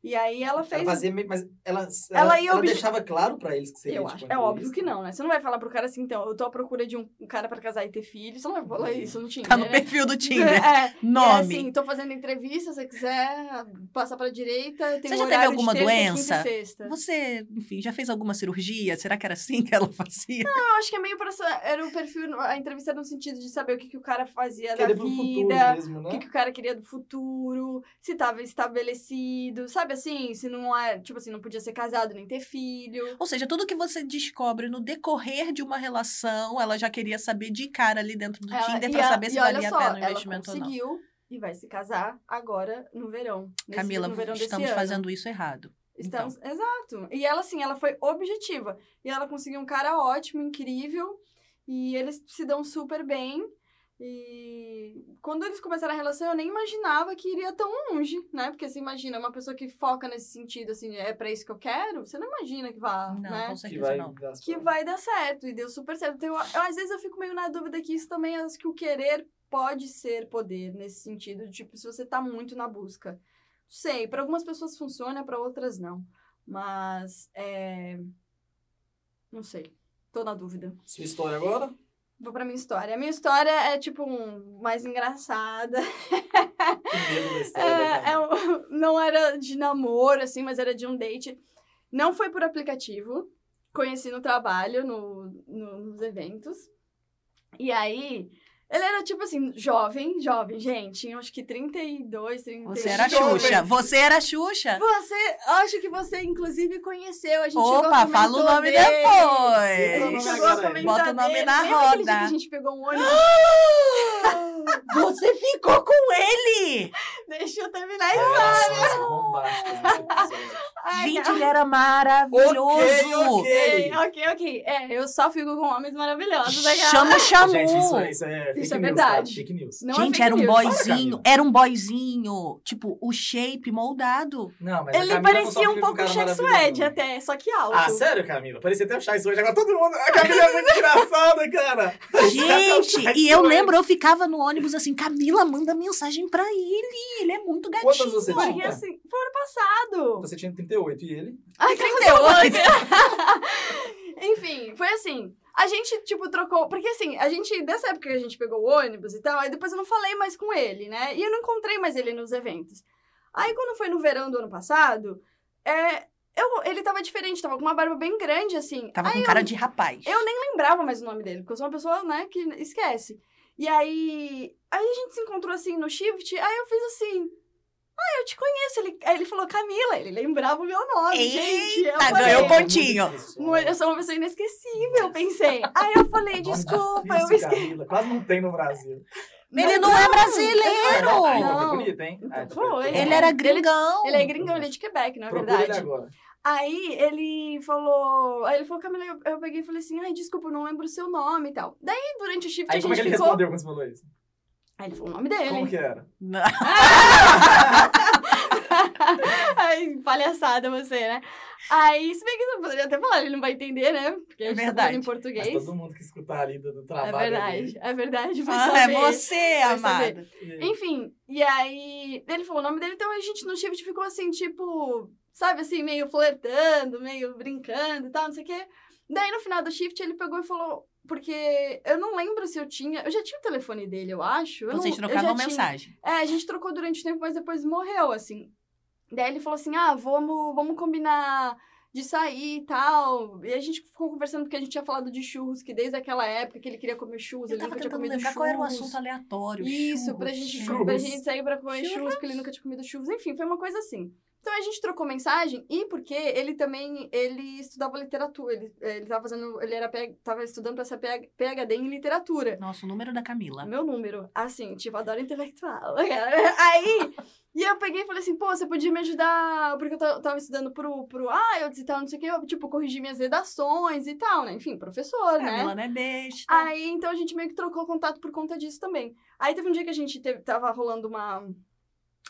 Speaker 1: E aí ela fez
Speaker 3: Ela fazia meio- mas ela, ela,
Speaker 1: Ela
Speaker 3: ela,
Speaker 1: ia obje-
Speaker 3: deixava claro pra eles que seria
Speaker 1: eu
Speaker 3: tipo,
Speaker 1: acho.
Speaker 3: uma
Speaker 1: É óbvio que
Speaker 3: entrevista.
Speaker 1: não, né? Você não vai falar pro cara assim, então, eu tô à procura de um um cara pra casar e ter filho. Você não vai falar isso no Tinder,
Speaker 2: Tá no
Speaker 1: né?
Speaker 2: perfil
Speaker 4: <laughs>
Speaker 2: do Tinder.
Speaker 1: <laughs> É, é
Speaker 2: Nome.
Speaker 1: assim, tô fazendo entrevista, se você quiser passar pra direita, tem
Speaker 2: Você
Speaker 1: um
Speaker 2: já teve
Speaker 1: horário
Speaker 2: alguma
Speaker 1: de terça, quinta e
Speaker 2: doença?
Speaker 1: sexta.
Speaker 2: Você, enfim, já fez alguma cirurgia? Será que era assim que ela <laughs> fazia?
Speaker 1: Eu acho que é meio pra... sa- Era o perfil, a entrevista era no sentido de saber o que, que o cara fazia
Speaker 3: Querer
Speaker 1: é da
Speaker 3: pro futuro
Speaker 1: vida,
Speaker 3: mesmo,
Speaker 1: o
Speaker 3: né?
Speaker 1: que, que o cara queria do futuro, se tava estabelecido, sabe assim? Se não é, tipo assim, não podia ser casado nem ter filho.
Speaker 2: Ou seja, tudo que você descobre no decorrer de uma relação, ela já queria saber de cara ali dentro do
Speaker 1: Ela-
Speaker 2: Tinder
Speaker 1: e
Speaker 2: pra
Speaker 1: a-
Speaker 2: saber se
Speaker 1: e olha
Speaker 2: valia a
Speaker 1: só,
Speaker 2: pena o
Speaker 1: ela
Speaker 2: investimento ou não.
Speaker 1: conseguiu E vai se casar agora no verão. nesse-
Speaker 2: Camila,
Speaker 1: no verão desse
Speaker 2: estamos
Speaker 1: ano.
Speaker 2: fazendo então. isso errado.
Speaker 1: Estamos... Exato. E ela, assim, ela foi objetiva. E ela conseguiu um cara ótimo, incrível. E eles se dão super bem. E quando eles começaram a relação, eu nem imaginava que iria tão longe, né? Porque você imagina, uma pessoa que foca nesse sentido, assim, é pra isso que eu quero, você não imagina que vá,
Speaker 2: Não,
Speaker 1: né?
Speaker 2: com
Speaker 3: Que
Speaker 2: certeza
Speaker 3: vai,
Speaker 2: não.
Speaker 3: dar as
Speaker 1: que
Speaker 3: palavras.
Speaker 1: vai dar certo e deu super certo. Então, eu, eu, às vezes eu fico meio na dúvida que isso também acho que o querer pode ser poder nesse sentido, de, tipo, se você tá muito na busca. Sei, para algumas pessoas funciona, para outras não. Mas é, Não sei. Tô na dúvida.
Speaker 3: Sua história agora?
Speaker 1: Vou pra minha história. A minha história é, tipo, um, mais engraçada.
Speaker 3: Que medo da história da
Speaker 1: É,
Speaker 3: Camila.
Speaker 1: é um- <laughs> não era de namoro, assim, mas era de um date. Não foi por aplicativo. Conheci no trabalho, no, no- nos eventos. E aí, ele era tipo assim, jovem, jovem, gente. Tinha acho que 32, 32.
Speaker 2: Você era a
Speaker 1: jovem.
Speaker 2: Xuxa. Você era a Xuxa?
Speaker 1: Você, acho que você, inclusive, conheceu. A gente chegou a
Speaker 2: Opa,
Speaker 1: comentar
Speaker 2: fala o nome
Speaker 1: dele.
Speaker 3: É,
Speaker 1: A
Speaker 2: depois.
Speaker 1: gente
Speaker 3: vamos
Speaker 1: chegou a
Speaker 3: agora aí.
Speaker 1: comentar
Speaker 2: Bota o nome
Speaker 1: dele.
Speaker 2: na
Speaker 1: Lembra aquele dia
Speaker 2: roda.
Speaker 1: que a gente pegou um ônibus
Speaker 2: <gasps> Você ficou com ele!
Speaker 1: Deixa eu terminar isso.
Speaker 3: Revelações bombásticas nesse né,
Speaker 1: <laughs>
Speaker 3: episódio.
Speaker 1: Ai,
Speaker 2: Gente,
Speaker 1: cara.
Speaker 2: ele era maravilhoso!
Speaker 1: ok, ok, ok. É, eu só fico com homens maravilhosos. né, cara?
Speaker 2: Chama o Xamu!
Speaker 3: Gente, isso, é- isso é fake
Speaker 1: Isso é
Speaker 3: news,
Speaker 1: verdade.
Speaker 3: tá? Fake news.
Speaker 1: Não é
Speaker 2: Gente,
Speaker 1: fake
Speaker 2: era um
Speaker 1: news.
Speaker 2: boyzinho,
Speaker 3: Camila.
Speaker 2: era um boyzinho, tipo, o shape moldado.
Speaker 3: Não, mas a
Speaker 1: Ele
Speaker 3: Camila
Speaker 1: parecia
Speaker 3: não
Speaker 1: um
Speaker 3: só fica com
Speaker 1: pouco o
Speaker 3: cara
Speaker 1: Shaq
Speaker 3: maravilhoso. né?
Speaker 1: Suede até, só que alto.
Speaker 3: Ah, sério, Camila? Parecia até o Chai Suede. Agora todo mundo... A Camila
Speaker 1: <laughs>
Speaker 3: é muito engraçada, cara.
Speaker 2: Gente,
Speaker 3: Shai
Speaker 2: e eu
Speaker 3: Suede.
Speaker 2: lembro, eu ficava no ônibus assim, Camila, manda mensagem pra ele, ele é muito gatinho.
Speaker 3: Quantas você
Speaker 1: Porque
Speaker 3: tinha?
Speaker 1: assim, foi ano passado.
Speaker 3: Você tinha 38 e ele?
Speaker 1: Ai,
Speaker 2: 38.
Speaker 3: um
Speaker 1: <laughs> Enfim, foi assim. A gente, tipo, trocou. Porque assim, a gente, dessa época que a gente pegou o ônibus e tal, aí depois eu não falei mais com ele, né? E eu não encontrei mais ele nos eventos. Aí quando foi no verão do ano passado, é, eu, ele tava diferente, tava com uma barba bem grande, assim.
Speaker 2: Tava com cara de rapaz.
Speaker 1: Eu nem lembrava mais o nome dele, porque eu sou uma pessoa, né, que esquece. E aí. Aí a gente se encontrou assim no shift, aí eu fiz assim. Ah, eu te conheço. Ele, aí ele falou Camila, ele lembrava o meu nome. gente, eu
Speaker 2: Eita,
Speaker 1: falei,
Speaker 2: ganhou
Speaker 3: Muito
Speaker 2: pontinho.
Speaker 3: difícil.
Speaker 1: "Mu- Eu sou uma pessoa inesquecível, eu pensei. Aí eu falei,
Speaker 3: Nome
Speaker 1: desculpa, eu
Speaker 3: difícil,
Speaker 1: esqueci.
Speaker 3: Camila. Quase não tem no Brasil.
Speaker 2: Ele não é
Speaker 3: Ah,
Speaker 2: brasileiro!
Speaker 3: então
Speaker 1: Não.
Speaker 3: foi bonito, hein? Ah, então
Speaker 1: Foi.
Speaker 3: bom.
Speaker 2: Ele era gringão.
Speaker 1: Ele é gringão, ele é de Quebec, na
Speaker 3: Procura ele
Speaker 1: verdade.
Speaker 3: agora.
Speaker 1: Aí ele falou. Aí ele falou, Camila, eu, eu peguei e falei assim, ai, desculpa, eu não lembro o seu nome e tal. Daí, durante o shift, a
Speaker 3: Aí como é
Speaker 1: gente
Speaker 3: que ele
Speaker 1: ficou.
Speaker 3: respondeu quando você falou isso?
Speaker 1: Aí ele é falou o nome dele.
Speaker 3: Como que era?
Speaker 1: <laughs> Ai, palhaçada você, né? Aí, se bem que eu poderia até falar, ele não vai entender, né? Porque
Speaker 2: É
Speaker 1: a gente tá
Speaker 2: verdade.
Speaker 1: falando em
Speaker 3: Mas
Speaker 1: português.
Speaker 3: todo mundo que escutar ali do, do
Speaker 1: É
Speaker 3: trabalho.
Speaker 1: verdade, é verdade. Vai
Speaker 2: tá Ah,
Speaker 1: saber.
Speaker 2: <laughs> é você,
Speaker 1: vai saber.
Speaker 2: amada.
Speaker 3: dele.
Speaker 1: Enfim, e aí ele falou o nome dele, então a gente no shift ficou assim, tipo, sabe assim, meio flertando, meio brincando e tal, não sei o quê. Daí no final do shift ele pegou e falou, porque eu não lembro se eu tinha, eu já tinha o telefone dele, eu acho. eu
Speaker 2: Vocês
Speaker 1: não- eu
Speaker 2: trocavam
Speaker 1: já tinha.
Speaker 2: mensagem.
Speaker 1: É, a gente trocou durante o tempo, mas depois morreu, assim. Daí ele falou assim: ah, vamos, vamos combinar de sair e tal. E a gente ficou conversando porque a gente tinha falado de churros, que desde aquela época que ele queria comer churros,
Speaker 2: Eu
Speaker 1: ele
Speaker 2: tava
Speaker 1: nunca tinha
Speaker 2: tentando
Speaker 1: comido
Speaker 2: lembrar
Speaker 1: churros.
Speaker 2: qual era o assunto aleatório.
Speaker 1: Isso, pra
Speaker 2: churros,
Speaker 1: gente,
Speaker 2: churros.
Speaker 1: pra gente sair pra comer churros.
Speaker 2: Churros.
Speaker 1: porque ele nunca tinha comido churros. Enfim, foi uma coisa assim. Então a gente trocou mensagem e porque ele também, ele estudava literatura, ele, ele tava fazendo, ele era, PH tava estudando pra ser PH PhD em literatura.
Speaker 2: Nossa, o número da Camila.
Speaker 1: Meu número. Assim, tipo, adoro intelectual. <laughs> Aí, e eu peguei e falei assim, pô, você podia me ajudar? Porque eu ta- tava estudando pro, pro IELTS e tal, não sei o quê. Eu, tipo, corrigir minhas redações e tal, né? Enfim, professor, né?
Speaker 2: Camila não é besta.
Speaker 1: Aí, então, a gente meio que trocou contato por conta disso também. Aí, teve um dia que a gente teve- tava rolando uma,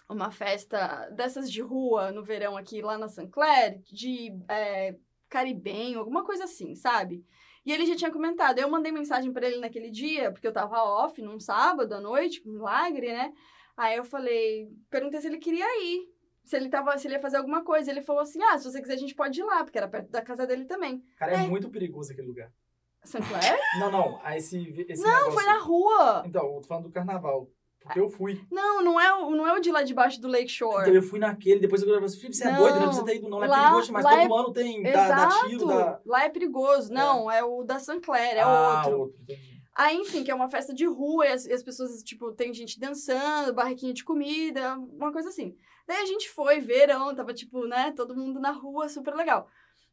Speaker 1: uma festa dessas de rua, no verão aqui, lá na Sancler, de é, caribenho, alguma coisa assim, sabe? E ele já tinha comentado. Eu mandei mensagem pra ele naquele dia, porque eu tava off num sábado à noite, um milagre, né? Aí eu falei, perguntei se ele queria ir, se ele tava, se ele ia fazer alguma coisa. Ele falou assim: "Ah, se você quiser a gente pode ir lá", porque era perto da casa dele também.
Speaker 3: Cara, é muito perigoso aquele lugar.
Speaker 1: Sancler?
Speaker 3: Não, não. Aí esse, esse Não,
Speaker 1: Foi na rua. Ah,
Speaker 3: Então, eu tô falando do carnaval. Porque eu fui.
Speaker 1: Não, não é o, não é o de lá de baixo do Lake
Speaker 3: Então
Speaker 1: Shore.
Speaker 3: eu fui naquele, depois eu falei assim, Felipe, você é
Speaker 1: Não,
Speaker 3: doido, não precisa ter ido não, é
Speaker 1: lá-
Speaker 3: perigoso demais.
Speaker 1: lá
Speaker 3: Todo
Speaker 1: é-
Speaker 3: ano tem, dá, dá
Speaker 1: Exato.
Speaker 3: tiro, dá...
Speaker 1: Lá é perigoso. Não, é, o da Sancler, é
Speaker 3: Ah,
Speaker 1: outro.
Speaker 3: entendi.
Speaker 1: Aí, enfim, que é uma festa de rua e as, e as pessoas, tipo, tem gente dançando, barraquinha de comida, uma coisa assim. Daí a gente foi, verão, tava, tipo, né, todo mundo na rua, super legal.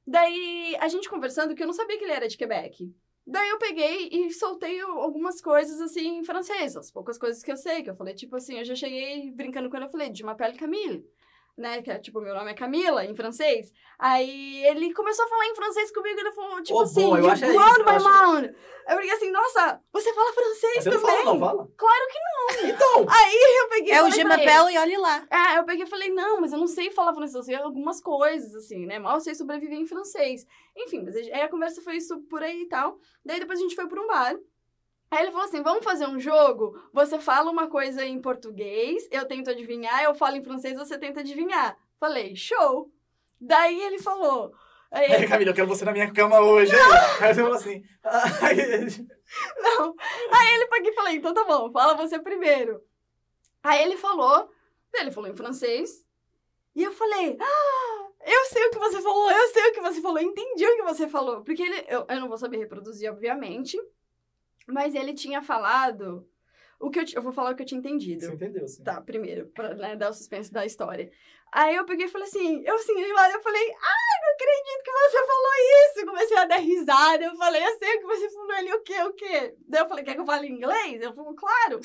Speaker 1: Daí a gente conversando, que eu não sabia que ele era de Quebec. Daí eu peguei e soltei o- algumas coisas, assim, em francês, as poucas coisas que eu sei, que eu falei, tipo assim, eu já cheguei brincando quando eu falei, de uma pele Camille. Né, que é tipo, meu nome é Camila, em francês. Aí ele começou a falar em francês comigo, ele falou, tipo
Speaker 3: Oh,
Speaker 1: assim,
Speaker 3: boy, eu
Speaker 1: "You
Speaker 3: acho é isso,
Speaker 1: blown
Speaker 3: eu
Speaker 1: my
Speaker 3: acho-
Speaker 1: mind." Eu fiquei assim, nossa, você fala francês
Speaker 3: Você não
Speaker 1: também?
Speaker 3: fala, não fala?
Speaker 1: Claro
Speaker 3: que não. <laughs> Então,
Speaker 1: Eu peguei e
Speaker 2: É o
Speaker 1: falei pra ele.
Speaker 2: Gemapel e olhe lá.
Speaker 1: É, eu peguei e falei, não, mas eu não sei falar francês, eu sei algumas coisas, assim, né? Mal sei sobreviver em francês. Enfim, mas aí a conversa foi isso por aí e tal. Daí depois a gente foi pra um bar. Aí ele falou assim: vamos fazer um jogo? Você fala uma coisa em português, eu tento adivinhar, eu falo em francês, você tenta adivinhar. Falei, show! Daí ele falou: Aí,
Speaker 3: <laughs> Aí, É, Camila, eu quero você na minha cama hoje. hein? Aí você falou assim. "Ai,
Speaker 1: não. Aí ele paguei e falei, então tá bom, fala você primeiro. Aí ele falou, né, ele falou em francês, e eu falei, ah, eu sei o que você falou, eu sei o que você falou, eu entendi o que você falou. Porque ele, eu, eu não vou saber reproduzir, obviamente, mas ele tinha falado, o que eu, ti- eu vou falar o que eu tinha entendido.
Speaker 3: Você entendeu, sim.
Speaker 1: Tá, primeiro, pra né, dar o suspense da história. Aí eu peguei e falei assim, eu assim, animada, eu falei, ai, não acredito que você falou isso. Eu comecei a dar risada, eu falei, eu sei o que você falou ali, o quê, o quê? Daí eu falei, quer que eu fale em inglês? Eu falei, claro.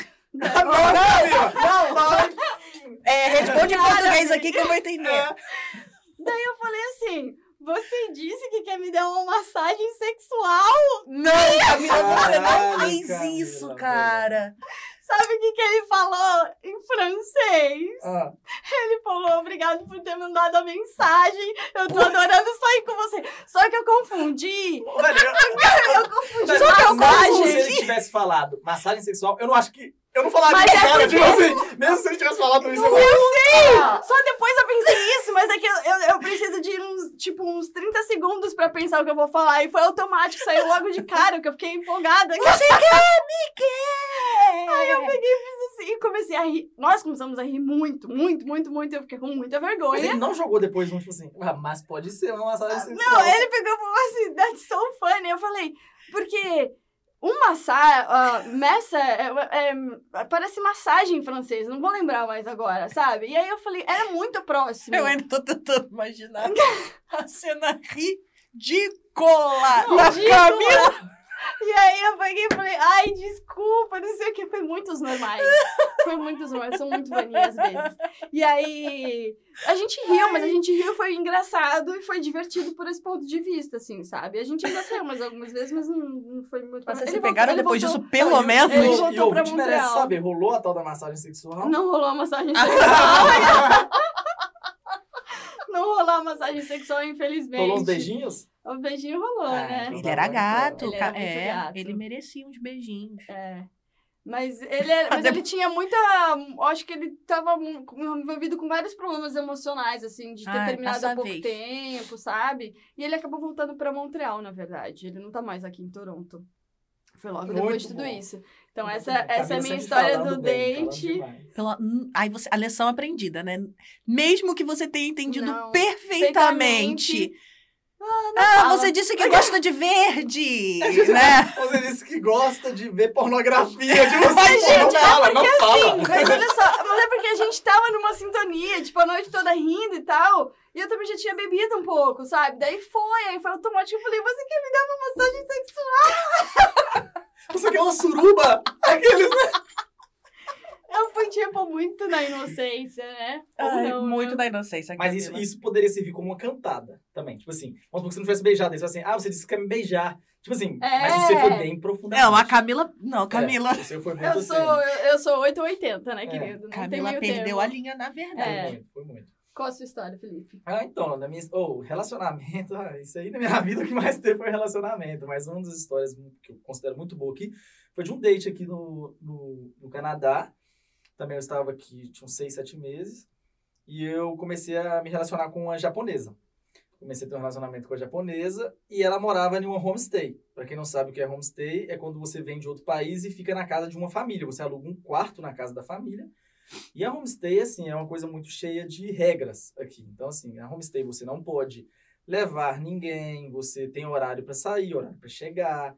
Speaker 3: Agora, Camila!
Speaker 1: <laughs> Não,
Speaker 2: É, responde em
Speaker 1: Cara,
Speaker 2: português aqui que eu vou entender.
Speaker 1: É. Daí eu falei assim, você disse que quer me dar uma massagem sexual.
Speaker 2: Não, Camila, você não
Speaker 3: Caralho,
Speaker 2: fez
Speaker 3: Camila,
Speaker 2: isso,
Speaker 3: velho.
Speaker 2: cara.
Speaker 1: Sabe o que, que ele falou em francês?
Speaker 3: Ah,
Speaker 1: Ele falou, obrigado por ter mandado a mensagem. Eu tô adorando sair com você. Só que eu confundi.
Speaker 3: velho,
Speaker 1: <laughs>
Speaker 3: eu-
Speaker 1: Confundi
Speaker 3: Mas
Speaker 1: massagem.
Speaker 3: Mesmo se ele tivesse falado massagem sexual, eu não acho que. Eu não falaria
Speaker 1: Mas é
Speaker 3: cara,
Speaker 1: porque-
Speaker 3: tipo assim, mesmo se ele tivesse falado isso, eu
Speaker 1: é.
Speaker 3: falaria.
Speaker 1: Só depois eu pensei isso, mas é que eu, eu, eu preciso de uns, tipo, uns 30 segundos pra pensar o que eu vou falar. E foi automático, saiu logo de cara, que eu fiquei empolgada. Você quer, me <laughs> quer! Aí eu peguei e fiz assim, e comecei a rir. Nós começamos a rir muito, muito, muito, muito. Eu fiquei com muita
Speaker 3: Mas
Speaker 1: vergonha.
Speaker 3: ele não jogou depois, um tipo assim, ah, mas pode ser uma massagem sexual.
Speaker 1: Não, ele pegou e falou assim, that's so funny. Eu falei, porque... Um massagem, messa, é- é- parece massagem em francês, não vou lembrar mais agora, sabe? E aí eu falei, era muito próximo.
Speaker 2: Eu ainda tô tentando
Speaker 1: <laughs>
Speaker 2: imaginar a cena ridícula da
Speaker 1: Ridícula.
Speaker 2: Camila.
Speaker 1: E aí eu peguei e falei, ai, desculpa, não sei o que. Foi muitos normais. Foi muitos normais, são muito vaninhas às vezes. E aí a gente riu, mas a gente riu, foi engraçado e foi divertido por esse ponto de vista, assim, sabe? A gente ainda saiu mais algumas vezes, mas não, não foi muito
Speaker 2: Mas vocês
Speaker 1: Ele
Speaker 2: se
Speaker 1: voltou-
Speaker 2: pegaram
Speaker 1: ele
Speaker 2: depois
Speaker 1: voltou-
Speaker 2: disso, pelo menos?
Speaker 1: ele
Speaker 3: E o-
Speaker 1: voltou
Speaker 3: e o
Speaker 1: pra
Speaker 3: ouvinte merece
Speaker 1: Montreal.
Speaker 3: saber, rolou a tal da massagem sexual?
Speaker 1: Não rolou a
Speaker 2: <laughs>
Speaker 1: massagem sexual.
Speaker 3: Rolou
Speaker 1: não rolou a massagem sexual, infelizmente.
Speaker 3: uns beijinhos?
Speaker 1: O beijinho rolou,
Speaker 3: Ah,
Speaker 1: né?
Speaker 3: então
Speaker 2: Ele era gato.
Speaker 1: Ele era
Speaker 2: ca-
Speaker 1: muito
Speaker 2: é,
Speaker 1: gato.
Speaker 2: ele merecia uns beijinhos.
Speaker 1: É. Mas ele, era- mas
Speaker 2: <laughs> Até-
Speaker 1: ele tinha muita. Acho que ele tava mu- envolvido com vários problemas emocionais, assim, de ter
Speaker 2: Ai,
Speaker 1: terminado
Speaker 2: passa
Speaker 1: há
Speaker 2: a
Speaker 1: pouco
Speaker 2: vez.
Speaker 1: tempo, sabe? E ele acabou voltando pra Montreal, na verdade. Ele não tá mais aqui em Toronto. Foi logo
Speaker 3: Muito
Speaker 1: depois de tudo
Speaker 3: bom.
Speaker 1: isso. Então, essa,
Speaker 3: Camila
Speaker 1: essa é a minha
Speaker 3: sempre
Speaker 1: história
Speaker 3: falando
Speaker 1: do
Speaker 3: bem, tá falando
Speaker 1: date.
Speaker 3: demais.
Speaker 2: Pela- hum, aí você, a lição aprendida, né? Mesmo que você tenha entendido
Speaker 1: Não,
Speaker 2: perfeitamente.
Speaker 1: Ah,
Speaker 2: Ah, você disse que gosta de verde, né?
Speaker 3: Você disse que gosta de ver
Speaker 1: <laughs>
Speaker 3: pornografia. Tipo, assim,
Speaker 2: Mas,
Speaker 3: pô,
Speaker 2: gente,
Speaker 1: é
Speaker 3: não fala, não fala.
Speaker 1: Sim, mas olha só, mas é porque a gente tava numa sintonia, tipo, a noite toda rindo e tal. E eu também já tinha bebido um pouco, sabe? Daí foi, aí foi automático. Eu falei, você quer me dar uma massagem sexual?
Speaker 3: Você quer é uma suruba? é Aquele...
Speaker 1: Eu fui, tipo, muito na inocência, né? Ou
Speaker 2: Ai,
Speaker 1: não,
Speaker 2: muito
Speaker 1: né?
Speaker 2: da inocência.
Speaker 3: Mas isso,
Speaker 2: Camila.
Speaker 3: isso poderia servir como uma cantada também. Tipo assim, vamos supor que você não tivesse beijado. Aí você fala assim, ah, você disse que quer me beijar. Tipo assim, mas você
Speaker 1: É.
Speaker 3: foi bem profundamente.
Speaker 2: Não, a Camila.
Speaker 3: É.
Speaker 2: Não, Camila.
Speaker 3: Você foi muito
Speaker 1: Eu sou, eu, eu sou 880, né,
Speaker 3: É.
Speaker 1: querido? Não tem
Speaker 2: Camila
Speaker 1: meio
Speaker 2: perdeu
Speaker 1: termo.
Speaker 2: a linha, na verdade.
Speaker 1: É.
Speaker 3: Foi muito, foi muito.
Speaker 1: Qual a sua história, Felipe?
Speaker 3: Ah, então, na minha, oh, relacionamento, <laughs> ah, isso aí na minha vida o que mais teve foi relacionamento, mas uma das histórias mu- que eu considero muito boa aqui foi de um date aqui no, no, no Canadá, também eu estava aqui, tinha uns seis, sete meses, e eu comecei a me relacionar com uma japonesa. Comecei a ter um relacionamento com a japonesa e ela morava em uma homestay. Pra quem não sabe o que é homestay, é quando você vem de outro país e fica na casa de uma família. Você aluga um quarto na casa da família e a homestay, assim, é uma coisa muito cheia de regras aqui. Então, assim, a homestay você não pode levar ninguém, você tem horário pra sair, horário pra chegar,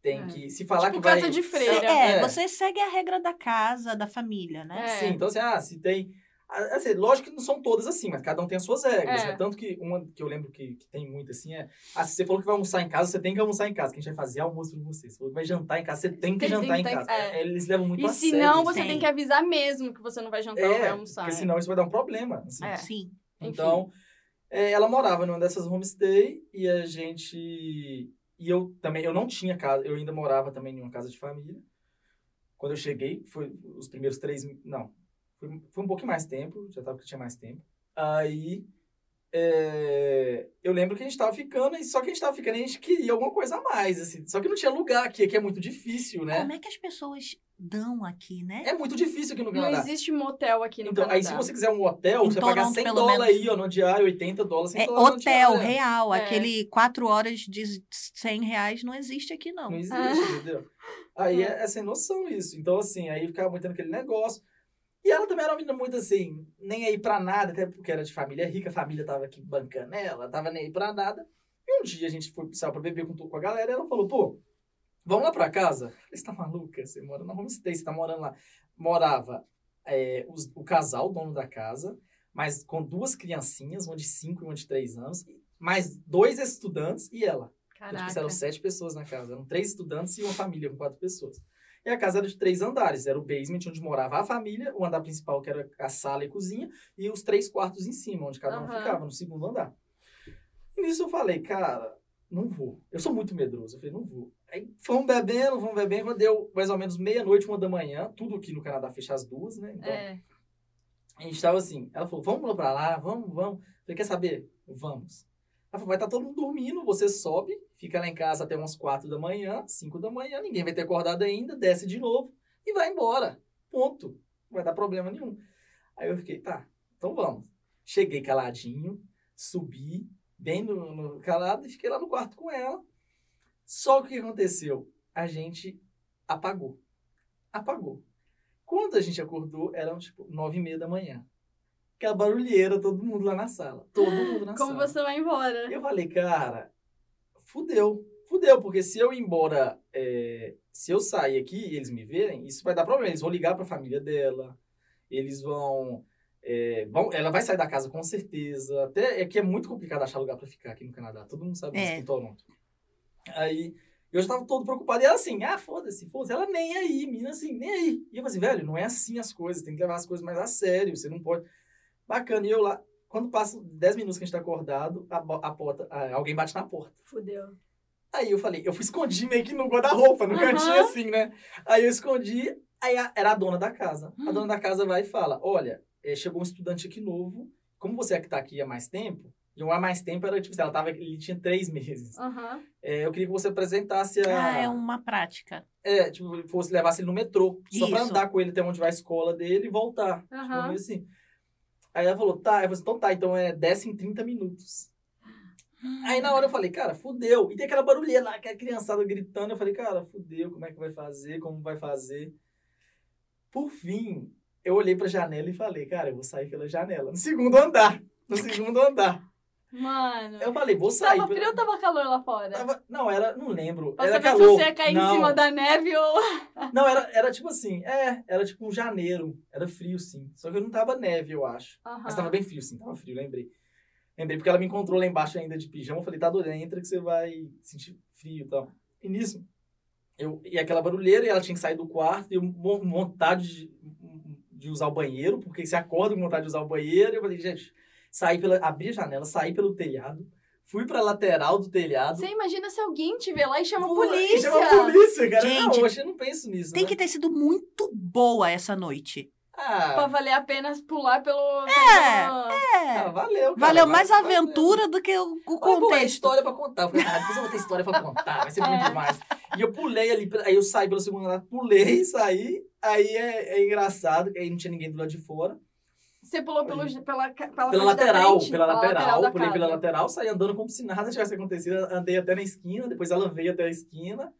Speaker 3: tem
Speaker 1: É.
Speaker 3: que se falar
Speaker 1: Tipo
Speaker 3: que vai...
Speaker 1: casa de
Speaker 2: Você-
Speaker 1: freira. né?
Speaker 2: é,
Speaker 3: É.
Speaker 2: você segue a regra da casa, da família, né?
Speaker 1: É.
Speaker 3: Sim, então assim, ah, se tem... ah, Assim, lógico que não são todas assim, mas cada um tem as suas regras,
Speaker 1: É.
Speaker 3: né? Tanto que uma que eu lembro que, que tem muito assim é... Ah, se você falou que vai almoçar em casa, você tem que almoçar em casa. que a gente vai fazer almoço com você. Se falou que vai jantar em casa, você tem que
Speaker 1: Tem- tem
Speaker 3: jantar
Speaker 1: que
Speaker 3: em
Speaker 1: tá em-
Speaker 3: casa.
Speaker 1: é.
Speaker 3: Eles levam muito
Speaker 1: E
Speaker 3: a
Speaker 1: se
Speaker 3: sério,
Speaker 1: não,
Speaker 3: isso.
Speaker 1: você
Speaker 2: sim.
Speaker 1: tem que avisar mesmo que você não vai jantar ou vai
Speaker 3: É,
Speaker 1: almoçar.
Speaker 3: porque
Speaker 1: é.
Speaker 3: senão isso vai dar um problema. assim.
Speaker 1: É.
Speaker 2: Sim.
Speaker 1: Enfim.
Speaker 3: Então, é, ela morava numa dessas homestay e a gente. E eu também, eu não tinha casa, eu ainda morava também em uma casa de família. Quando eu cheguei, foi os primeiros três. Não, foi, foi um pouquinho mais tempo, já tava que tinha mais tempo. Aí é, eu lembro que a gente tava ficando, e só que a gente tava ficando, e a gente queria alguma coisa a mais, assim. Só que não tinha lugar aqui, aqui é muito difícil, né?
Speaker 2: Como é que as pessoas dão aqui, né?
Speaker 3: É muito difícil aqui no
Speaker 1: Não
Speaker 3: Canadá.
Speaker 1: existe motel aqui no
Speaker 3: Então,
Speaker 1: Canadá.
Speaker 3: aí se você quiser um hotel,
Speaker 2: Em
Speaker 3: você vai pagar
Speaker 2: Toronto,
Speaker 3: 100
Speaker 2: pelo
Speaker 3: dólares
Speaker 2: menos.
Speaker 3: aí, ó, no diário, 80 dólares, 100
Speaker 2: É
Speaker 3: dólares no diário.
Speaker 2: hotel real,
Speaker 1: É.
Speaker 2: aquele quatro horas de 100 reais não existe aqui, não.
Speaker 3: Não existe,
Speaker 1: Ah.
Speaker 3: entendeu? Aí é, é sem noção isso. Então, assim, aí ficava muito aquele negócio. E ela também era uma menina muito assim, nem aí pra nada, até porque era de família rica, a família tava aqui bancando ela, tava nem aí pra nada. E um dia a gente foi saiu pra beber com, com a galera e ela falou, pô, vamos lá pra casa? Eu falei, Você tá maluca? Você mora na homestay, você tá morando lá. Morava é, os- o casal, o dono da casa, mas com duas criancinhas, uma de 5 e uma de 3 anos, mais dois estudantes e ela. Então, tipo,
Speaker 1: Caraca.
Speaker 3: eram sete pessoas na casa. Eram três estudantes e uma família com quatro pessoas. E a casa era de três andares. Era o basement, onde morava a família, o andar principal, que era a sala e cozinha, e os três quartos em cima, onde cada um
Speaker 1: Aham.
Speaker 3: ficava, no segundo andar. E nisso eu falei, cara, não vou. Eu sou muito medroso. Eu falei, não vou. Aí fomos bebendo, fomos bebendo. Quando deu mais ou menos meia-noite, uma da manhã, tudo aqui no Canadá fecha às duas, né? Então,
Speaker 1: É.
Speaker 3: a gente tava assim, ela falou, vamos lá pra lá, vamos, vamos. Eu falei, quer saber? Vamos. Ela falou, vai estar todo mundo dormindo, você sobe, fica lá em casa até umas 4 da manhã, 5 da manhã, ninguém vai ter acordado ainda, desce de novo e vai embora. Ponto. Não vai dar problema nenhum. Aí eu fiquei, tá, então vamos. Cheguei caladinho, subi, bem no, no calado, e fiquei lá no quarto com ela. Só que o que aconteceu? A gente apagou. Apagou. Quando a gente acordou, eram tipo nove e meia da manhã. Aquela barulheira, todo mundo lá na sala. Todo mundo na
Speaker 1: Como
Speaker 3: sala.
Speaker 1: você vai embora?
Speaker 3: E eu falei, cara, fudeu. Fudeu, porque se eu ir embora, é, se eu sair aqui e eles me verem, isso vai dar problema. Eles vão ligar pra família dela, eles vão. é, vão- ela vai sair da casa com certeza. Até é que é muito complicado achar lugar pra ficar aqui no Canadá. Todo mundo sabe disso
Speaker 2: É.
Speaker 3: em Toronto. Aí eu já tava todo preocupado. E ela assim, ah, foda-se, foda-se. Ela nem aí, menina assim, nem aí. E eu falei assim, velho, não é assim as coisas. Tem que levar as coisas mais a sério. Você não pode. Bacana. E eu lá, quando passa 10 minutos que a gente tá acordado, a, bo- a porta, a- alguém bate na porta.
Speaker 1: Fudeu.
Speaker 3: Aí eu falei, eu fui escondi meio que no guarda-roupa, no
Speaker 1: Aham.
Speaker 3: cantinho assim, né? Aí eu escondi, aí a- era a dona da casa. A
Speaker 2: Hum.
Speaker 3: dona da casa vai e fala: Olha, eh, chegou um estudante aqui novo, como você é que tá aqui há mais tempo, e um há mais tempo era tipo, sei lá, ela tava, ele tinha três meses.
Speaker 1: Aham.
Speaker 3: Eh, eu queria que você apresentasse a.
Speaker 2: Ah, é uma prática.
Speaker 3: É, tipo, fosse levasse ele no metrô. Só pra
Speaker 2: Isso.
Speaker 3: andar com ele até onde vai a escola dele e voltar. Tipo,
Speaker 1: Aham.
Speaker 3: meio assim. Aí ela falou, tá. Eu falei, assim, então tá, então é desce em 30 minutos. Aí na hora eu falei, cara, fudeu. E tem aquela barulheira lá, aquela criançada gritando. Eu falei, cara, fudeu, como é que vai fazer? Como vai fazer? Por fim, eu olhei pra janela e falei, cara, eu vou sair pela janela. No segundo andar. No segundo andar.
Speaker 1: Mano.
Speaker 3: Eu falei, vou sair.
Speaker 1: Tava
Speaker 3: pela-
Speaker 1: frio ou tava calor lá fora?
Speaker 3: Tava- Não, era. Não lembro.
Speaker 1: Pra
Speaker 3: era
Speaker 1: saber
Speaker 3: calor.
Speaker 1: se você ia cair
Speaker 3: Não.
Speaker 1: em cima da neve ou.
Speaker 3: Não, era, era tipo assim, é, era tipo um janeiro, era frio sim. Só que não tava neve, eu acho. Mas tava
Speaker 1: Aham.
Speaker 3: bem frio sim, tava frio, lembrei. Lembrei porque ela me encontrou lá embaixo ainda de pijama, eu falei, tá doida, entra que você vai sentir frio e tal. E nisso, eu, e aquela barulheira, e ela tinha que sair do quarto, e eu mo- vontade de, de usar o banheiro, porque você acorda com vontade de usar o banheiro, e eu falei, gente, saí pela, abri a janela, saí pelo telhado, fui pra lateral do telhado.
Speaker 1: Você imagina se alguém te vê lá e chama a
Speaker 3: Pô, e
Speaker 1: polícia.
Speaker 3: Chama a polícia, cara.
Speaker 2: é Gente,
Speaker 3: não, hoje eu não penso nisso,
Speaker 2: Tem
Speaker 3: né?
Speaker 2: que ter sido muito boa essa noite.
Speaker 3: Ah,
Speaker 1: Pra valer a pena pular pelo.
Speaker 2: É,
Speaker 1: pelo-
Speaker 2: É.
Speaker 3: Ah, valeu, cara.
Speaker 2: Valeu mais a
Speaker 3: Valeu.
Speaker 2: aventura do que o, o
Speaker 3: Mas, pô, é
Speaker 2: contexto.
Speaker 3: história pra contar. Eu falei, ah, depois eu vou ter história pra contar, vai ser bom
Speaker 1: É.
Speaker 3: demais. E eu pulei ali, aí eu saí pelo segundo andar, pulei, saí. Aí é, é engraçado, que aí não tinha ninguém do lado de fora.
Speaker 1: Você pulou pelo, pela, ca- pela,
Speaker 3: Pela
Speaker 1: parte da
Speaker 3: lateral,
Speaker 1: frente,
Speaker 3: pela lateral,
Speaker 1: da
Speaker 3: pulei pela
Speaker 1: casa.
Speaker 3: lateral, saí andando como se nada tivesse acontecido. Andei até na esquina, depois ela veio até a esquina.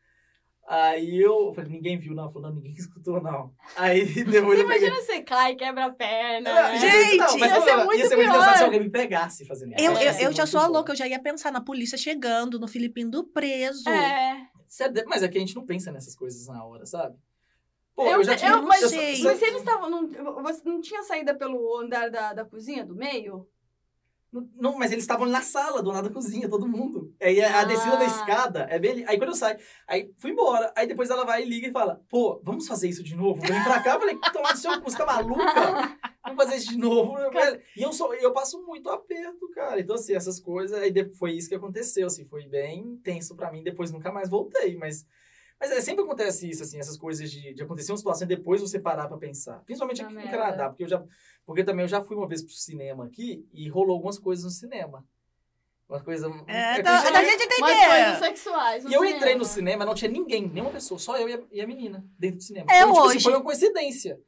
Speaker 3: Aí eu falei, ninguém viu, não. Ela falou, não, ninguém <laughs> escutou, não. Aí <laughs> depois
Speaker 1: Você
Speaker 3: eu peguei.
Speaker 1: imagina você cai, quebra a perna.
Speaker 3: Não,
Speaker 1: né?
Speaker 2: Gente,
Speaker 3: não, mas
Speaker 1: ia ser
Speaker 3: não,
Speaker 1: muito
Speaker 3: ia ser muito
Speaker 1: pior.
Speaker 3: engraçado se alguém me pegasse fazendo isso.
Speaker 2: Eu,
Speaker 3: Ia
Speaker 2: eu, eu
Speaker 3: ser
Speaker 2: já
Speaker 3: né? muito
Speaker 2: sou a
Speaker 3: bom.
Speaker 2: louca, eu já ia pensar na polícia chegando, no Filipinho do preso.
Speaker 1: É.
Speaker 3: Isso é de- Mas é que a gente não pensa nessas coisas na hora, sabe? Pô,
Speaker 1: Eu-
Speaker 2: eu- mas-
Speaker 3: só-
Speaker 2: gente.
Speaker 3: só-
Speaker 1: Mas é eles estavam. Não, você não tinha saída pelo andar da, da cozinha, do meio?
Speaker 3: Não, mas eles estavam na sala, do lado da cozinha, todo mundo. Aí a, a descida da
Speaker 1: Ah.
Speaker 3: escada é bem ali. Aí quando eu saio, aí fui embora. Aí depois ela vai e liga e fala: Pô, vamos fazer isso de novo? Vem pra cá. Eu falei: Toma no seu cu, você tá maluca? Vamos fazer isso de novo. Eu-
Speaker 1: Cara-
Speaker 3: E eu, sou, eu passo muito aperto, cara. Então, assim, essas coisas. Aí de- foi isso que aconteceu. Assim, foi bem intenso pra mim. Depois nunca mais voltei, mas. Mas é, sempre acontece isso, assim, essas coisas de, de acontecer uma situação e depois você parar pra pensar. Principalmente
Speaker 1: Ah,
Speaker 3: aqui no
Speaker 1: merda.
Speaker 3: Canadá, porque eu já. Porque também eu já fui uma vez pro cinema aqui e rolou algumas coisas no cinema. Uma coisa.
Speaker 2: É,
Speaker 3: é
Speaker 2: então,
Speaker 3: coisa-
Speaker 2: a gente
Speaker 1: Mas coisas
Speaker 2: entendeu.
Speaker 1: sexuais. no
Speaker 3: E eu entrei no
Speaker 1: cinema.
Speaker 3: cinema, não tinha ninguém, nenhuma pessoa, só eu e a, e a menina dentro do cinema.
Speaker 2: É
Speaker 3: então, tipo assim,
Speaker 2: hoje.
Speaker 3: foi uma coincidência.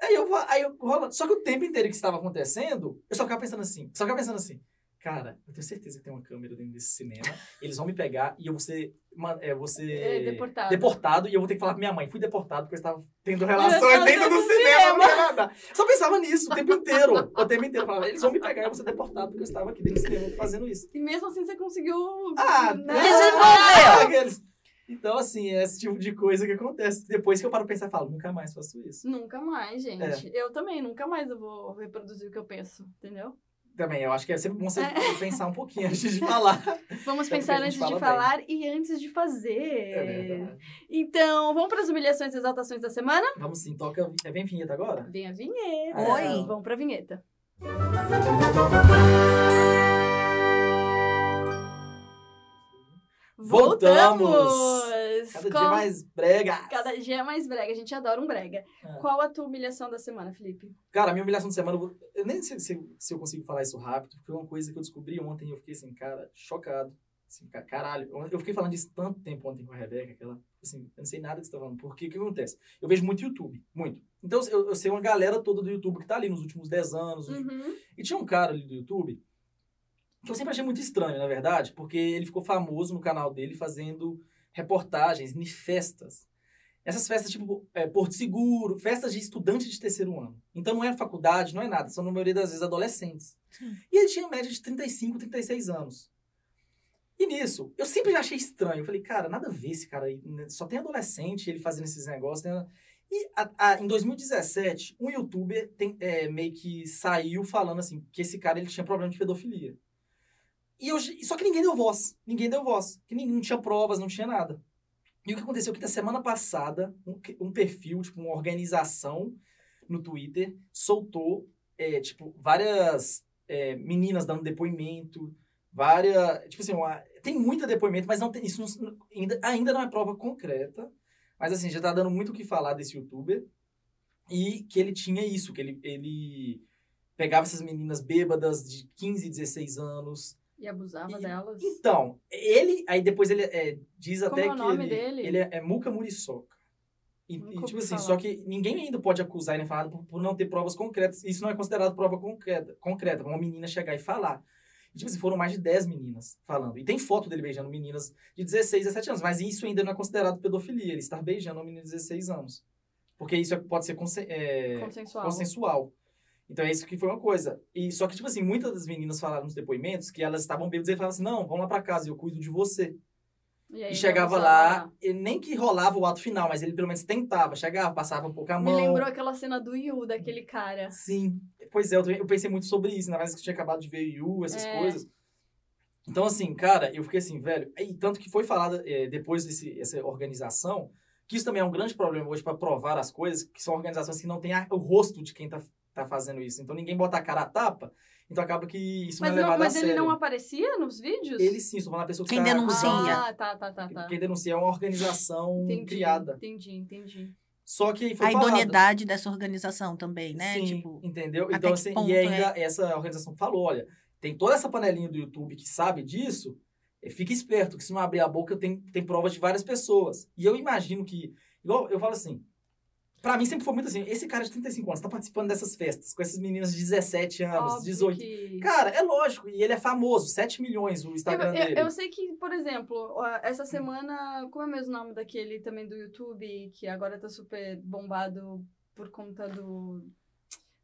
Speaker 3: Aí eu, va- aí eu rolando. Só que o tempo inteiro que estava acontecendo, eu só ficava pensando assim, só ficava pensando assim, cara, eu tenho certeza que tem uma câmera dentro desse cinema, eles vão me pegar e eu vou ser, ma- é, vou ser
Speaker 1: É, deportado.
Speaker 3: deportado e eu vou ter que falar pra minha mãe, fui deportado porque eu estava tendo relações
Speaker 1: Relações
Speaker 3: dentro do
Speaker 1: dentro do
Speaker 3: cinema, não é nada. Só pensava nisso o tempo inteiro, o tempo inteiro, eu falava, eles vão me pegar e eu vou ser deportado porque eu estava aqui dentro do cinema fazendo isso.
Speaker 1: E mesmo assim você conseguiu.
Speaker 3: Ah,
Speaker 1: né?
Speaker 2: Desenvolveu.
Speaker 3: Aqueles- Então, assim, é esse tipo de coisa que acontece. Depois que eu paro pra pensar, eu falo, nunca mais faço isso.
Speaker 1: Nunca mais, gente.
Speaker 3: É.
Speaker 1: Eu também, nunca mais eu vou reproduzir o que eu penso, entendeu?
Speaker 3: Também, eu acho que é sempre bom você pensar um pouquinho antes de falar.
Speaker 1: Vamos
Speaker 3: Tanto que a
Speaker 1: pensar
Speaker 3: gente
Speaker 1: antes
Speaker 3: fala
Speaker 1: de
Speaker 3: bem.
Speaker 1: falar e antes de fazer.
Speaker 3: É verdade.
Speaker 1: então, vamos para as humilhações e exaltações da semana?
Speaker 3: Vamos sim, toca. É bem vinheta agora?
Speaker 1: Vem a vinheta.
Speaker 2: Oi.
Speaker 1: Vamos para a vinheta.
Speaker 3: Voltamos!
Speaker 1: Voltamos!
Speaker 3: Cada dia
Speaker 1: Com-
Speaker 3: mais brega.
Speaker 1: Cada dia é mais brega, a gente adora um brega.
Speaker 3: Ah.
Speaker 1: Qual a tua humilhação da semana, Felipe?
Speaker 3: Cara, a minha humilhação de semana, eu, vou- eu nem sei se, se eu consigo falar isso rápido, porque é uma coisa que eu descobri ontem e eu fiquei assim, cara, chocado. Assim, ca- caralho, eu- eu fiquei falando disso tanto tempo ontem com a Rebeca, que ela, assim, eu não sei nada que você tá falando. Porque o que acontece? Eu vejo muito YouTube, muito. Então eu, eu sei uma galera toda do YouTube que tá ali nos últimos 10 anos. nos-
Speaker 1: Uhum.
Speaker 3: E tinha um cara ali do YouTube que eu sempre achei muito estranho, na verdade, porque ele ficou famoso no canal dele fazendo reportagens em festas. Essas festas, tipo, é, Porto Seguro, festas de estudante de terceiro ano. Então não é faculdade, não é nada, são na maioria das vezes adolescentes. E ele tinha média de 35, 36 anos. E nisso, eu sempre achei estranho. Eu falei, cara, nada a ver esse cara aí. né? Só tem adolescente ele fazendo esses negócios. né? E a- a- em 2017, um youtuber tem- é, meio que saiu falando assim que esse cara ele tinha problema de pedofilia. E eu, ge- só que ninguém deu voz. Ninguém deu voz. Que ninguém, não tinha provas, não tinha nada. E o que aconteceu é que na semana passada, um, que- um perfil, tipo, uma organização no Twitter, soltou, é, tipo, várias é, meninas dando depoimento, várias. Tipo assim, uma- tem muita depoimento, mas não tem, isso não- ainda, ainda não é prova concreta. Mas assim, já tá dando muito o que falar desse youtuber. E que ele tinha isso, que ele, ele pegava essas meninas bêbadas de 15, 16 anos.
Speaker 1: E abusava
Speaker 3: E-
Speaker 1: delas.
Speaker 3: Então, ele. Aí depois ele é, diz
Speaker 1: Como
Speaker 3: até
Speaker 1: é o
Speaker 3: que.
Speaker 1: nome
Speaker 3: ele,
Speaker 1: dele?
Speaker 3: ele é, é Muca Muriçoca. E,
Speaker 1: Nunca
Speaker 3: e, tipo
Speaker 1: ouvi
Speaker 3: assim,
Speaker 1: falar.
Speaker 3: só que ninguém ainda pode acusar ele falar por, por não ter provas concretas. Isso não é considerado prova concreta, concreta, pra uma menina chegar e falar. E, tipo assim, foram mais de 10 meninas falando. E tem foto dele beijando meninas de 16, 17 anos. Mas isso ainda não é considerado pedofilia, ele estar beijando uma menina de 16 anos. Porque isso é- pode ser conse- é,
Speaker 1: Consensual.
Speaker 3: consensual. Então é isso que foi uma coisa. E só que tipo assim, muitas das meninas falaram nos depoimentos que elas estavam bêbadas e falavam assim: "Não, vamos lá pra casa, eu cuido de você".
Speaker 1: aí
Speaker 3: E
Speaker 1: ele
Speaker 3: chegava
Speaker 1: abusava.
Speaker 3: lá, e nem que rolava o ato final, mas ele pelo menos tentava, chegava, passava um pouco a
Speaker 1: Me
Speaker 3: mão.
Speaker 1: lembrou aquela cena do Yu, daquele cara.
Speaker 3: Sim. Pois é, eu, também- eu pensei muito sobre isso, ainda mais que eu tinha acabado de ver Yu, essas
Speaker 1: É.
Speaker 3: coisas. Então, assim, cara, eu fiquei assim, velho. E tanto que foi falado eh, depois desse, essa organização, que isso também é um grande problema hoje para provar as coisas, que são organizações que não têm a- o rosto de quem tá, tá fazendo isso. Então ninguém bota a cara a tapa, então acaba que isso
Speaker 1: Mas,
Speaker 3: não é
Speaker 1: não-
Speaker 3: levado
Speaker 1: mas
Speaker 3: a
Speaker 1: ele
Speaker 3: sério.
Speaker 1: não aparecia nos vídeos?
Speaker 3: Ele sim, estou falando a pessoa que
Speaker 2: Quem
Speaker 3: tá
Speaker 2: denuncia.
Speaker 3: acusando.
Speaker 1: Ah, tá, tá, tá, tá.
Speaker 3: Quem denuncia é uma organização
Speaker 1: Entendi,
Speaker 3: criada.
Speaker 1: Entendi, entendi.
Speaker 3: Só que aí foi
Speaker 2: A
Speaker 3: falado.
Speaker 2: idoneidade dessa organização também, né?
Speaker 3: Sim,
Speaker 2: Tipo,
Speaker 3: entendeu?
Speaker 2: até
Speaker 3: Então,
Speaker 2: que
Speaker 3: assim,
Speaker 2: ponto, é?
Speaker 3: e ainda essa organização falou, olha, tem toda essa panelinha do YouTube que sabe disso, eh, fica esperto, que se não abrir a boca, tem, tem provas de várias pessoas. E eu imagino que, igual eu falo assim, pra mim sempre foi muito assim, esse cara de 35 anos tá participando dessas festas, com essas meninas de 17 anos,
Speaker 1: Óbvio
Speaker 3: 18.
Speaker 1: que-
Speaker 3: Cara, é lógico, e ele é famoso, 7 milhões o
Speaker 1: Eu,
Speaker 3: Instagram
Speaker 1: eu-
Speaker 3: dele. Hum.
Speaker 1: eu sei que, por exemplo, ó, essa semana, como é mesmo o nome daquele também do YouTube, que agora tá super bombado por conta do,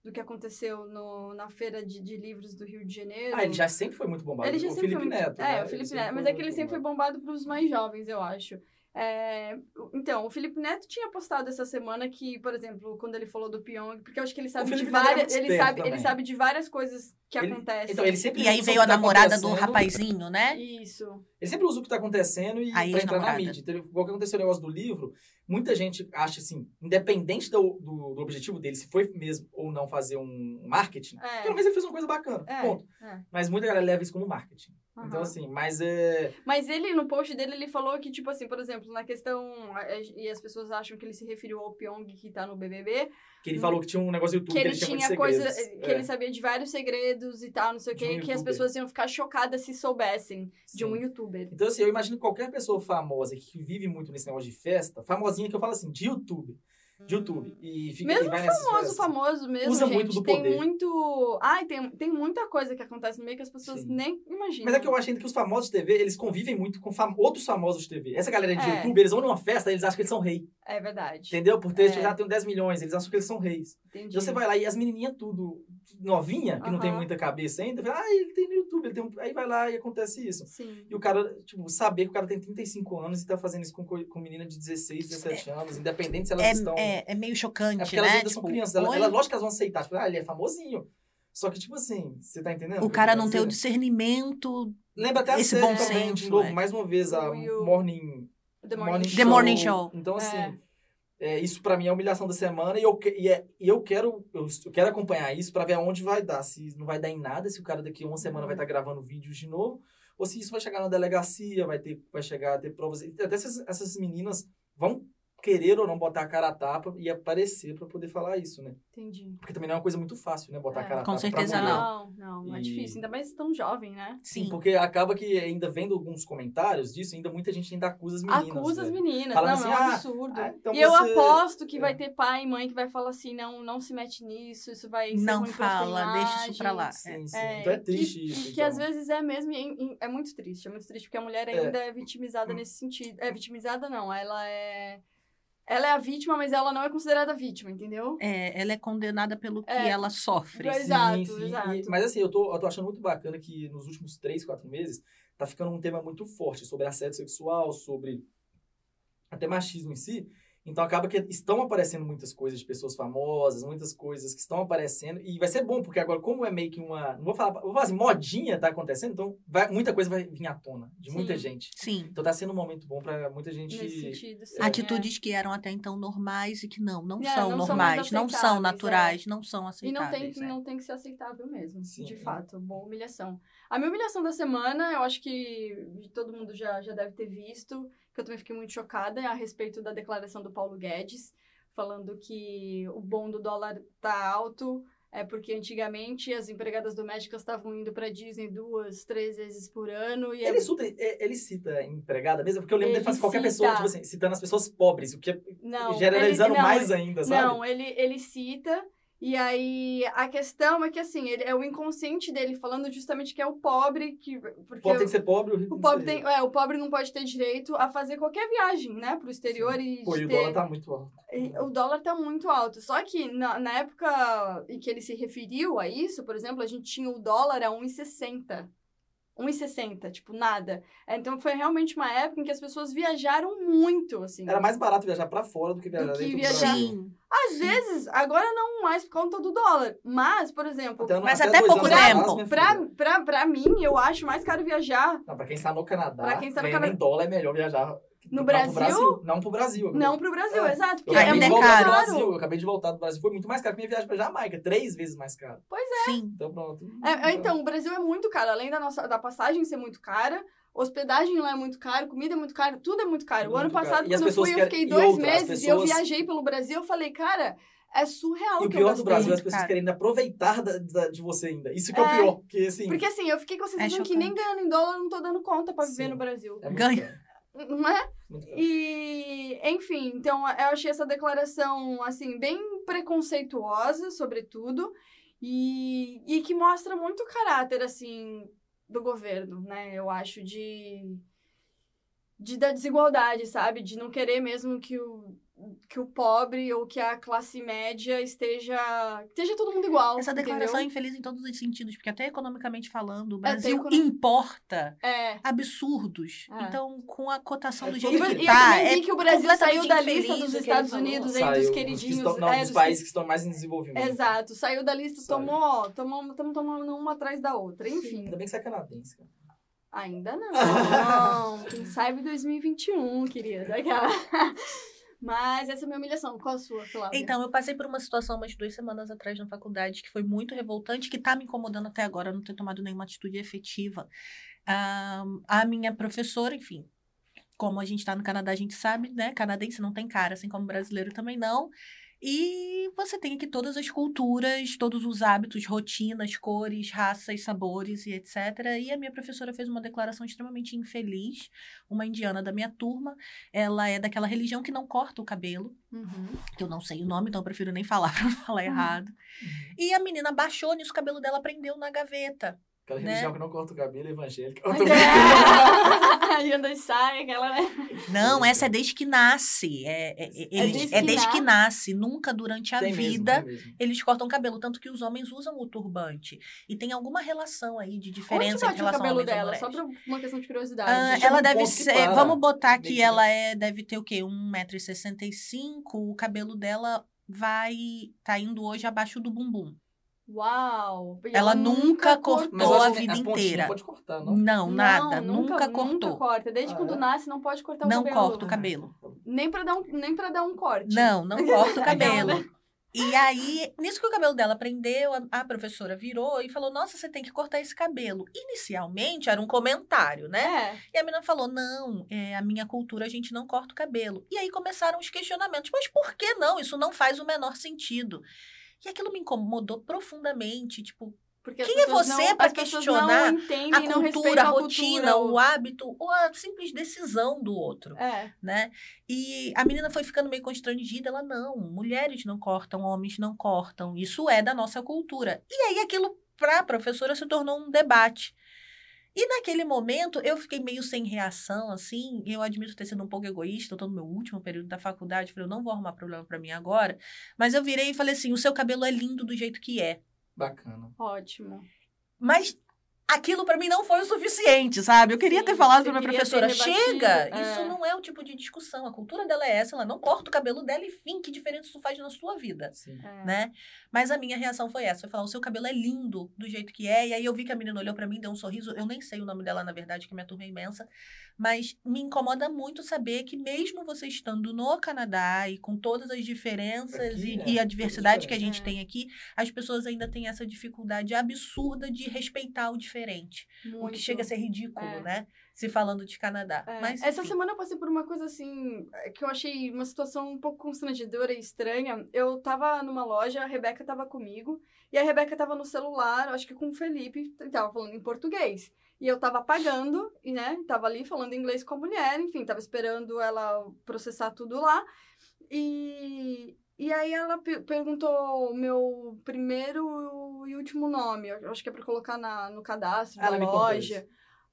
Speaker 1: do que aconteceu no, na feira de, de livros do Rio de Janeiro.
Speaker 3: Ah, ele já sempre foi muito bombado,
Speaker 1: Ele já
Speaker 3: o
Speaker 1: sempre
Speaker 3: Felipe
Speaker 1: foi muito-
Speaker 3: Neto.
Speaker 1: É,
Speaker 3: né?
Speaker 1: o
Speaker 3: Ele
Speaker 1: Felipe
Speaker 3: sempre
Speaker 1: Neto. Mas
Speaker 3: foi
Speaker 1: é que ele
Speaker 3: muito
Speaker 1: sempre foi
Speaker 3: bombado.
Speaker 1: bombado para os mais jovens, eu acho. É, o- então, o Felipe Neto tinha postado essa semana que, por exemplo, quando ele falou do Pyong, porque eu acho que ele sabe de
Speaker 3: Felipe Neto era
Speaker 1: várias.
Speaker 3: muito
Speaker 1: Ele sabe,
Speaker 3: esperto
Speaker 1: ele
Speaker 3: também.
Speaker 1: sabe de várias coisas que
Speaker 3: Ele-
Speaker 1: acontecem.
Speaker 3: Então, ele sempre
Speaker 2: e aí
Speaker 3: usa o que
Speaker 2: veio a
Speaker 3: tá
Speaker 2: namorada do
Speaker 3: acontecendo.
Speaker 2: rapazinho, né?
Speaker 1: Isso.
Speaker 3: Ele sempre usa o que está acontecendo e
Speaker 2: A
Speaker 3: pra
Speaker 1: é
Speaker 3: entrar na
Speaker 2: ex-namorada.
Speaker 3: mídia. Então, igual que aconteceu o negócio do livro, muita gente acha assim, independente do, do, do objetivo dele, se foi mesmo ou não fazer um marketing,
Speaker 1: É.
Speaker 3: pelo menos ele fez uma coisa bacana.
Speaker 1: É,
Speaker 3: Ponto.
Speaker 1: é.
Speaker 3: Mas muita galera leva isso como marketing.
Speaker 1: Aham.
Speaker 3: Então, assim, mas é.
Speaker 1: Mas ele, no post dele, ele falou que, tipo assim, por exemplo, na questão. a- a- E as pessoas acham que ele se referiu ao Pyong que tá no BBB.
Speaker 3: Que ele falou que tinha um negócio do YouTube
Speaker 1: Hum. que ele
Speaker 3: tinha,
Speaker 1: tinha
Speaker 3: muitos
Speaker 1: coisa. eh,
Speaker 3: segredos.
Speaker 1: Que
Speaker 3: É,
Speaker 1: ele sabia de vários segredos e tal, não sei o
Speaker 3: De um
Speaker 1: quê. que as
Speaker 3: youtuber.
Speaker 1: pessoas iam ficar chocadas se soubessem de um
Speaker 3: sim.
Speaker 1: youtuber.
Speaker 3: Então, assim, eu imagino que qualquer pessoa famosa que vive muito nesse negócio de festa, famosinha que eu falo assim, de YouTube. De YouTube. E fica
Speaker 1: Mesmo
Speaker 3: e vai nessas
Speaker 1: famoso,
Speaker 3: festas.
Speaker 1: famoso mesmo,
Speaker 3: É. Usa
Speaker 1: gente.
Speaker 3: muito do
Speaker 1: tem
Speaker 3: poder.
Speaker 1: muito. Ai, tem, tem muita coisa que acontece no meio que as pessoas
Speaker 3: Sim.
Speaker 1: nem imaginam.
Speaker 3: Mas é que eu acho ainda que os famosos de TV, eles convivem muito com fam- outros famosos de TV. Essa galera de
Speaker 1: É.
Speaker 3: YouTube, eles vão numa festa, eles acham que eles são rei.
Speaker 1: É verdade.
Speaker 3: Entendeu? Por ter tipo,
Speaker 1: É.
Speaker 3: já tem 10 milhões, eles acham que eles são reis.
Speaker 1: Entendi.
Speaker 3: Então você vai lá e as menininhas tudo novinha, que não tem
Speaker 1: Aham.
Speaker 3: muita cabeça ainda, fala, ah, ele tem no YouTube, ele tem um... aí vai lá e acontece isso.
Speaker 1: Sim.
Speaker 3: E o cara, tipo, saber que o cara tem 35 anos e tá fazendo isso com, co- com menina de 16, 17 anos, independente se elas
Speaker 2: É,
Speaker 3: estão...
Speaker 2: é, é meio
Speaker 3: É
Speaker 2: chocante,
Speaker 3: porque elas
Speaker 2: né?
Speaker 3: ainda são
Speaker 2: Tipo,
Speaker 3: crianças. Elas,
Speaker 2: oi?
Speaker 3: elas- lógico que elas vão aceitar. Tipo, ah, ele é famosinho. Só que, tipo assim, você tá entendendo?
Speaker 2: o
Speaker 3: que
Speaker 2: cara
Speaker 3: eu
Speaker 2: não
Speaker 3: quero
Speaker 2: tem o
Speaker 3: dizer?
Speaker 2: discernimento.
Speaker 3: Lembra até a
Speaker 2: esse
Speaker 3: série
Speaker 2: bom
Speaker 3: também, de
Speaker 2: senso,
Speaker 3: novo,
Speaker 2: é.
Speaker 3: mais uma vez, a
Speaker 1: Will-
Speaker 3: Morning,
Speaker 1: The Morning Show.
Speaker 2: The Morning Show.
Speaker 3: Então, assim,
Speaker 1: É.
Speaker 3: é, isso pra mim é a humilhação da semana. E eu, que- e é- e eu quero eu, est- eu quero acompanhar isso pra ver aonde vai dar. Se não vai dar em nada, se o cara daqui a uma semana
Speaker 1: Uhum.
Speaker 3: vai estar gravando vídeos de novo. Ou se isso vai chegar na delegacia, vai, ter, vai chegar a ter provas. E até essas, essas meninas vão querer ou não botar a cara a tapa e aparecer pra poder falar isso, né?
Speaker 1: Entendi.
Speaker 3: Porque também não é uma coisa muito fácil, né? Botar
Speaker 1: É.
Speaker 3: a cara a
Speaker 2: Com
Speaker 3: tapa pra
Speaker 2: certeza
Speaker 3: mulher.
Speaker 1: Não, não, é
Speaker 3: E-
Speaker 1: difícil. Ainda mais tão jovem, né?
Speaker 2: Sim.
Speaker 3: Porque acaba que ainda vendo alguns comentários disso, ainda muita gente ainda acusa as meninas.
Speaker 1: Acusa as
Speaker 3: velho.
Speaker 1: meninas.
Speaker 3: Falando
Speaker 1: não,
Speaker 3: assim,
Speaker 1: é um
Speaker 3: ah,
Speaker 1: absurdo.
Speaker 3: ah, então
Speaker 1: e eu
Speaker 3: você-
Speaker 1: aposto que vai
Speaker 3: É.
Speaker 1: ter pai e mãe que vai falar assim, não, não se mete nisso, isso vai ser
Speaker 2: Não
Speaker 1: ruim pra
Speaker 2: fala,
Speaker 1: sua
Speaker 2: deixa isso pra
Speaker 1: imagem.
Speaker 2: lá.
Speaker 3: Sim, sim.
Speaker 1: É,
Speaker 3: então é triste
Speaker 1: que,
Speaker 3: isso.
Speaker 1: Que, que
Speaker 3: então.
Speaker 1: às vezes é mesmo, e em- em- é muito triste, é muito triste, porque a mulher
Speaker 3: É.
Speaker 1: ainda é vitimizada nesse sentido. É vitimizada não, ela é... Ela é a vítima, mas ela não é considerada vítima, entendeu?
Speaker 2: É, ela é condenada pelo que
Speaker 1: É.
Speaker 2: ela sofre.
Speaker 1: Pois
Speaker 2: sim.
Speaker 1: Exato,
Speaker 3: Sim, sim. E-
Speaker 1: exato.
Speaker 3: mas assim, eu tô, eu tô achando muito bacana que nos últimos três, quatro meses, tá ficando um tema muito forte sobre assédio sexual, sobre até machismo em si. Então acaba que estão aparecendo muitas coisas de pessoas famosas, muitas coisas que estão aparecendo. E vai ser bom, porque agora, como é meio que uma. Não vou falar. Vou falar assim, modinha tá acontecendo, então vai- muita coisa vai vir à tona, de muita
Speaker 1: Sim.
Speaker 3: gente.
Speaker 2: Sim.
Speaker 3: Então tá sendo um momento bom pra muita gente. é.
Speaker 1: Nesse sentido, sim.
Speaker 2: Atitudes que eram até então normais e que não, não,
Speaker 1: É,
Speaker 2: são
Speaker 1: não são mais
Speaker 2: normais, não são
Speaker 1: aceitáveis,
Speaker 2: naturais, não
Speaker 1: É.
Speaker 2: são
Speaker 1: E não
Speaker 2: aceitáveis.
Speaker 1: tem, que-
Speaker 2: é.
Speaker 1: não tem que ser aceitável mesmo,
Speaker 3: né? Sim.
Speaker 1: de fato. Boa humilhação. A minha humilhação da semana, eu acho que todo mundo já, já deve ter visto, que eu também fiquei muito chocada, é a respeito da declaração do Paulo Guedes, falando que o bom do dólar tá alto, é porque antigamente as empregadas domésticas estavam indo pra Disney duas, três vezes por ano. E é-
Speaker 3: Ele, cita, é- ele cita empregada mesmo, porque eu
Speaker 1: Ele
Speaker 3: lembro dele falar assim, qualquer pessoa,
Speaker 1: cita.
Speaker 3: tipo assim, citando as pessoas pobres, o que é
Speaker 1: não,
Speaker 3: generalizando
Speaker 1: ele- não,
Speaker 3: mais ainda, sabe?
Speaker 1: Não, ele, ele cita. E aí, a questão é que, assim, ele, é o inconsciente dele falando justamente que é o pobre que...
Speaker 3: o
Speaker 1: Porque
Speaker 3: pobre tem
Speaker 1: o,
Speaker 3: que ser pobre, o rico
Speaker 1: o pobre
Speaker 3: tem que
Speaker 1: tem, é, o pobre não pode ter direito a fazer qualquer viagem, né? Pro exterior e
Speaker 3: ser. Pô,
Speaker 1: de
Speaker 3: e o
Speaker 1: ter-
Speaker 3: dólar tá muito alto.
Speaker 1: e O dólar tá muito alto. Só que na, na época em que ele se referiu a isso, por exemplo, a gente tinha o dólar a 1,60. 1,60, tipo, nada. Então, foi realmente uma época em que as pessoas viajaram muito, assim.
Speaker 3: Era mais barato viajar pra fora do que viajar
Speaker 1: Do que
Speaker 3: dentro do
Speaker 1: viajar.
Speaker 3: Brasil.
Speaker 2: Sim.
Speaker 1: Às vezes, agora não mais por conta do dólar. Mas, por exemplo,
Speaker 3: ano-
Speaker 2: Mas até
Speaker 3: dois
Speaker 2: pouco
Speaker 3: anos atrás,
Speaker 2: tempo,
Speaker 3: minha filha.
Speaker 1: pra, pra, pra mim, eu acho mais caro viajar.
Speaker 3: Não, pra quem está no Canadá,
Speaker 1: Pra quem está no
Speaker 3: ganhando
Speaker 1: Canadá.
Speaker 3: em dólar é melhor viajar
Speaker 1: No
Speaker 3: não
Speaker 1: Brasil?
Speaker 3: pro um Brasil. Não pro Brasil. agora.
Speaker 1: Não pro Brasil,
Speaker 3: É.
Speaker 1: exato.
Speaker 3: Eu
Speaker 1: Porque é
Speaker 3: acabei,
Speaker 2: ainda
Speaker 3: de
Speaker 1: muito
Speaker 2: é
Speaker 3: voltar do
Speaker 2: caro.
Speaker 3: Brasil, eu
Speaker 1: caro.
Speaker 3: acabei de voltar do Brasil. Foi muito mais caro que minha viagem pra Jamaica. Três vezes mais caro.
Speaker 2: Sim.
Speaker 3: Então pronto.
Speaker 1: É, é, então, o Brasil é muito caro. Além da, nossa, da passagem ser muito cara, hospedagem lá é muito caro, comida é muito caro, tudo é muito caro. O
Speaker 3: Muito
Speaker 1: ano
Speaker 3: caro.
Speaker 1: passado,
Speaker 3: E as
Speaker 1: quando eu
Speaker 3: pessoas
Speaker 1: fui, eu
Speaker 3: querem-
Speaker 1: fiquei
Speaker 3: e
Speaker 1: dois
Speaker 3: outra, as
Speaker 1: meses e eu
Speaker 3: pessoas-
Speaker 1: viajei pelo Brasil. Eu falei, cara, é surreal
Speaker 3: E o
Speaker 1: que eu
Speaker 3: pior
Speaker 1: gastei.
Speaker 3: do Brasil é as
Speaker 2: Muito
Speaker 3: pessoas
Speaker 2: caro.
Speaker 3: querendo aproveitar da- da- de você ainda. Isso que é, o
Speaker 1: É.
Speaker 3: pior. Porque assim.
Speaker 1: Porque assim, eu fiquei com a sensação que
Speaker 2: chocante.
Speaker 1: nem ganhando em dólar eu não tô dando conta pra viver
Speaker 3: Sim.
Speaker 1: no Brasil.
Speaker 3: é muito
Speaker 2: Ganha.
Speaker 3: caro,
Speaker 1: Não é?
Speaker 3: muito caro.
Speaker 1: E, enfim, então eu achei essa declaração, assim, bem preconceituosa, sobretudo, e, e que mostra muito o caráter, assim, do governo, né? Eu acho de. de da desigualdade, sabe? De não querer mesmo que o. Que o pobre ou que a classe média esteja. esteja todo mundo igual.
Speaker 2: Essa declaração
Speaker 1: entendeu?
Speaker 2: é infeliz em todos os sentidos, porque até economicamente falando, o
Speaker 1: É, tem
Speaker 2: Brasil
Speaker 1: econo-
Speaker 2: importa
Speaker 1: é.
Speaker 2: absurdos.
Speaker 1: É.
Speaker 2: Então, com a cotação
Speaker 3: É
Speaker 2: do
Speaker 3: tudo
Speaker 1: E,
Speaker 2: jeito
Speaker 1: e
Speaker 3: que-
Speaker 2: que
Speaker 1: eu
Speaker 2: tá,
Speaker 1: também vi
Speaker 2: é
Speaker 1: que o Brasil saiu da
Speaker 2: completamente
Speaker 1: lista
Speaker 2: infeliz
Speaker 1: dos
Speaker 2: o que ele
Speaker 1: Estados
Speaker 4: falou.
Speaker 1: Unidos,
Speaker 3: Saiu
Speaker 1: entre
Speaker 3: os
Speaker 1: os
Speaker 3: que
Speaker 1: queridinhos.
Speaker 3: estão- não,
Speaker 1: é,
Speaker 3: dos
Speaker 1: dos
Speaker 3: países que estão mais em desenvolvimento.
Speaker 1: Exato, saiu da lista,
Speaker 3: Saiu.
Speaker 1: tomou, ó, tomamos, estamos tomando uma atrás da outra, enfim.
Speaker 3: Ainda bem que você é canadense, cara.
Speaker 1: Ainda
Speaker 2: <laughs>
Speaker 1: não. não. Quem sabe 2021, querida. Aquela. <laughs> Mas essa é a minha humilhação. Qual a sua, Flávia?
Speaker 2: Então, eu passei por uma situação umas duas semanas atrás na faculdade que foi muito revoltante, que tá me incomodando até agora, eu não ter tomado nenhuma atitude efetiva. a, a minha professora, enfim, como a gente está no Canadá, a gente sabe, né? Canadense não tem cara, assim como brasileiro também não. E você tem aqui todas as culturas, todos os hábitos, rotinas, cores, raças, sabores e etc. E a minha professora fez uma declaração extremamente infeliz. Uma indiana da minha turma, ela é daquela religião que não corta o cabelo
Speaker 1: Uhum.
Speaker 2: que eu não sei o nome, então eu prefiro nem falar <laughs> pra não falar errado. E a menina baixou nisso, o cabelo dela prendeu na gaveta.
Speaker 3: Aquela
Speaker 2: Né?
Speaker 3: religião que não corta o cabelo é evangélica. <laughs> Eu tô
Speaker 1: É. Aí anda <laughs> e sai, aquela, né?
Speaker 2: Não, essa é desde que nasce. É, é, é- eles-
Speaker 1: desde
Speaker 2: é
Speaker 1: que
Speaker 2: desde que
Speaker 1: nasce.
Speaker 2: nasce, nunca durante a
Speaker 3: Tem mesmo, né?
Speaker 2: vida.
Speaker 3: tem mesmo.
Speaker 2: Eles cortam o cabelo, tanto que os homens usam o turbante. E tem alguma relação aí de diferença
Speaker 1: Onde bate
Speaker 2: em
Speaker 1: o
Speaker 2: relação a
Speaker 1: um cabelo
Speaker 2: homens e
Speaker 1: dela?
Speaker 2: mulheres?
Speaker 1: Só pra uma questão de curiosidade.
Speaker 2: Ah,
Speaker 3: Deixa
Speaker 2: ela
Speaker 3: um
Speaker 2: deve
Speaker 3: ponto que
Speaker 2: ser.
Speaker 3: para.
Speaker 2: Vamos botar que
Speaker 3: Entendi.
Speaker 2: ela é, deve ter o quê? 1,65m. O cabelo dela vai. tá indo hoje abaixo do bumbum.
Speaker 1: Uau! porque
Speaker 2: Ela nunca
Speaker 3: Mas
Speaker 2: cortou
Speaker 3: eu
Speaker 2: a
Speaker 3: acho que
Speaker 2: vida
Speaker 3: as pontinhas
Speaker 2: inteira.
Speaker 3: Pode cortar, não?
Speaker 2: Não, nada.
Speaker 1: Não,
Speaker 2: Nunca, cortou.
Speaker 1: Nunca corta. Desde
Speaker 3: Ah,
Speaker 1: quando
Speaker 3: é?
Speaker 1: nasce, não pode cortar o
Speaker 2: não
Speaker 1: cabelo.
Speaker 2: corta o cabelo.
Speaker 1: Nem pra dar um, nem pra dar um corte.
Speaker 2: Não, não corta o cabelo.
Speaker 1: Não, né?
Speaker 2: E aí, nisso que o cabelo dela prendeu, a, a professora virou e falou: Nossa, você tem que cortar esse cabelo. Inicialmente era um comentário, né?
Speaker 1: É.
Speaker 2: E a menina falou: Não, é, a minha cultura a gente não corta o cabelo. E aí começaram os questionamentos: Mas por que não? Isso não faz o menor sentido. E aquilo me incomodou profundamente. Tipo,
Speaker 1: Porque as
Speaker 2: Quem é
Speaker 1: pessoas não-
Speaker 2: você pra
Speaker 1: as pessoas
Speaker 2: questionar
Speaker 1: não entendem,
Speaker 2: a
Speaker 1: não
Speaker 2: cultura,
Speaker 1: respeitam
Speaker 2: a rotina,
Speaker 1: cultura,
Speaker 2: o hábito ou a simples decisão do outro.
Speaker 1: É.
Speaker 2: né? E a menina foi ficando meio constrangida. Ela, não, mulheres não cortam, homens não cortam. Isso é da nossa cultura. E aí aquilo para a professora se tornou um debate. E naquele momento eu fiquei meio sem reação, assim. Eu admito ter sido um pouco egoísta, eu tô no meu último período da faculdade, falei, eu não vou arrumar problema para mim agora. Mas eu virei e falei assim: o seu cabelo é lindo do jeito que é.
Speaker 3: Bacana.
Speaker 1: Ótimo.
Speaker 2: Mas aquilo pra mim não foi o suficiente, sabe? Eu queria
Speaker 1: Sim,
Speaker 2: ter falado
Speaker 1: você
Speaker 2: pra minha
Speaker 1: queria ter
Speaker 2: professora,
Speaker 1: rebatido,
Speaker 2: chega,
Speaker 1: é.
Speaker 2: isso não é o tipo de discussão, a cultura dela é essa, ela não corta o cabelo dela e fim, que diferença isso faz na sua vida,
Speaker 3: Sim.
Speaker 1: É.
Speaker 2: né? Mas a minha reação foi essa, eu falar, o seu cabelo é lindo do jeito que é, e aí eu vi que a menina olhou pra mim, deu um sorriso, eu nem sei o nome dela, na verdade, que minha turma é imensa, mas me incomoda muito saber que mesmo você estando no Canadá e com todas as diferenças
Speaker 3: Aqui,
Speaker 2: e,
Speaker 3: né?
Speaker 2: e a diversidade que a gente
Speaker 1: É.
Speaker 2: tem aqui, as pessoas ainda têm essa dificuldade absurda de respeitar o diferente. O
Speaker 1: Muito.
Speaker 2: que chega a ser ridículo,
Speaker 1: É.
Speaker 2: né? Se falando de Canadá.
Speaker 1: É,
Speaker 2: Mas,
Speaker 1: Essa
Speaker 2: enfim.
Speaker 1: semana eu passei por uma coisa assim, eh, que eu achei uma situação um pouco constrangedora e estranha. Eu tava numa loja, a Rebeca tava comigo, e a Rebeca tava no celular, acho que com o Felipe, e tava falando em português. E eu tava pagando, e né, tava ali falando inglês com a mulher, enfim, tava esperando ela processar tudo lá. E, e aí ela pe- perguntou o meu primeiro e último nome, eu acho que é pra colocar na, no cadastro
Speaker 3: Ela
Speaker 1: da
Speaker 3: me contou
Speaker 1: loja.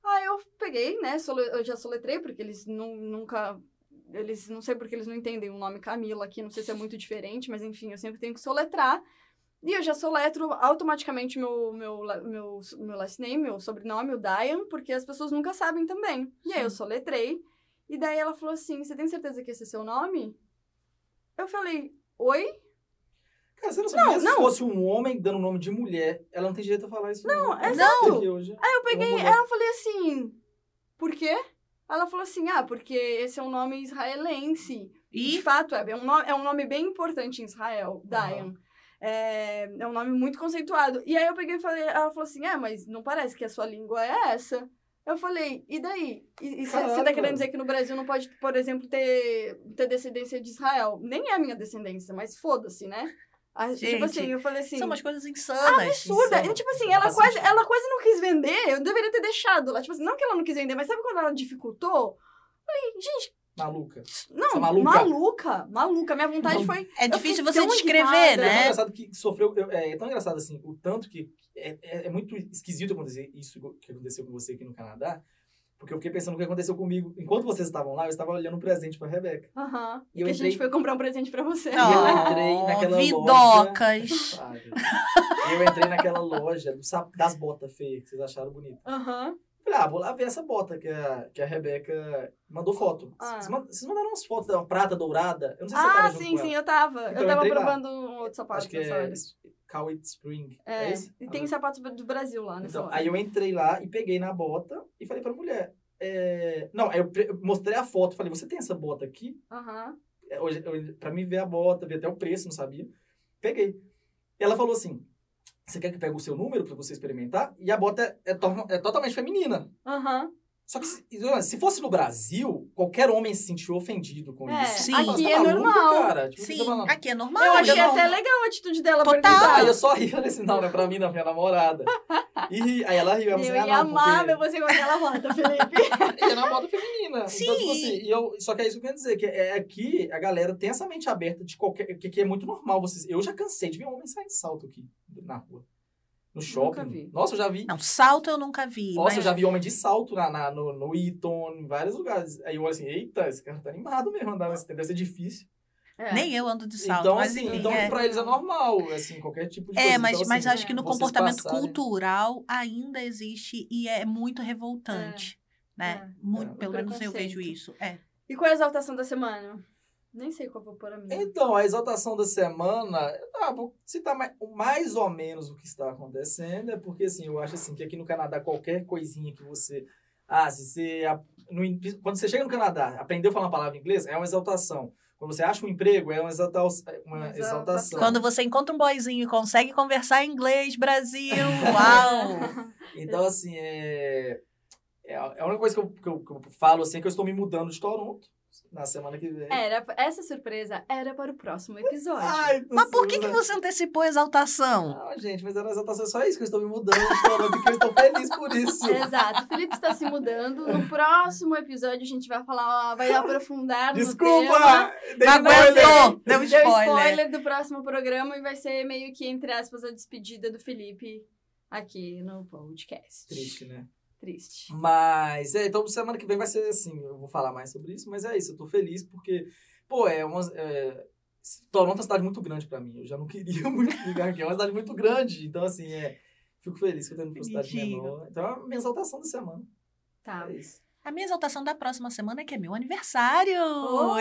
Speaker 1: Aí eu peguei, né? sole- Eu já soletrei, porque eles nu- nunca. Eles não sei porque eles não entendem o nome Camila aqui, não sei se é muito diferente, mas enfim, eu sempre tenho que soletrar. E eu já soletro automaticamente meu, meu, la- meu, s- meu last name, meu sobrenome, o Diane, porque as pessoas nunca sabem também. E aí eu soletrei. E daí ela falou assim: Você tem certeza que esse é seu nome? Eu falei: Oi?
Speaker 3: Cara, você não sabia
Speaker 1: Não,
Speaker 3: se
Speaker 1: não.
Speaker 3: fosse um homem dando o nome de mulher, ela não tem direito a falar isso. Não,
Speaker 1: é
Speaker 3: não.
Speaker 1: exato.
Speaker 3: Aqui hoje.
Speaker 1: Aí eu peguei,
Speaker 3: Uma mulher.
Speaker 1: ela falei assim: Por quê? Ela falou assim: Ah, porque esse é um nome israelense. De
Speaker 2: E
Speaker 1: fato, é, é um nome, é um nome bem importante em Israel, Dayan. É, é um nome muito conceituado. E aí eu peguei e falei, ela falou assim: é, mas não parece que a sua língua é essa. Eu falei, e daí? E e cê- você tá
Speaker 3: Caralho.
Speaker 1: querendo dizer que no Brasil não pode, por exemplo, ter, ter descendência de Israel? Nem é a minha descendência, mas foda-se, né? Ah,
Speaker 2: Gente, é
Speaker 1: tipo assim, eu falei assim.
Speaker 2: são umas coisas insanas.
Speaker 1: Absurda.
Speaker 2: insanas.
Speaker 1: E, tipo assim,
Speaker 3: Não
Speaker 1: ela
Speaker 3: faz
Speaker 1: quase,
Speaker 3: sentido.
Speaker 1: ela quase não quis vender. Eu deveria ter deixado lá. Tipo assim, não que ela não quis vender, mas sabe quando ela dificultou? Eu falei, gente,
Speaker 3: Maluca.
Speaker 1: não,
Speaker 3: Você é maluca?
Speaker 1: maluca, maluca. Minha vontade
Speaker 3: Não.
Speaker 1: foi.
Speaker 2: É
Speaker 1: Eu
Speaker 2: difícil
Speaker 1: fiquei
Speaker 2: você
Speaker 1: tão
Speaker 2: descrever,
Speaker 1: irritada.
Speaker 3: É tão
Speaker 2: né?
Speaker 3: engraçado que sofreu. eu- É, é tão engraçado assim, o tanto que. É, é- é muito esquisito acontecer isso que aconteceu com você aqui no Canadá, porque eu fiquei pensando o que aconteceu comigo. Enquanto vocês estavam lá, eu estava olhando um presente pra Rebeca.
Speaker 1: Aham.
Speaker 3: E eu
Speaker 1: que a gente
Speaker 3: entrei-
Speaker 1: foi comprar um presente pra você.
Speaker 3: E eu
Speaker 2: Oh,
Speaker 3: entrei naquela
Speaker 2: vidocas.
Speaker 3: loja. Sabe? Eu entrei naquela loja do sap- das botas feias que vocês acharam bonita.
Speaker 1: Aham.
Speaker 3: Falei, ah, vou lá ver essa bota que a, que a Rebeca mandou foto.
Speaker 1: Ah.
Speaker 3: Vocês, mand- vocês mandaram umas fotos da prata dourada. Eu não sei se você
Speaker 1: Ah,
Speaker 3: tava junto
Speaker 1: sim,
Speaker 3: com
Speaker 1: sim,
Speaker 3: ela.
Speaker 1: eu tava.
Speaker 3: Então,
Speaker 1: eu
Speaker 3: eu
Speaker 1: tava
Speaker 3: entrei lá.
Speaker 1: provando um outro sapato.
Speaker 3: Acho que
Speaker 1: nessa
Speaker 3: é
Speaker 1: hora.
Speaker 3: Cowit Spring.
Speaker 1: É,
Speaker 3: É, esse?
Speaker 1: E
Speaker 3: Ah,
Speaker 1: tem sapatos do Brasil lá né, nessa
Speaker 3: Então,
Speaker 1: hora.
Speaker 3: aí eu entrei lá e peguei na bota e falei pra mulher. é, Não, aí eu pre- eu mostrei a foto, falei, você tem essa bota aqui?
Speaker 1: Aham.
Speaker 3: É, Hoje, eu- pra mim ver a bota, ver até o preço, não sabia. Peguei. Ela falou assim: Você quer que pegue o seu número pra você experimentar? E a bota é, é torna- é totalmente feminina.
Speaker 1: Aham.
Speaker 3: Só que se, se fosse no Brasil, qualquer homem se sentiu ofendido com
Speaker 1: É,
Speaker 3: isso.
Speaker 2: Sim.
Speaker 3: Nossa,
Speaker 1: aqui
Speaker 3: tá
Speaker 1: é
Speaker 3: maluco,
Speaker 1: normal.
Speaker 3: cara? Tipo,
Speaker 2: Sim,
Speaker 3: você tá maluco.
Speaker 2: aqui é normal.
Speaker 1: Eu
Speaker 2: ainda
Speaker 1: achei
Speaker 3: não-
Speaker 1: até legal a atitude dela
Speaker 2: Total.
Speaker 1: perguntar.
Speaker 3: Aí eu só ri, falei assim, não, não é pra mim, não, é pra minha namorada. E aí ela riu, ela falou
Speaker 1: Eu
Speaker 3: assim, ah,
Speaker 1: ia
Speaker 3: não,
Speaker 1: amar
Speaker 3: porque-
Speaker 1: ver você com aquela rota, Felipe.
Speaker 3: <laughs> E é na moda feminina.
Speaker 2: Sim.
Speaker 3: Então, tipo assim, e eu, só que é isso que eu quero dizer, que é, aqui a galera tem essa mente aberta de qualquer. Que, que é muito normal. Vocês, eu já cansei de ver homem sair em salto aqui na rua. No shopping.
Speaker 1: vi.
Speaker 3: Nossa, eu já vi.
Speaker 2: Não, salto eu nunca vi.
Speaker 3: Nossa,
Speaker 2: mas-
Speaker 3: eu já vi homem de salto na, na- no, no Eton, em vários lugares. Aí eu olho assim, eita, esse cara tá animado mesmo andar nesse deve ser difícil.
Speaker 1: É.
Speaker 2: Nem eu ando de salto.
Speaker 3: então,
Speaker 2: mas,
Speaker 3: assim,
Speaker 2: enfim,
Speaker 3: então
Speaker 2: é.
Speaker 3: pra eles é normal, assim, qualquer tipo de
Speaker 2: É,
Speaker 3: coisa.
Speaker 2: mas,
Speaker 3: então, assim,
Speaker 2: mas acho que no
Speaker 3: vocês
Speaker 2: comportamento
Speaker 3: passarem-
Speaker 2: cultural ainda existe e é muito revoltante. Né?
Speaker 1: É.
Speaker 2: Muito,
Speaker 3: É.
Speaker 2: pelo menos eu
Speaker 1: Preconceito.
Speaker 2: vejo isso. É.
Speaker 1: E qual é a exaltação da semana? Nem sei qual vou pôr a
Speaker 2: Né?
Speaker 1: minha.
Speaker 3: Então, a exaltação da semana, ah, vou citar mais, mais ou menos o que está acontecendo, é porque assim, eu acho assim que aqui no Canadá qualquer coisinha que você ah, se você a- no in- quando você chega no Canadá, aprendeu a falar a palavra em inglês, é uma exaltação. Quando você acha um emprego, é uma, exalta, uma
Speaker 1: Exaltação.
Speaker 3: exaltação.
Speaker 2: Quando você encontra um boyzinho e consegue conversar em inglês,
Speaker 3: <laughs>
Speaker 2: Brasil, uau!
Speaker 3: Então, assim, é, é a é a única coisa que eu, que, eu, que eu falo assim é que eu estou me mudando de Toronto na semana que vem.
Speaker 1: <laughs>
Speaker 2: É,
Speaker 1: Era, essa surpresa era para o próximo episódio.
Speaker 2: Mas por
Speaker 3: é
Speaker 2: que, que você antecipou a exaltação?
Speaker 3: Não, gente, mas era uma exaltação é só isso que eu estou me mudando de Toronto, que eu estou feliz por isso.
Speaker 1: Exato. O Felipe está se mudando. No próximo episódio a gente vai falar, vai
Speaker 2: Ah,
Speaker 1: aprofundar no tema.
Speaker 3: Desculpa! dei
Speaker 2: Não
Speaker 3: spoiler.
Speaker 2: aguentou! Deu
Speaker 1: Deu spoiler.
Speaker 2: spoiler.
Speaker 1: do próximo programa e vai ser meio que, entre aspas, a despedida do Felipe aqui no podcast.
Speaker 3: Triste, né?
Speaker 1: Triste.
Speaker 3: Mas, é, então semana que vem vai ser assim, eu vou falar mais sobre isso, mas é isso, eu tô feliz porque, pô, é uma. é, Toronto é uma cidade muito grande pra mim, eu já não <laughs> queria muito ligar aqui, é uma cidade muito grande, então assim, é. Fico feliz que eu tô indo pra uma cidade
Speaker 2: Bonitinho. Ah.
Speaker 3: menor. Então é a minha exaltação da semana.
Speaker 1: Tá.
Speaker 3: É isso.
Speaker 2: A minha exaltação da próxima semana é que é meu aniversário!
Speaker 1: Oh!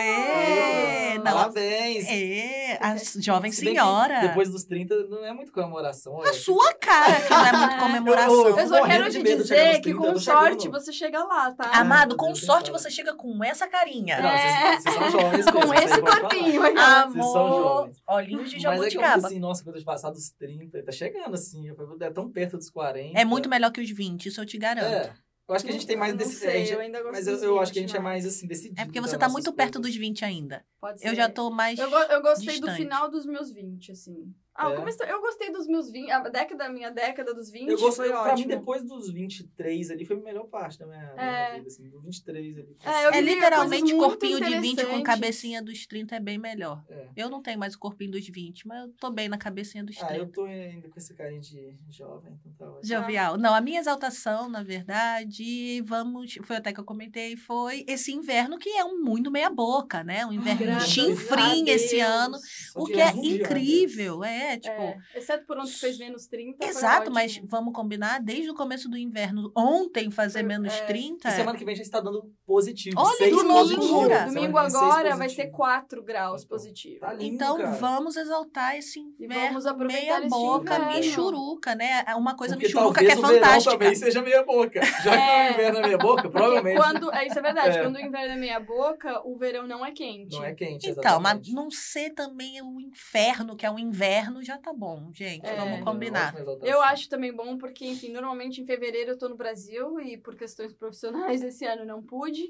Speaker 2: É!
Speaker 1: Não,
Speaker 3: Parabéns!
Speaker 2: É, a jovem
Speaker 3: Se bem que
Speaker 2: senhora.
Speaker 3: Depois dos 30 não é muito comemoração.
Speaker 2: A
Speaker 3: é.
Speaker 2: sua cara que não é muito comemoração.
Speaker 3: <laughs> Eu- eu-
Speaker 1: Eu só
Speaker 3: morrendo
Speaker 1: quero
Speaker 3: de
Speaker 1: te
Speaker 3: medo de chegar
Speaker 1: dizer
Speaker 3: nos
Speaker 1: que
Speaker 3: 30,
Speaker 1: com
Speaker 3: eu tô chegando.
Speaker 1: sorte você chega lá, tá?
Speaker 2: Amado,
Speaker 3: Ah,
Speaker 2: com
Speaker 3: meu Deus,
Speaker 2: sorte
Speaker 3: cara.
Speaker 2: você chega com essa
Speaker 3: Não,
Speaker 2: carinha.
Speaker 1: É.
Speaker 3: vocês, vocês são jovens mesmo,
Speaker 1: Com
Speaker 3: vocês
Speaker 1: esse
Speaker 3: vão falar.
Speaker 1: corpinho. aí.
Speaker 3: Vocês são
Speaker 2: Amor,
Speaker 3: jovens.
Speaker 2: olhinhos de
Speaker 3: Mas é que eu fico
Speaker 2: jabuticaba.
Speaker 3: assim, nossa, quando eu passar dos 30, tá chegando assim, eu falei, é tão perto dos 40.
Speaker 2: É muito melhor que os 20, isso eu te garanto.
Speaker 3: É, eu acho que a gente tem mais
Speaker 1: Não
Speaker 3: desse.
Speaker 1: sei,
Speaker 3: é, a gente-
Speaker 1: eu ainda gosto
Speaker 3: mas eu,
Speaker 1: dos
Speaker 3: eu acho que a
Speaker 1: 20
Speaker 3: gente é mais assim, decidido.
Speaker 2: É, porque você
Speaker 3: nas
Speaker 2: tá
Speaker 3: nossas
Speaker 2: muito perto
Speaker 3: coisas.
Speaker 2: dos 20 ainda.
Speaker 1: Pode
Speaker 2: Eu
Speaker 1: ser.
Speaker 2: já tô mais.
Speaker 1: Eu, go- eu gostei do
Speaker 2: distante.
Speaker 1: final dos meus 20, assim. Ah,
Speaker 3: É?
Speaker 1: eu, comecei, eu gostei dos meus 20, a década, minha década dos 20
Speaker 3: Eu gostei,
Speaker 1: foi
Speaker 3: pra
Speaker 1: ótimo.
Speaker 3: mim, depois dos 23 ali, foi a melhor parte da minha, da minha vida, assim, do 23 ali.
Speaker 1: É, eu
Speaker 2: É
Speaker 1: vivi
Speaker 2: literalmente
Speaker 1: coisas muito
Speaker 2: corpinho de 20 com
Speaker 1: interessantes.
Speaker 2: cabecinha dos 30 é bem melhor.
Speaker 3: É.
Speaker 2: Eu não tenho mais o corpinho dos 20, mas eu tô bem na cabecinha dos
Speaker 3: Ah,
Speaker 2: 30.
Speaker 3: eu tô ainda com esse carinha de jovem, então tá ótimo.
Speaker 2: Jovial. Não, a minha exaltação, na verdade, vamos, foi até que eu comentei, foi esse inverno que é um mundo meia boca, né? Um inverno
Speaker 1: Graças
Speaker 2: chinfrim
Speaker 1: a
Speaker 2: esse
Speaker 1: Deus.
Speaker 2: ano,
Speaker 3: Só
Speaker 2: o
Speaker 3: de
Speaker 2: que é
Speaker 3: um dia, né?
Speaker 2: incrível, é, tipo,
Speaker 1: É, exceto por onde fez menos 30. foi
Speaker 2: Exato,
Speaker 1: ótimo.
Speaker 2: mas vamos combinar, desde o começo do inverno, ontem fazer
Speaker 1: Foi-
Speaker 2: menos
Speaker 1: é.
Speaker 2: 30.
Speaker 3: E semana que vem já está dando positivo.
Speaker 2: Olha,
Speaker 3: seis
Speaker 2: domingo,
Speaker 3: positivo.
Speaker 2: jura?
Speaker 3: Semana que
Speaker 1: Domingo
Speaker 3: vem, seis
Speaker 1: agora vai
Speaker 3: positivo.
Speaker 1: ser 4 graus
Speaker 3: Então,
Speaker 1: positivo.
Speaker 3: tá lindo.
Speaker 2: Então
Speaker 3: cara.
Speaker 2: vamos exaltar esse
Speaker 1: E
Speaker 2: inverno.
Speaker 1: vamos aproveitar
Speaker 2: Meia
Speaker 1: esse
Speaker 2: boca,
Speaker 1: inverno.
Speaker 2: michuruca, né? Uma coisa
Speaker 3: Porque
Speaker 2: michuruca que é
Speaker 3: talvez o verão
Speaker 2: fantástica.
Speaker 3: também seja meia boca. Já que
Speaker 1: É.
Speaker 3: é. o inverno é meia boca,
Speaker 1: Porque
Speaker 3: provavelmente
Speaker 1: quando, é, isso é verdade,
Speaker 3: É.
Speaker 1: quando o inverno é meia boca, o verão não é quente.
Speaker 3: não é quente.
Speaker 2: Então, mas
Speaker 3: exatamente.
Speaker 2: não ser também o inferno, que é um inverno, já tá bom, gente.
Speaker 1: É.
Speaker 2: Vamos combinar.
Speaker 3: Ótima exaltação.
Speaker 1: Eu acho também bom, porque, enfim, normalmente em fevereiro eu tô no Brasil e por questões profissionais <laughs> esse ano não pude.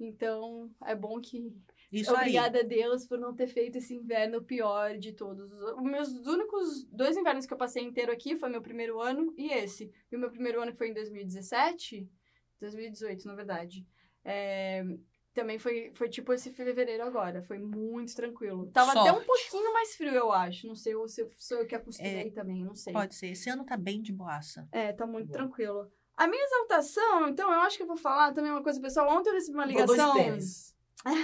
Speaker 1: Então, é bom que.
Speaker 2: Isso
Speaker 1: Obrigada a Deus por não ter feito esse inverno pior de todos. Os meus únicos dois invernos que eu passei inteiro aqui foi meu primeiro ano e esse. E o meu primeiro ano que foi em 2017, 2018, na verdade. É, Também foi, foi tipo esse fevereiro agora. Foi muito tranquilo. Tava até um
Speaker 2: Sorte.
Speaker 1: pouquinho mais frio, eu acho. Não sei ou se eu- sou eu que acostumei também, não sei.
Speaker 2: aí. É, Pode ser. Esse ano tá bem de boaça.
Speaker 1: É, tá muito
Speaker 3: Bom.
Speaker 1: tranquilo. A minha exaltação, então, eu acho que eu vou falar também uma coisa pessoal. Ontem eu recebi uma
Speaker 2: um
Speaker 3: Comprou
Speaker 1: ligação.
Speaker 3: Dois tênis.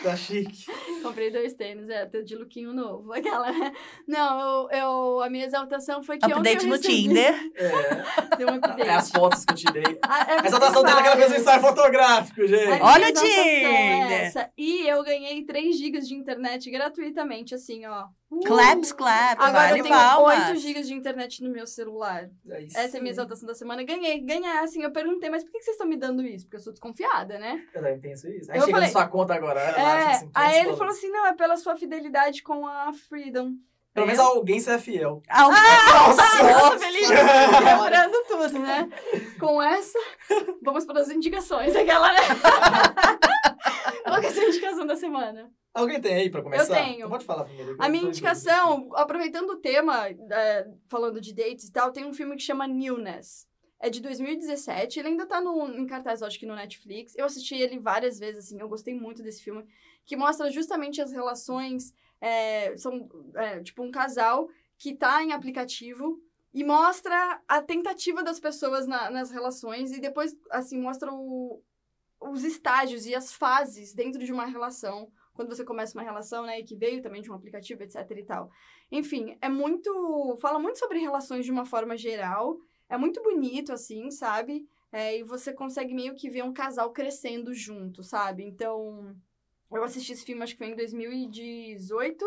Speaker 3: Tá chique.
Speaker 1: Comprei dois tênis, é, tô de lookinho novo. <laughs> Aquela. né? Não, eu, eu- a minha exaltação foi que ontem.
Speaker 2: Update né?
Speaker 1: eu
Speaker 2: no
Speaker 1: recebi-
Speaker 2: Tinder.
Speaker 3: É,
Speaker 1: <laughs> Deu um update. Ah,
Speaker 3: é as fotos que eu tirei.
Speaker 1: A,
Speaker 3: A exaltação dela é que ela fez um ensaio fotográfico, gente.
Speaker 2: Olha o
Speaker 1: Tinder!
Speaker 2: Tinder!
Speaker 1: é E eu ganhei 3 GB de internet gratuitamente, assim, ó. Uh!
Speaker 2: Claps, claps.
Speaker 1: Agora
Speaker 2: vale
Speaker 1: eu tenho
Speaker 2: palmas.
Speaker 1: 8 GB de internet no meu celular.
Speaker 3: É isso.
Speaker 1: Essa é a minha exaltação da semana. Ganhei, ganhar, assim. Eu perguntei, mas por que que vocês estão me dando isso? Porque eu sou desconfiada, né?
Speaker 3: Eu também penso é isso. Aí
Speaker 1: Eu
Speaker 3: chega
Speaker 1: falei-
Speaker 3: na sua conta agora. ela acha
Speaker 1: É,
Speaker 3: assim, 500
Speaker 1: aí ele
Speaker 3: dólares.
Speaker 1: falou assim: não, é pela sua fidelidade com a Freedom. <laughs>
Speaker 3: Pelo menos alguém você é fiel.
Speaker 2: Ah,
Speaker 3: Nossa!
Speaker 1: Nossa, Felipe! né? com essa, vamos para as indicações. Aquela, né? <laughs> Qual que é a sua indicação da semana?
Speaker 3: Alguém tem aí pra começar?
Speaker 1: tenho.
Speaker 3: Então pode falar primeiro. eu
Speaker 1: A minha
Speaker 3: tô em dúvida.
Speaker 1: indicação, aproveitando o tema, é, falando de dates e tal, tem um filme que chama Newness. É de 2017, ele ainda tá no, em cartaz, eu acho que no Netflix. Eu assisti ele várias vezes, assim, eu gostei muito desse filme, que mostra justamente as relações. é, são, é, tipo, um casal que tá em aplicativo e mostra a tentativa das pessoas na- nas relações e depois, assim, mostra o- os estágios e as fases dentro de uma relação. Quando você começa uma relação, né, e que veio também de um aplicativo, etc e tal. Enfim, é muito... Fala muito sobre relações de uma forma geral. É muito bonito, assim, sabe? É, e você consegue meio que ver um casal crescendo junto, sabe? Então, eu assisti esse filme, acho que foi em 2018.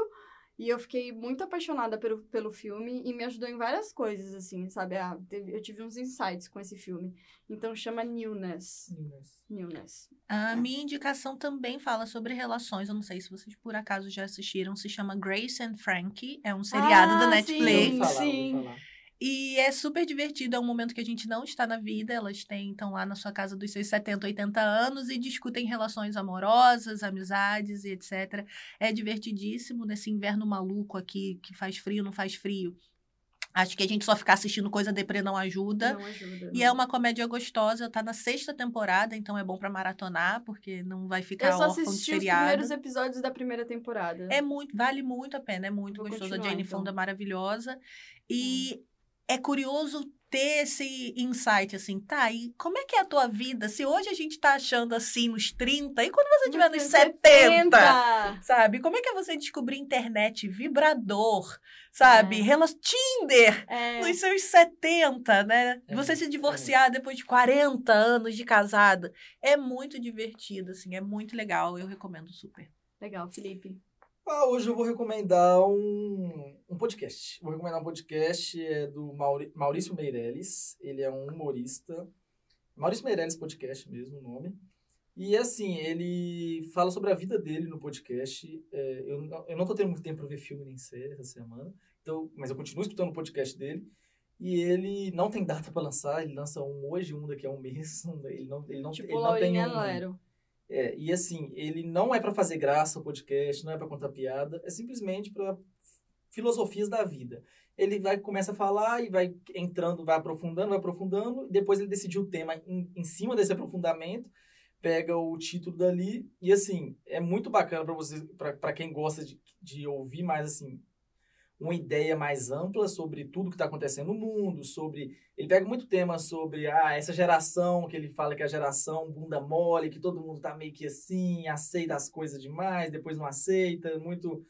Speaker 1: E eu fiquei muito apaixonada pelo, pelo filme e me ajudou em várias coisas, assim, sabe? Ah, teve- eu tive uns insights com esse filme. Então chama Newness. Newness.
Speaker 2: A minha indicação também fala sobre relações. Eu não sei se vocês por acaso já assistiram. Se chama Grace and Frankie. É um seriado da
Speaker 1: Ah, sim.
Speaker 2: Netflix.
Speaker 3: Eu ouvi falar,
Speaker 1: Sim.
Speaker 3: ouvi falar.
Speaker 2: E é super divertido, é um momento que a gente não está na vida, elas têm, estão lá na sua casa dos seus 70, 80 anos e discutem relações amorosas, amizades e etc. É divertidíssimo nesse inverno maluco aqui, que faz frio, não faz frio. Acho que a gente só ficar assistindo coisa deprê não ajuda.
Speaker 1: Não ajuda.
Speaker 2: E é uma comédia gostosa, tá na sexta temporada, então é bom pra maratonar, porque não vai ficar
Speaker 1: Eu só
Speaker 2: órfão de
Speaker 1: assisti os
Speaker 2: seriado.
Speaker 1: primeiros episódios da primeira temporada.
Speaker 2: É muito, vale muito a pena, é muito
Speaker 1: Uhum. Vou
Speaker 2: gostoso. A
Speaker 1: continuar,
Speaker 2: Jane
Speaker 1: então.
Speaker 2: Fonda é maravilhosa. E é curioso ter esse insight assim, tá? E como é que é a tua vida? Se hoje a gente tá achando assim nos 30, e quando você tiver nos 70? Sabe? Como é que é você descobrir internet, vibrador, sabe?
Speaker 1: É.
Speaker 2: Rela- Tinder
Speaker 1: É.
Speaker 2: <laughs> nos seus 70, né?
Speaker 3: É
Speaker 2: você
Speaker 3: muito,
Speaker 2: se
Speaker 3: é
Speaker 2: divorciar depois de 40 anos de casada. É muito divertido, assim, é muito legal. Eu recomendo super.
Speaker 1: Legal, Felipe.
Speaker 3: Ah, hoje eu vou recomendar um, um podcast. Vou recomendar um podcast é do Mauri- Maurício Meirelles. Ele é um humorista. Maurício Meirelles Podcast mesmo, o nome. E assim, ele fala sobre a vida dele no podcast. É, eu, não- eu não tô tendo muito tempo para ver filme nem série essa semana, então, mas eu continuo escutando o podcast dele. E ele não tem data para lançar, ele lança um hoje, um daqui a um mês. <laughs> um da- ele não, ele não,
Speaker 1: Tipo,
Speaker 3: ele não tem
Speaker 1: Laurinha
Speaker 3: um,
Speaker 1: Lero.
Speaker 3: é, e assim, ele não é pra fazer graça o podcast, não é pra contar piada, é simplesmente pra filosofias da vida. Ele vai começa a falar e vai entrando, vai aprofundando, vai aprofundando, e depois ele decidiu o tema em, em cima desse aprofundamento, pega o título dali, e assim, é muito bacana pra você, para quem gosta de, de ouvir mais assim uma ideia mais ampla sobre tudo que está acontecendo no mundo, sobre ele pega muito tema sobre ah, essa geração que ele fala que é a geração bunda mole, que todo mundo tá meio que assim, aceita as coisas demais, depois não aceita, muito.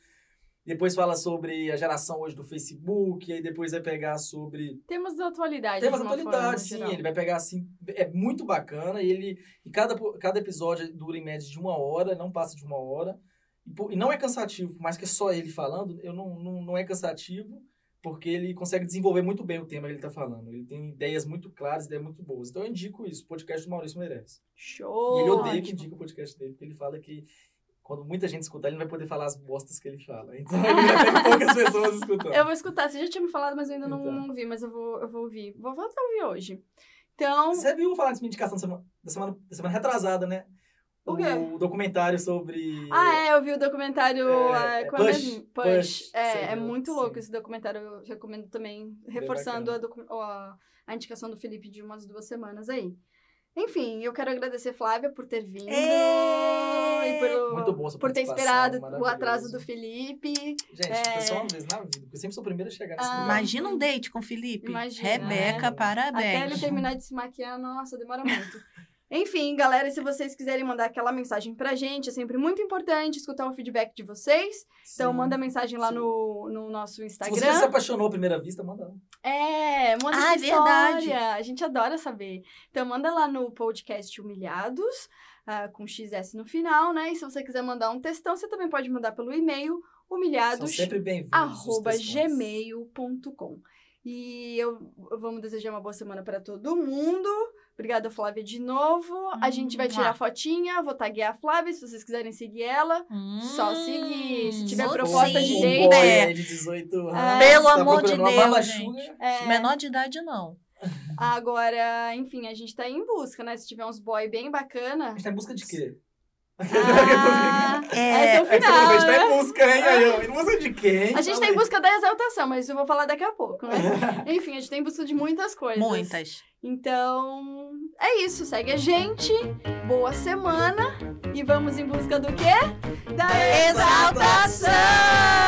Speaker 3: Depois fala sobre a geração hoje do Facebook, aí depois vai pegar sobre
Speaker 1: Temas da atualidade.
Speaker 3: Temas
Speaker 1: é de
Speaker 3: da
Speaker 1: uma
Speaker 3: atualidade,
Speaker 1: forma
Speaker 3: sim.
Speaker 1: geral.
Speaker 3: Ele vai pegar assim. É muito bacana. E ele. E cada, po- cada episódio dura em média de uma hora, não passa de uma hora. E, po- e não é cansativo, por mais que é só ele falando, eu não, não, não é cansativo, porque ele consegue desenvolver muito bem o tema que ele tá falando. Ele tem ideias muito claras, ideias muito boas. Então eu indico isso, podcast do Maurício Meirelles.
Speaker 1: Show!
Speaker 3: e ele odeia que
Speaker 1: Ótimo.
Speaker 3: indica o podcast dele, porque ele fala que. Quando muita gente escutar, ele não vai poder falar as bostas que ele fala. Então,
Speaker 1: <laughs>
Speaker 3: ele tem poucas pessoas escutando.
Speaker 1: Eu vou escutar. Você já tinha me falado, mas eu ainda não,
Speaker 3: Então.
Speaker 1: não vi, mas eu vou, eu vou ouvir. Vou voltar a ouvir hoje. Então,
Speaker 3: Você viu falar dessa minha indicação da semana, da semana, da semana retrasada, né?
Speaker 1: O quê?
Speaker 3: documentário sobre.
Speaker 1: Ah, é, eu vi o documentário
Speaker 3: É,
Speaker 1: é, com a
Speaker 3: Push,
Speaker 1: mesma-
Speaker 3: Push,
Speaker 1: Push.
Speaker 3: você
Speaker 1: É, é
Speaker 3: viu,
Speaker 1: muito louco
Speaker 3: sim.
Speaker 1: esse documentário. Eu recomendo também,
Speaker 3: Bem
Speaker 1: reforçando
Speaker 3: bacana.
Speaker 1: a, docu- ó, a, indicação do Felipe de umas duas semanas aí. Enfim, eu quero agradecer Flávia por ter vindo.
Speaker 2: Ê!
Speaker 1: E pelo,
Speaker 3: É! Muito boa essa
Speaker 1: é. por ter
Speaker 3: participação,
Speaker 1: esperado o atraso
Speaker 3: maravilhoso.
Speaker 1: do Felipe.
Speaker 3: Gente,
Speaker 1: é.
Speaker 3: foi só uma vez na vida, porque eu sempre sou o primeiro a chegar nesse
Speaker 1: Ah,
Speaker 3: lugar.
Speaker 2: Imagina um date com o Felipe.
Speaker 1: Imagina,
Speaker 2: Rebeca,
Speaker 3: é.
Speaker 1: Até ele
Speaker 2: parabéns.
Speaker 1: terminar de se maquiar, nossa, demora muito. Enfim, galera, se vocês quiserem mandar aquela mensagem pra gente, é sempre muito importante escutar o feedback de vocês. Então,
Speaker 3: Sim.
Speaker 1: manda mensagem lá
Speaker 3: sim.
Speaker 1: no, no nosso
Speaker 3: Se
Speaker 1: Instagram.
Speaker 3: você já se apaixonou à primeira vista, manda lá.
Speaker 1: É, manda
Speaker 2: Ah,
Speaker 1: ah,
Speaker 2: é verdade.
Speaker 1: história. A gente adora saber. Então manda lá no podcast Humilhados, ah, com XS no final, né? E se você quiser mandar um textão, você também pode mandar pelo e-mail
Speaker 3: São
Speaker 1: humilhados
Speaker 3: sempre bem-vindos.
Speaker 1: Ah, arroba
Speaker 3: os textões.
Speaker 1: gmail.com. E eu vamos desejar uma boa semana para todo mundo. Obrigada, Flávia, de novo. A gente vai tirar
Speaker 2: Mua.
Speaker 1: fotinha, vou taguear a Flávia, se vocês quiserem seguir ela.
Speaker 2: Hum,
Speaker 1: Só seguir. Se tiver
Speaker 2: vou
Speaker 1: proposta de
Speaker 2: Hum, sim.
Speaker 1: date-
Speaker 3: Um boy
Speaker 2: É,
Speaker 3: aí de 18 anos.
Speaker 1: Ah,
Speaker 2: Pelo
Speaker 3: tá
Speaker 2: amor de
Speaker 3: procurando uma
Speaker 2: Deus,
Speaker 3: babachuga.
Speaker 2: gente.
Speaker 1: É,
Speaker 2: Menor de idade, não.
Speaker 1: Agora, enfim, a gente tá aí em busca, né? Se tiver uns boy bem bacana.
Speaker 3: <laughs> A gente tá em busca de quê?
Speaker 1: Ah, esse é o final.
Speaker 3: Aí você falou, a gente tá
Speaker 1: né?
Speaker 3: em busca, hein? Aí eu, em busca de quem?
Speaker 1: A gente tá em busca da exaltação, mas eu vou falar daqui a pouco, né? Enfim, a gente tá em busca de muitas coisas.
Speaker 2: Muitas.
Speaker 1: Então, é isso. Segue a gente. Boa semana. E vamos em busca do quê? Da exaltação!